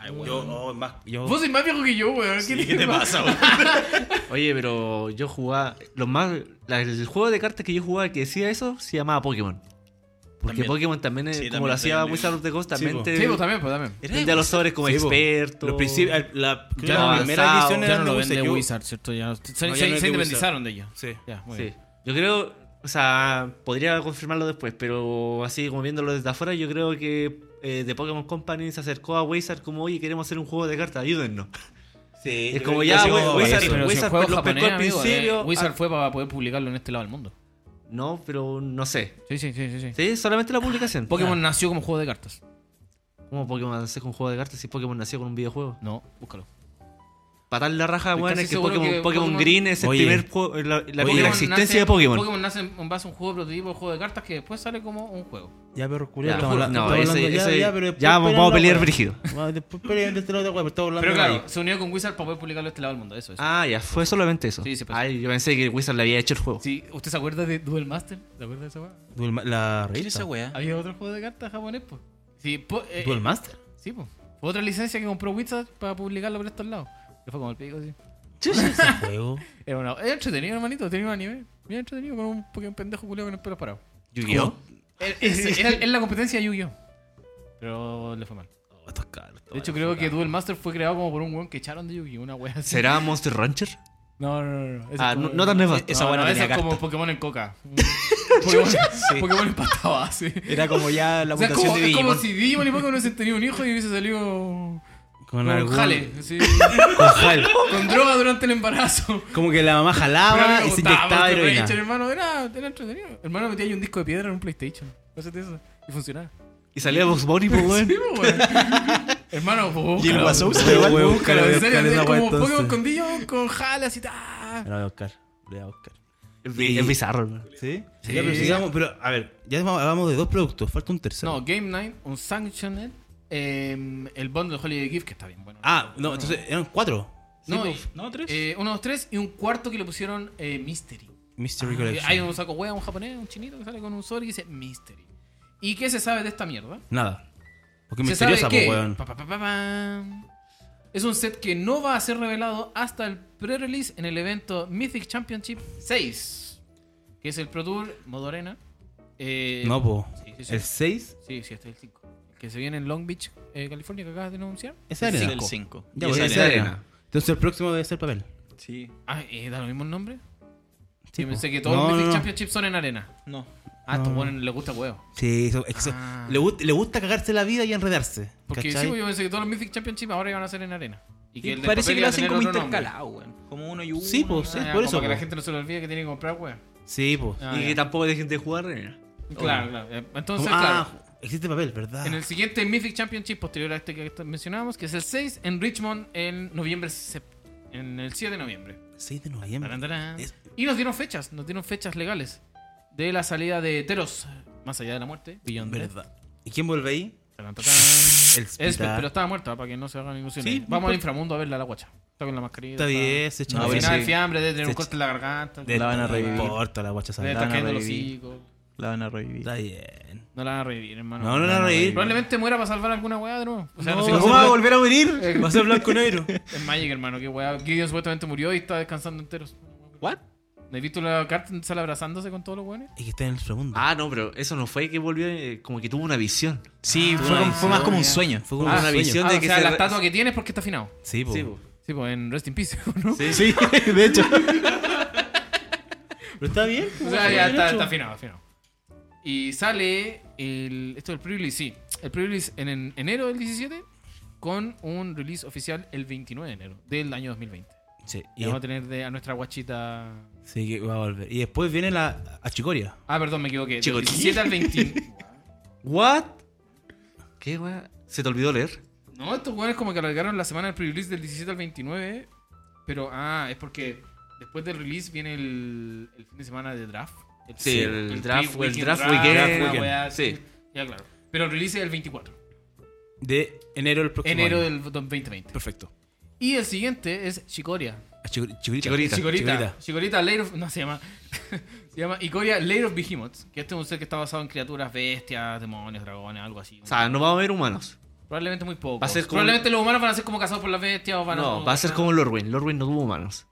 S1: Ay, weón. Yo, no, es más.
S4: Oh.
S1: Yo,
S2: Vos sois más viejo que yo, weón. [laughs] ¿Qué,
S1: ¿Qué te pasa, weón?
S4: Oye, pero yo jugaba. Los más, la- el juego de cartas que yo jugaba que decía eso se llamaba Pokémon. Porque
S1: También.
S4: Pokémon también, es-
S1: Sí,
S4: como
S1: también
S4: lo hacía
S1: tenía-
S4: Wizard of the Coast,
S1: Sí,
S4: también
S1: po.
S4: te
S2: Sí, vos también, pues también.
S4: vendía los sobres como
S1: Sí, po.
S4: experto.
S1: Los principios. al- La, creo que la
S4: avanzado.
S1: primera edición
S2: Ya
S1: era
S2: no
S1: de
S2: lo vende
S1: Wizard, yo-
S2: Wizard, ¿cierto? Ya, se se-
S1: no es
S2: se
S1: de Wizard.
S2: independizaron de ellos.
S1: Sí.
S2: Ya, muy
S4: Sí.
S2: bien.
S4: Yo creo, o sea, podría confirmarlo después, pero así como viéndolo desde afuera, yo creo que eh, The Pokémon Company se acercó a Wizard como, oye, queremos hacer un juego de cartas, ayúdennos.
S1: Sí, yo
S4: Es como
S1: creo que
S4: ya,
S1: ha sido
S4: weón,
S1: como
S4: Ah,
S1: eso.
S4: Wizard-
S2: Pero si el
S4: Wizard
S2: juego
S4: lo
S2: japonés,
S4: pescó al
S2: amigo, eh,
S4: principio,
S2: Wizard
S4: ah.
S2: fue para poder publicarlo en este lado del mundo.
S4: No, pero no sé.
S2: Sí, sí, sí, sí. sí.
S4: Sí, solamente la publicación.
S2: Pokémon nació como juego de cartas.
S4: ¿Cómo Pokémon nació con un juego de cartas si Pokémon nació con un videojuego?
S2: No, búscalo.
S4: Patar la raja,
S2: Estoy
S4: weón,
S2: casi
S4: es que
S2: seguro
S4: Pokémon,
S2: que
S4: Pokémon
S2: Pokémon-
S4: Green es el
S7: Oye.
S4: primer juego, la, la-
S7: Oye.
S4: la
S7: Pokémon
S4: existencia
S2: nace-
S4: de Pokémon.
S2: Pokémon nace en base a un juego prototipo de juego de cartas que después sale como un juego.
S1: Ya, pero
S4: Ya,
S1: culiao, estamos
S4: no,
S1: hablando- estamos
S4: ese-
S1: hablando- ya,
S4: ese-
S1: ya, pero después
S4: ya vamos,
S1: pelean
S4: vamos a
S1: la
S4: pelear
S1: weá.
S4: brígido.
S1: Vamos, Después pelean de este lado de weá, pero estamos hablando
S2: Pero
S1: de
S2: claro,
S1: Magic.
S2: se unieron con Wizard para poder publicarlo de este lado del mundo. Eso es.
S4: Ah, ya, fue solamente eso.
S2: Sí, sí, pues.
S4: Ay, yo pensé que Wizard le había hecho el juego.
S2: Sí, ¿Usted se acuerda de Duel Master? ¿Se acuerda de esa weá?
S1: Duel Ma- La
S3: ¿Qué es
S1: revista.
S3: esa weá?
S2: Había otro juego de cartas japonés, pues. Sí, po- eh,
S1: ¿Duel Master?
S2: sí, pues. Fue otra licencia que compró Wizard para publicarlo por estos lados. Pero fue como el pico, sí.
S1: Ese juego.
S2: Era, una- era entretenido, hermanito. Tenía un anime. Bien entretenido con un Pokémon pendejo culiao con el pelo parado.
S4: ¿Yu-Gi-Oh?
S2: Era, [laughs] es- era- era la competencia de Yu-Gi-Oh! Pero le fue mal.
S1: Oh, esto es caro, esto
S2: De
S1: vale
S2: hecho, creo
S1: puta.
S2: que Duel Master fue creado como por un weón que echaron de Yu-Gi-Oh! Una wea así.
S4: ¿Será Monster Rancher?
S2: No, no, no. no. Ese
S4: Ah,
S2: es como-
S4: no, no tan nefasta.
S3: Esa
S2: no,
S3: weá no
S2: no,
S3: tenía
S2: ese es como
S3: carta.
S2: Pokémon en [laughs] coca. Pokémon, Pokémon en pasta base.
S3: Era como ya la
S2: O sea, es
S3: mutación
S2: como,
S3: de
S2: es como
S3: Digimon.
S2: si Digimon y Pokémon hubiesen tenido un hijo y hubiese salido
S1: Con
S2: con
S1: algún-
S2: jale, sí,
S1: Con jale.
S2: con droga durante el embarazo.
S1: [laughs] Como que la mamá
S2: Pero a mí
S1: jalaba
S2: me
S1: Ah, y se
S2: gustaba
S1: inyectaba
S2: mucho
S1: heroína.
S2: PlayStation, hermano, era, era entretenido. Hermano, metía ahí un disco de piedra en un PlayStation. Pásate eso. Y funcionaba.
S4: Y salía Box Bunny, pues, weón.
S2: Sí, pues, weón. hermano, pues,
S3: Y el
S2: búscalo. [laughs]
S3: guasón se
S1: Pero,
S3: lo
S1: weón,
S2: Búscalo,
S1: voy a
S2: en
S1: buscar
S2: serio.
S1: esa
S2: Es
S1: weá,
S2: como Pokémon
S1: entonces.
S2: con Digimon, con jale, así. ta.
S1: Me la voy a buscar. la voy a buscar.
S4: Es bi- es bizarro, weón.
S1: ¿Sí?
S2: Sí.
S1: Ya, pero sigamos, pero a ver, ya hablamos de dos productos, falta un tercero.
S2: No, Game Night, un Sanctioned, eh, el bundle Holiday Gift, que está bien bueno.
S1: Ah, no, entonces eran cuatro.
S2: no,
S3: Sí,
S2: y-
S3: pues, no, tres.
S2: eh, uno, dos, tres y un cuarto que le pusieron eh, Mystery.
S1: Mystery
S2: Eh,
S1: Collection.
S2: Hay un saco hueá, un japonés, un chinito que sale con un sobre y dice Mystery. ¿Y qué se sabe de esta mierda?
S1: Nada. Porque
S2: se
S1: misteriosa,
S2: sabe
S1: po,
S2: que-
S1: weón.
S2: pa, pa, pa, pa, pam. es un set que no va a ser revelado hasta el pre-release en el evento Mythic Championship 6, que es el Pro Tour modo arena. Eh,
S1: No, po.
S2: sí, sí, sí.
S1: El 6
S2: Sí, sí, este es el 5. Que se viene en Long Beach, eh, California, que acabas de anunciar.
S1: es
S3: Es
S1: arena.
S3: el 5.
S1: Ya, pues, es
S4: arena.
S1: arena. Entonces el próximo debe ser papel.
S3: Sí.
S2: Ah, eh, ¿da lo mismo el nombre?
S1: Sí,
S2: Yo
S1: po.
S2: pensé que todos
S1: No,
S2: los
S1: no,
S2: Mythic
S1: no.
S2: Championships son en arena.
S3: No.
S2: Ah, a estos
S1: No.
S2: buenos les gusta huevo.
S1: Sí, eso, es que eso-
S2: Ah.
S1: le, gust- le gusta cagarse la vida y enredarse.
S2: Porque sí,
S1: ¿cachai?
S2: yo pensé que todos los Mythic Championships ahora iban a ser en arena. Y que el del
S3: Parece
S2: papel
S3: que
S2: iba
S3: lo
S2: a
S3: hacen
S2: tener
S3: como
S2: otro nombre.
S3: intercalado, weón. Como uno y uno.
S1: Sí, pues,
S3: ¿no?
S1: sí,
S2: Ah,
S1: por
S2: como
S1: eso.
S2: que
S1: po.
S2: la gente no se le olvida que tiene que comprar weón.
S1: Sí, po.
S2: Ah,
S4: Y
S2: ya.
S4: que tampoco dejen de jugar, arena.
S2: Claro, claro. Eh, Entonces,
S1: Como-
S2: claro.
S1: Ah, existe papel, ¿verdad?
S2: En el siguiente Mythic Championship, posterior a este que est- mencionábamos, que es el 6, en Richmond, en noviembre, sep- en el 7 de noviembre.
S1: 6 de noviembre.
S2: Tarán, tarán.
S1: Es-
S2: Y nos dieron fechas, nos dieron fechas legales de la salida de Teros, más allá de la muerte, Beyond Death.
S1: ¿Verdad? ¿Y quién vuelve ahí?
S2: Tarán, tarán.
S1: El
S2: Es,
S1: Spitar.
S2: pero estaba muerta, para que no se hagan ilusiones.
S1: Sí,
S2: Vamos
S1: no
S2: al inframundo a verla a la guacha. Está con la mascarilla.
S1: Está bien, se echa
S3: No,
S2: al
S1: una
S3: pero
S2: final,
S3: sí.
S2: el fiambre debe tener
S1: Ah, Se
S2: un corte en la garganta.
S1: De-
S3: La van a
S1: no
S3: revivir.
S1: importa la guacha
S2: Debe
S1: santa.
S3: La
S2: estar
S3: van a
S2: cayendo los
S3: revivir.
S2: hocico.
S3: La van a revivir.
S1: Está bien.
S2: No la van a revivir, hermano.
S1: No, no la van a reír.
S2: Probablemente muera para salvar alguna weá de nuevo. O sea, no, sé
S1: No,
S2: cómo
S1: ¿Cómo va a
S2: se-
S1: volver a venir? Va a ser blanco y negro.
S2: Es Magic, hermano, qué weá. Gideon supuestamente murió y está descansando enteros.
S3: ¿What?
S2: ¿No he visto la carta sale abrazándose con todos los weones?
S1: Y que está en el inframundo.
S4: Ah, no, pero eso no fue que volvió, eh, como que tuvo una visión.
S3: Sí,
S1: Ah,
S3: fue, como- fue más como un
S1: ya.
S3: sueño.
S1: Fue como
S2: Ah,
S1: un
S4: una
S1: sueño.
S4: visión
S2: Ah,
S4: de
S2: o
S4: que
S2: sea,
S4: se-
S2: la estatua que tiene es porque está afinado.
S1: Sí, po.
S4: Sí, po.
S2: Sí, pues en Rest in Peace, [laughs] ¿no?
S1: Sí, [laughs] de hecho. Pero está bien.
S2: O sea, ya está, está afinado, afinado. Y sale el. Esto del pre-release, sí. El pre-release en, en enero del 17 con un release oficial el 29 de enero del año 2020.
S1: Sí,
S2: Y
S1: y,
S2: vamos a tener de- a nuestra guachita.
S1: sí, que va a volver. Y después viene la achicoria.
S2: Ah, perdón, me equivoqué.
S4: Chico,
S2: Del 17 al 20.
S4: [laughs] ¿What? ¿Qué, weón? ¿Se te olvidó leer?
S2: No, estos weones como que alargaron la semana del pre-release del 17 al 29. Pero, ah, es porque después del release viene el, el fin de semana de draft.
S4: Sí, el draft-
S2: pre-
S4: el draft
S2: draft,
S4: weekend.
S2: una weá así.
S4: Sí.
S2: Ya, claro. Pero el release es el 24.
S1: De enero del próximo
S2: Enero
S1: año.
S2: del 2020.
S1: Perfecto.
S2: Y el siguiente es Chicoria.
S1: Chicorita. Chicorita.
S4: Chicorita.
S2: Chicorita. Chicorita Lair of. No se llama. [laughs] se llama Icoria Lair of Behemoths. Que este es un ser que está basado en criaturas, bestias, demonios, dragones, algo así.
S4: O sea, no vamos a ver humanos.
S2: Probablemente muy poco.
S4: Va a ser como-
S2: Probablemente los humanos van a ser como cazados por las bestias o van
S4: No, va a ser como Lorwyn. Lorwyn no tuvo humanos.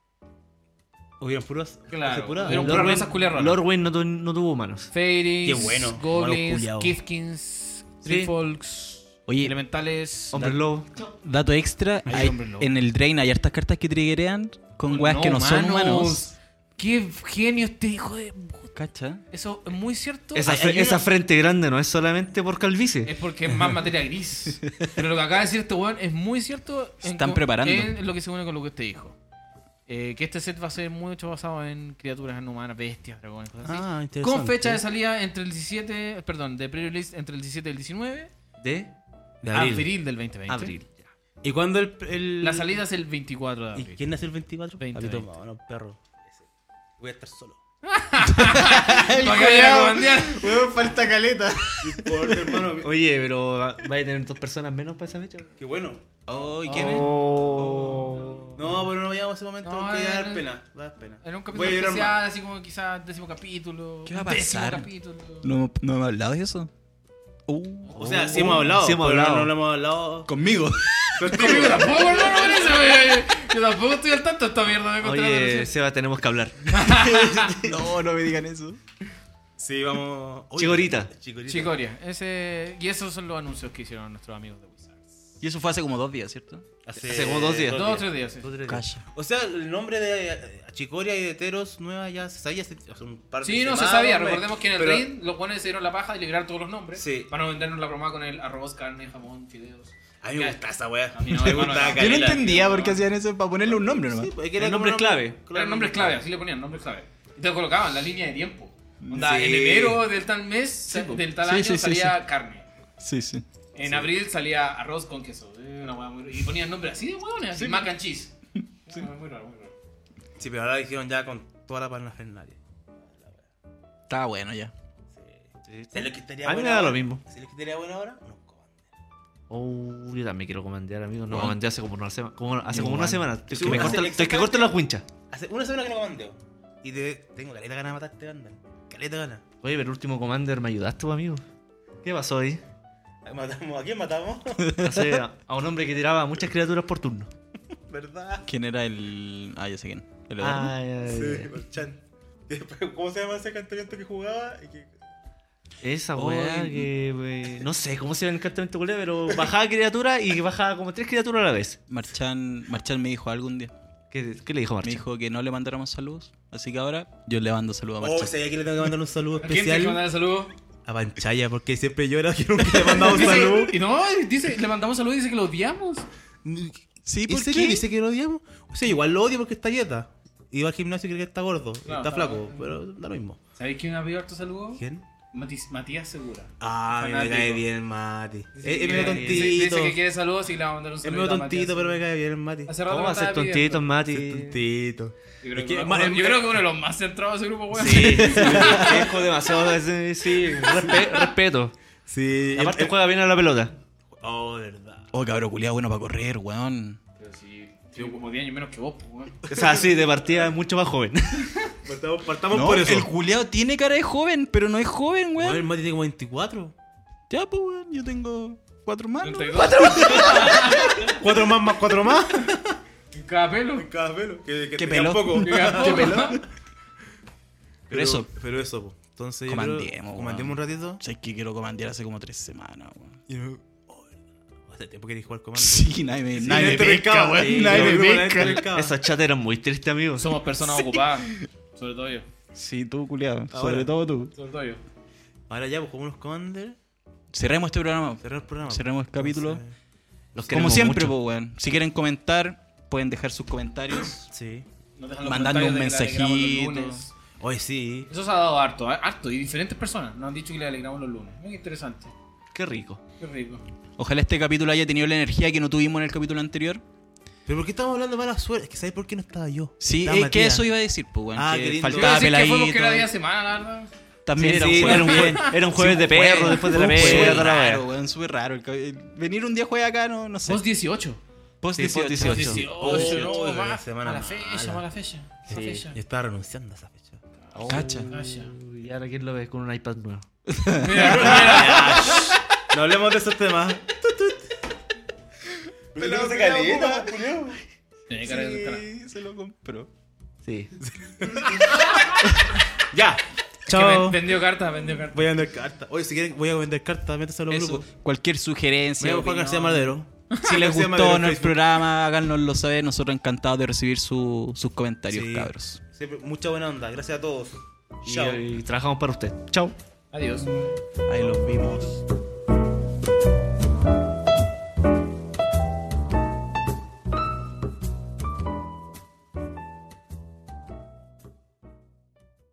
S1: Hubieron puras.
S2: Claro,
S1: sepultadas.
S2: hubieron puras razas culias raras.
S4: Lorwyn no, tu- no tuvo humanos.
S2: Fairies,
S1: Qué bueno, malos
S2: Goblins,
S1: culiados.
S2: Kifkins, Trifolks,
S3: Oye,
S2: Elementales.
S4: Hombre
S2: la-
S4: lobo.
S3: Dato extra,
S2: Hay
S3: hay-
S2: hombre lobo.
S3: en el Drain hay hartas cartas que triggerean con weas que no son humanos.
S2: Qué genio este hijo de. puta.
S3: ¿Cacha?
S2: Eso es muy cierto.
S4: Esa,
S2: Hay-
S4: fre-
S2: hay
S4: esa
S2: una-
S4: frente grande no es solamente por calvicie.
S2: Es porque es más materia gris. Pero lo que acaba de decir este weón es muy cierto.
S3: Se están preparando.
S2: Es lo que se une con lo que usted dijo. Eh, que este set va a ser mucho basado en criaturas no humanas, bestias, dragones, cosas así.
S1: Ah, interesante.
S2: con fecha de salida entre el 17, perdón, de pre-release entre el 17 y el 19,
S4: De
S1: De
S2: abril,
S1: abril.
S2: del 2020.
S4: abril.
S1: ¿Y cuándo el, el-
S2: La salida es el 24 de
S1: ¿Y
S2: abril.
S1: quién nació el 24?
S2: 20,
S1: Papito,
S2: 20.
S1: no, perro. Ese. Voy a estar solo.
S2: Para que vaya a comandear.
S5: Weón, falta caleta.
S1: hermano.
S4: Oye, pero ah, va va a tener dos personas menos para esa fecha.
S1: Qué bueno. Oh.
S5: Ay,
S2: ¿quién es?
S1: No, pero no llegamos a ese momento
S2: No,
S1: porque va a
S2: eh,
S1: dar pena. Va a dar pena.
S2: En un
S1: Voy
S2: capítulo
S1: a llorar
S2: especial,
S1: más.
S2: así como quizás décimo capítulo.
S5: ¿Qué va a
S2: décimo
S5: pasar?
S2: capítulo.
S3: No, no me ha hablado de eso.
S1: O sea, sí hemos hablado.
S4: Sí hemos
S1: pero
S4: hablado.
S1: No lo hemos
S2: [laughs]
S1: hablado.
S5: Conmigo.
S2: Yo tampoco, no, no, no, no, no, no, Yo tampoco estoy al tanto de esta mierda. Me encontré la
S4: Oye,
S2: noticia.
S4: Seba, tenemos que hablar.
S5: no, no me digan eso.
S1: Sí, vamos. Oye,
S4: Chicorita.
S1: Chicorita.
S2: Chicoria. Ese... Y esos son los anuncios que hicieron nuestros amigos de Wizards.
S3: Y eso fue hace como dos días, ¿cierto?
S1: Hace,
S4: Hace como dos días.
S2: Dos o tres días. sí.
S1: Dos, tres días.
S3: Calla.
S1: O sea, el nombre de eh, Chicoria y de Teros Nueva ya se sabía hace hace un par de
S2: Sí, no se
S1: semanas,
S2: sabía.
S1: hombre.
S2: Recordemos que en el
S1: Pero-
S2: raid los buenos se dieron la paja de liberar todos los nombres.
S1: Sí.
S2: Para no vendernos la broma con el arroz, carne, jamón, fideos.
S1: A mí me gusta esa weá.
S2: A mí no,
S1: me
S2: hermano,
S1: gusta
S2: no.
S5: Yo no
S1: caleta.
S5: entendía por qué hacían eso para ponerle un nombre nomás.
S1: Sí, pues, es que
S4: El
S1: era
S4: nombre es
S1: como
S4: clave.
S2: Eran nombres clave, así le ponían, nombres clave. Y te colocaban la línea de tiempo. Onda,
S1: Sí.
S2: En enero del tal mes, sa- del tal
S5: Sí,
S2: año
S5: sí, sí,
S2: salía carne.
S5: Sí, sí.
S2: En abril salía arroz con queso. Eh, Una hueá muy... Y ponían nombres así de hueones, así, mac and cheese. Una hueá Muy raro, muy raro.
S1: Sí, pero ahora dijeron ya con toda la parafernalia.
S3: Estaba bueno ya.
S1: ¿Se le quitaría
S4: A mí me
S1: buena
S4: da lo
S1: hora?
S4: mismo.
S1: ¿Se le quitaría buena hora? No, comandante.
S4: Oh, yo también quiero comandear, amigos. No
S3: Bueno.
S4: comandé hace como una semana. hace como
S3: Bueno.
S4: una semana. Estoy
S1: Sí,
S4: que me
S1: bueno.
S4: corta-
S1: Hace
S4: estoy que corto la wincha.
S1: Hace una semana que no comandeo. Y te, tengo caleta ganas de matarte, banda. Caleta ganas.
S4: Oye, pero el último commander me ayudaste, pues, amigo. ¿Qué pasó ahí?
S1: ¿Matamos? ¿A quién matamos? [laughs]
S4: Hace a, a un hombre que tiraba muchas criaturas por turno.
S1: ¿Verdad?
S3: ¿Quién era el...? Ah, ya sé quién. ¿El Eduardo?
S1: Ah.
S4: Ay, ay,
S1: Sí,
S4: ay.
S1: el Chan. Y después, ¿Cómo se llama ese cantamiento que jugaba? Y que...
S4: Esa weá
S3: Oy.
S4: que. wey, no sé cómo se llama el encantamiento culé, pero bajaba criatura y bajaba como tres criaturas a la vez.
S3: Marchán, Marchán me dijo algún día.
S4: ¿Qué, qué le dijo
S3: Me
S4: Marcha?
S3: dijo que no le mandáramos saludos. Así que ahora yo le mando saludos a
S1: Oh,
S3: Marchán.
S1: sé que le tengo que mandar un saludo
S2: ¿A quién te
S1: especial
S2: mandar el saludo?
S1: a Panchaya, porque siempre llora que nunca le he mandado
S2: [laughs]
S1: un
S2: Dice-
S1: saludo.
S2: Y no, dice, le mandamos salud y dice que lo odiamos.
S1: Sí,
S5: ¿por
S1: ¿por
S5: qué?
S1: qué? dice que lo odiamos? O sea, igual lo odio porque está dieta. Iba al gimnasio y cree que está gordo,
S2: Claro,
S1: está
S2: está
S1: flaco,
S2: bien.
S1: pero da lo mismo.
S2: ¿Sabéis quién ha pedido harto saludo?
S1: ¿Quién?
S2: Matis- Matías Segura.
S1: Ah, a mí me
S2: Fanático.
S1: cae bien el Mati. Es
S2: Dice que
S1: es medio
S2: quiere- dice-
S1: tontito.
S2: Dice que quiere saludos y le va a mandar un
S1: Es
S2: saludo.
S1: medio tontito, pero me cae bien el Mati.
S4: ¿Cómo va a ser tontito,
S1: Es
S4: Mati?
S1: tontito.
S2: Yo creo,
S1: Es
S2: que,
S1: que-
S2: uno,
S1: ma-
S2: yo creo que uno de los más centrados de ese grupo, weón.
S4: Sí, sí, [laughs] me dejo demasiado. eh, Sí, sí, respe- respeto.
S1: Sí, el-
S4: Aparte,
S1: el-
S4: juega bien a la pelota.
S1: Oh, de verdad.
S3: Oh, cabrón, culiado bueno para correr, weón.
S2: Pero sí, tengo como 10 años menos que vos, pues, weón.
S4: O sea, sí, de partida es mucho más [laughs] joven.
S1: Partamos, partamos
S3: No,
S1: por eso.
S3: el culiado tiene cara de joven, pero no es joven,
S1: Bueno, el
S3: weón.
S1: Mati tiene como 24.
S3: Ya, pues, weón, yo tengo cuatro manos.
S2: 32
S1: Cuatro más más cuatro más.
S2: en cada
S1: [laughs]
S2: pelo.
S1: Cada pelo. Que, que
S3: ¿Qué
S1: te queda
S2: [laughs]
S3: pelo?
S1: poco.
S2: ¿Qué pelo?
S1: Pero
S3: eso.
S1: Pero eso, po. Entonces, yo
S3: Comandemos,
S1: creo-
S3: weón.
S1: comandemos un ratito.
S3: Sé que quiero comandear hace como tres semanas, weón.
S1: Y yo- oh, hace tiempo quería jugar comando.
S3: [laughs] Sí, nadie
S1: Sí,
S3: me, nadie me
S1: nadie te
S3: pesca,
S1: pescaba,
S3: weón.
S1: sí,
S3: Nadie
S1: yo
S3: me
S1: creo que nadie
S3: pesca.
S1: te pescaba.
S4: Esos chats eran muy tristes, amigos.
S2: Somos personas ocupadas. Sobre todo yo.
S5: este-
S3: Sí, tú, culiado.
S1: Ahora.
S3: Sobre todo tú.
S2: Sobre todo yo.
S1: Ahora ya, pues como unos commanders,
S3: Cerremos este programa.
S1: cerrar el programa.
S3: Cerremos el capítulo.
S1: Entonces,
S4: Los
S3: Como
S4: queremos
S3: siempre,
S4: mucho.
S3: pues, weón. Si quieren comentar, pueden dejar sus comentarios.
S1: Sí.
S2: Nos dejan los
S3: Mandando un
S2: comentarios de que le alegramos los
S3: mensajito.
S2: lunes.
S1: Hoy sí.
S2: Eso se ha dado harto, ¿eh? harto. Y diferentes personas nos han dicho que le alegramos los lunes. Muy interesante.
S4: Qué rico.
S2: Qué rico.
S3: Ojalá este capítulo haya tenido la energía que no tuvimos en el capítulo anterior.
S1: Pero ¿por qué estamos hablando de mala suerte? Es que ¿sabes por qué no estaba yo?
S3: Sí,
S1: Estaba
S3: es que
S1: Matías.
S3: eso iba a decir, pues, weón.
S1: Ah, qué
S3: que
S1: lindo.
S2: Yo iba a
S3: faltaba
S2: decir que fue
S3: peladito.
S2: porque era día de semana, la verdad.
S3: También
S4: Sí, era,
S3: era
S4: un
S3: un
S4: jue- era un
S3: juego.
S4: jue- era un jueves de perro
S2: jueves.
S4: después de la
S3: Fue
S4: perra.
S3: raro, weón, súper raro. El cab- el- Venir un día juega acá, no, no sé.
S2: Vos 18.
S4: Post
S3: Sí, post
S4: 18. 18.
S2: 18,
S1: Oh,
S2: mala,
S1: semana
S2: mala fecha,
S1: mala.
S2: mala fecha. mala fecha.
S1: Yo estaba renunciando a esa
S3: [laughs]
S1: fecha.
S3: Cacha.
S2: Cacha.
S4: Y ahora quién lo ve con un iPad nuevo.
S2: Mira, mira,
S1: No hablemos de esos temas.
S6: Pero se caleta, Julio.
S2: Tiene cara de cara.
S5: se lo compró.
S4: Sí.
S1: Ya.
S2: Que ven-
S1: Chao.
S2: vendió carta, vendió carta.
S1: Voy a vender cartas. Oye, si quieren, voy a vender cartas. Métanse a los
S3: Eso.
S1: grupos.
S3: Cualquier
S1: Me
S3: sugerencia.
S1: llamo Juan
S3: opinión.
S1: García Madero.
S3: Si les
S1: García Madero
S3: gustó
S1: en
S3: el
S1: Facebook.
S3: programa, háganoslo saber. Nosotros encantados de recibir su- sus comentarios,
S1: Sí.
S3: cabros.
S1: Siempre- Mucha buena onda. Gracias a todos.
S4: Y, y trabajamos para usted. Chao.
S2: Adiós.
S5: Ahí los vimos.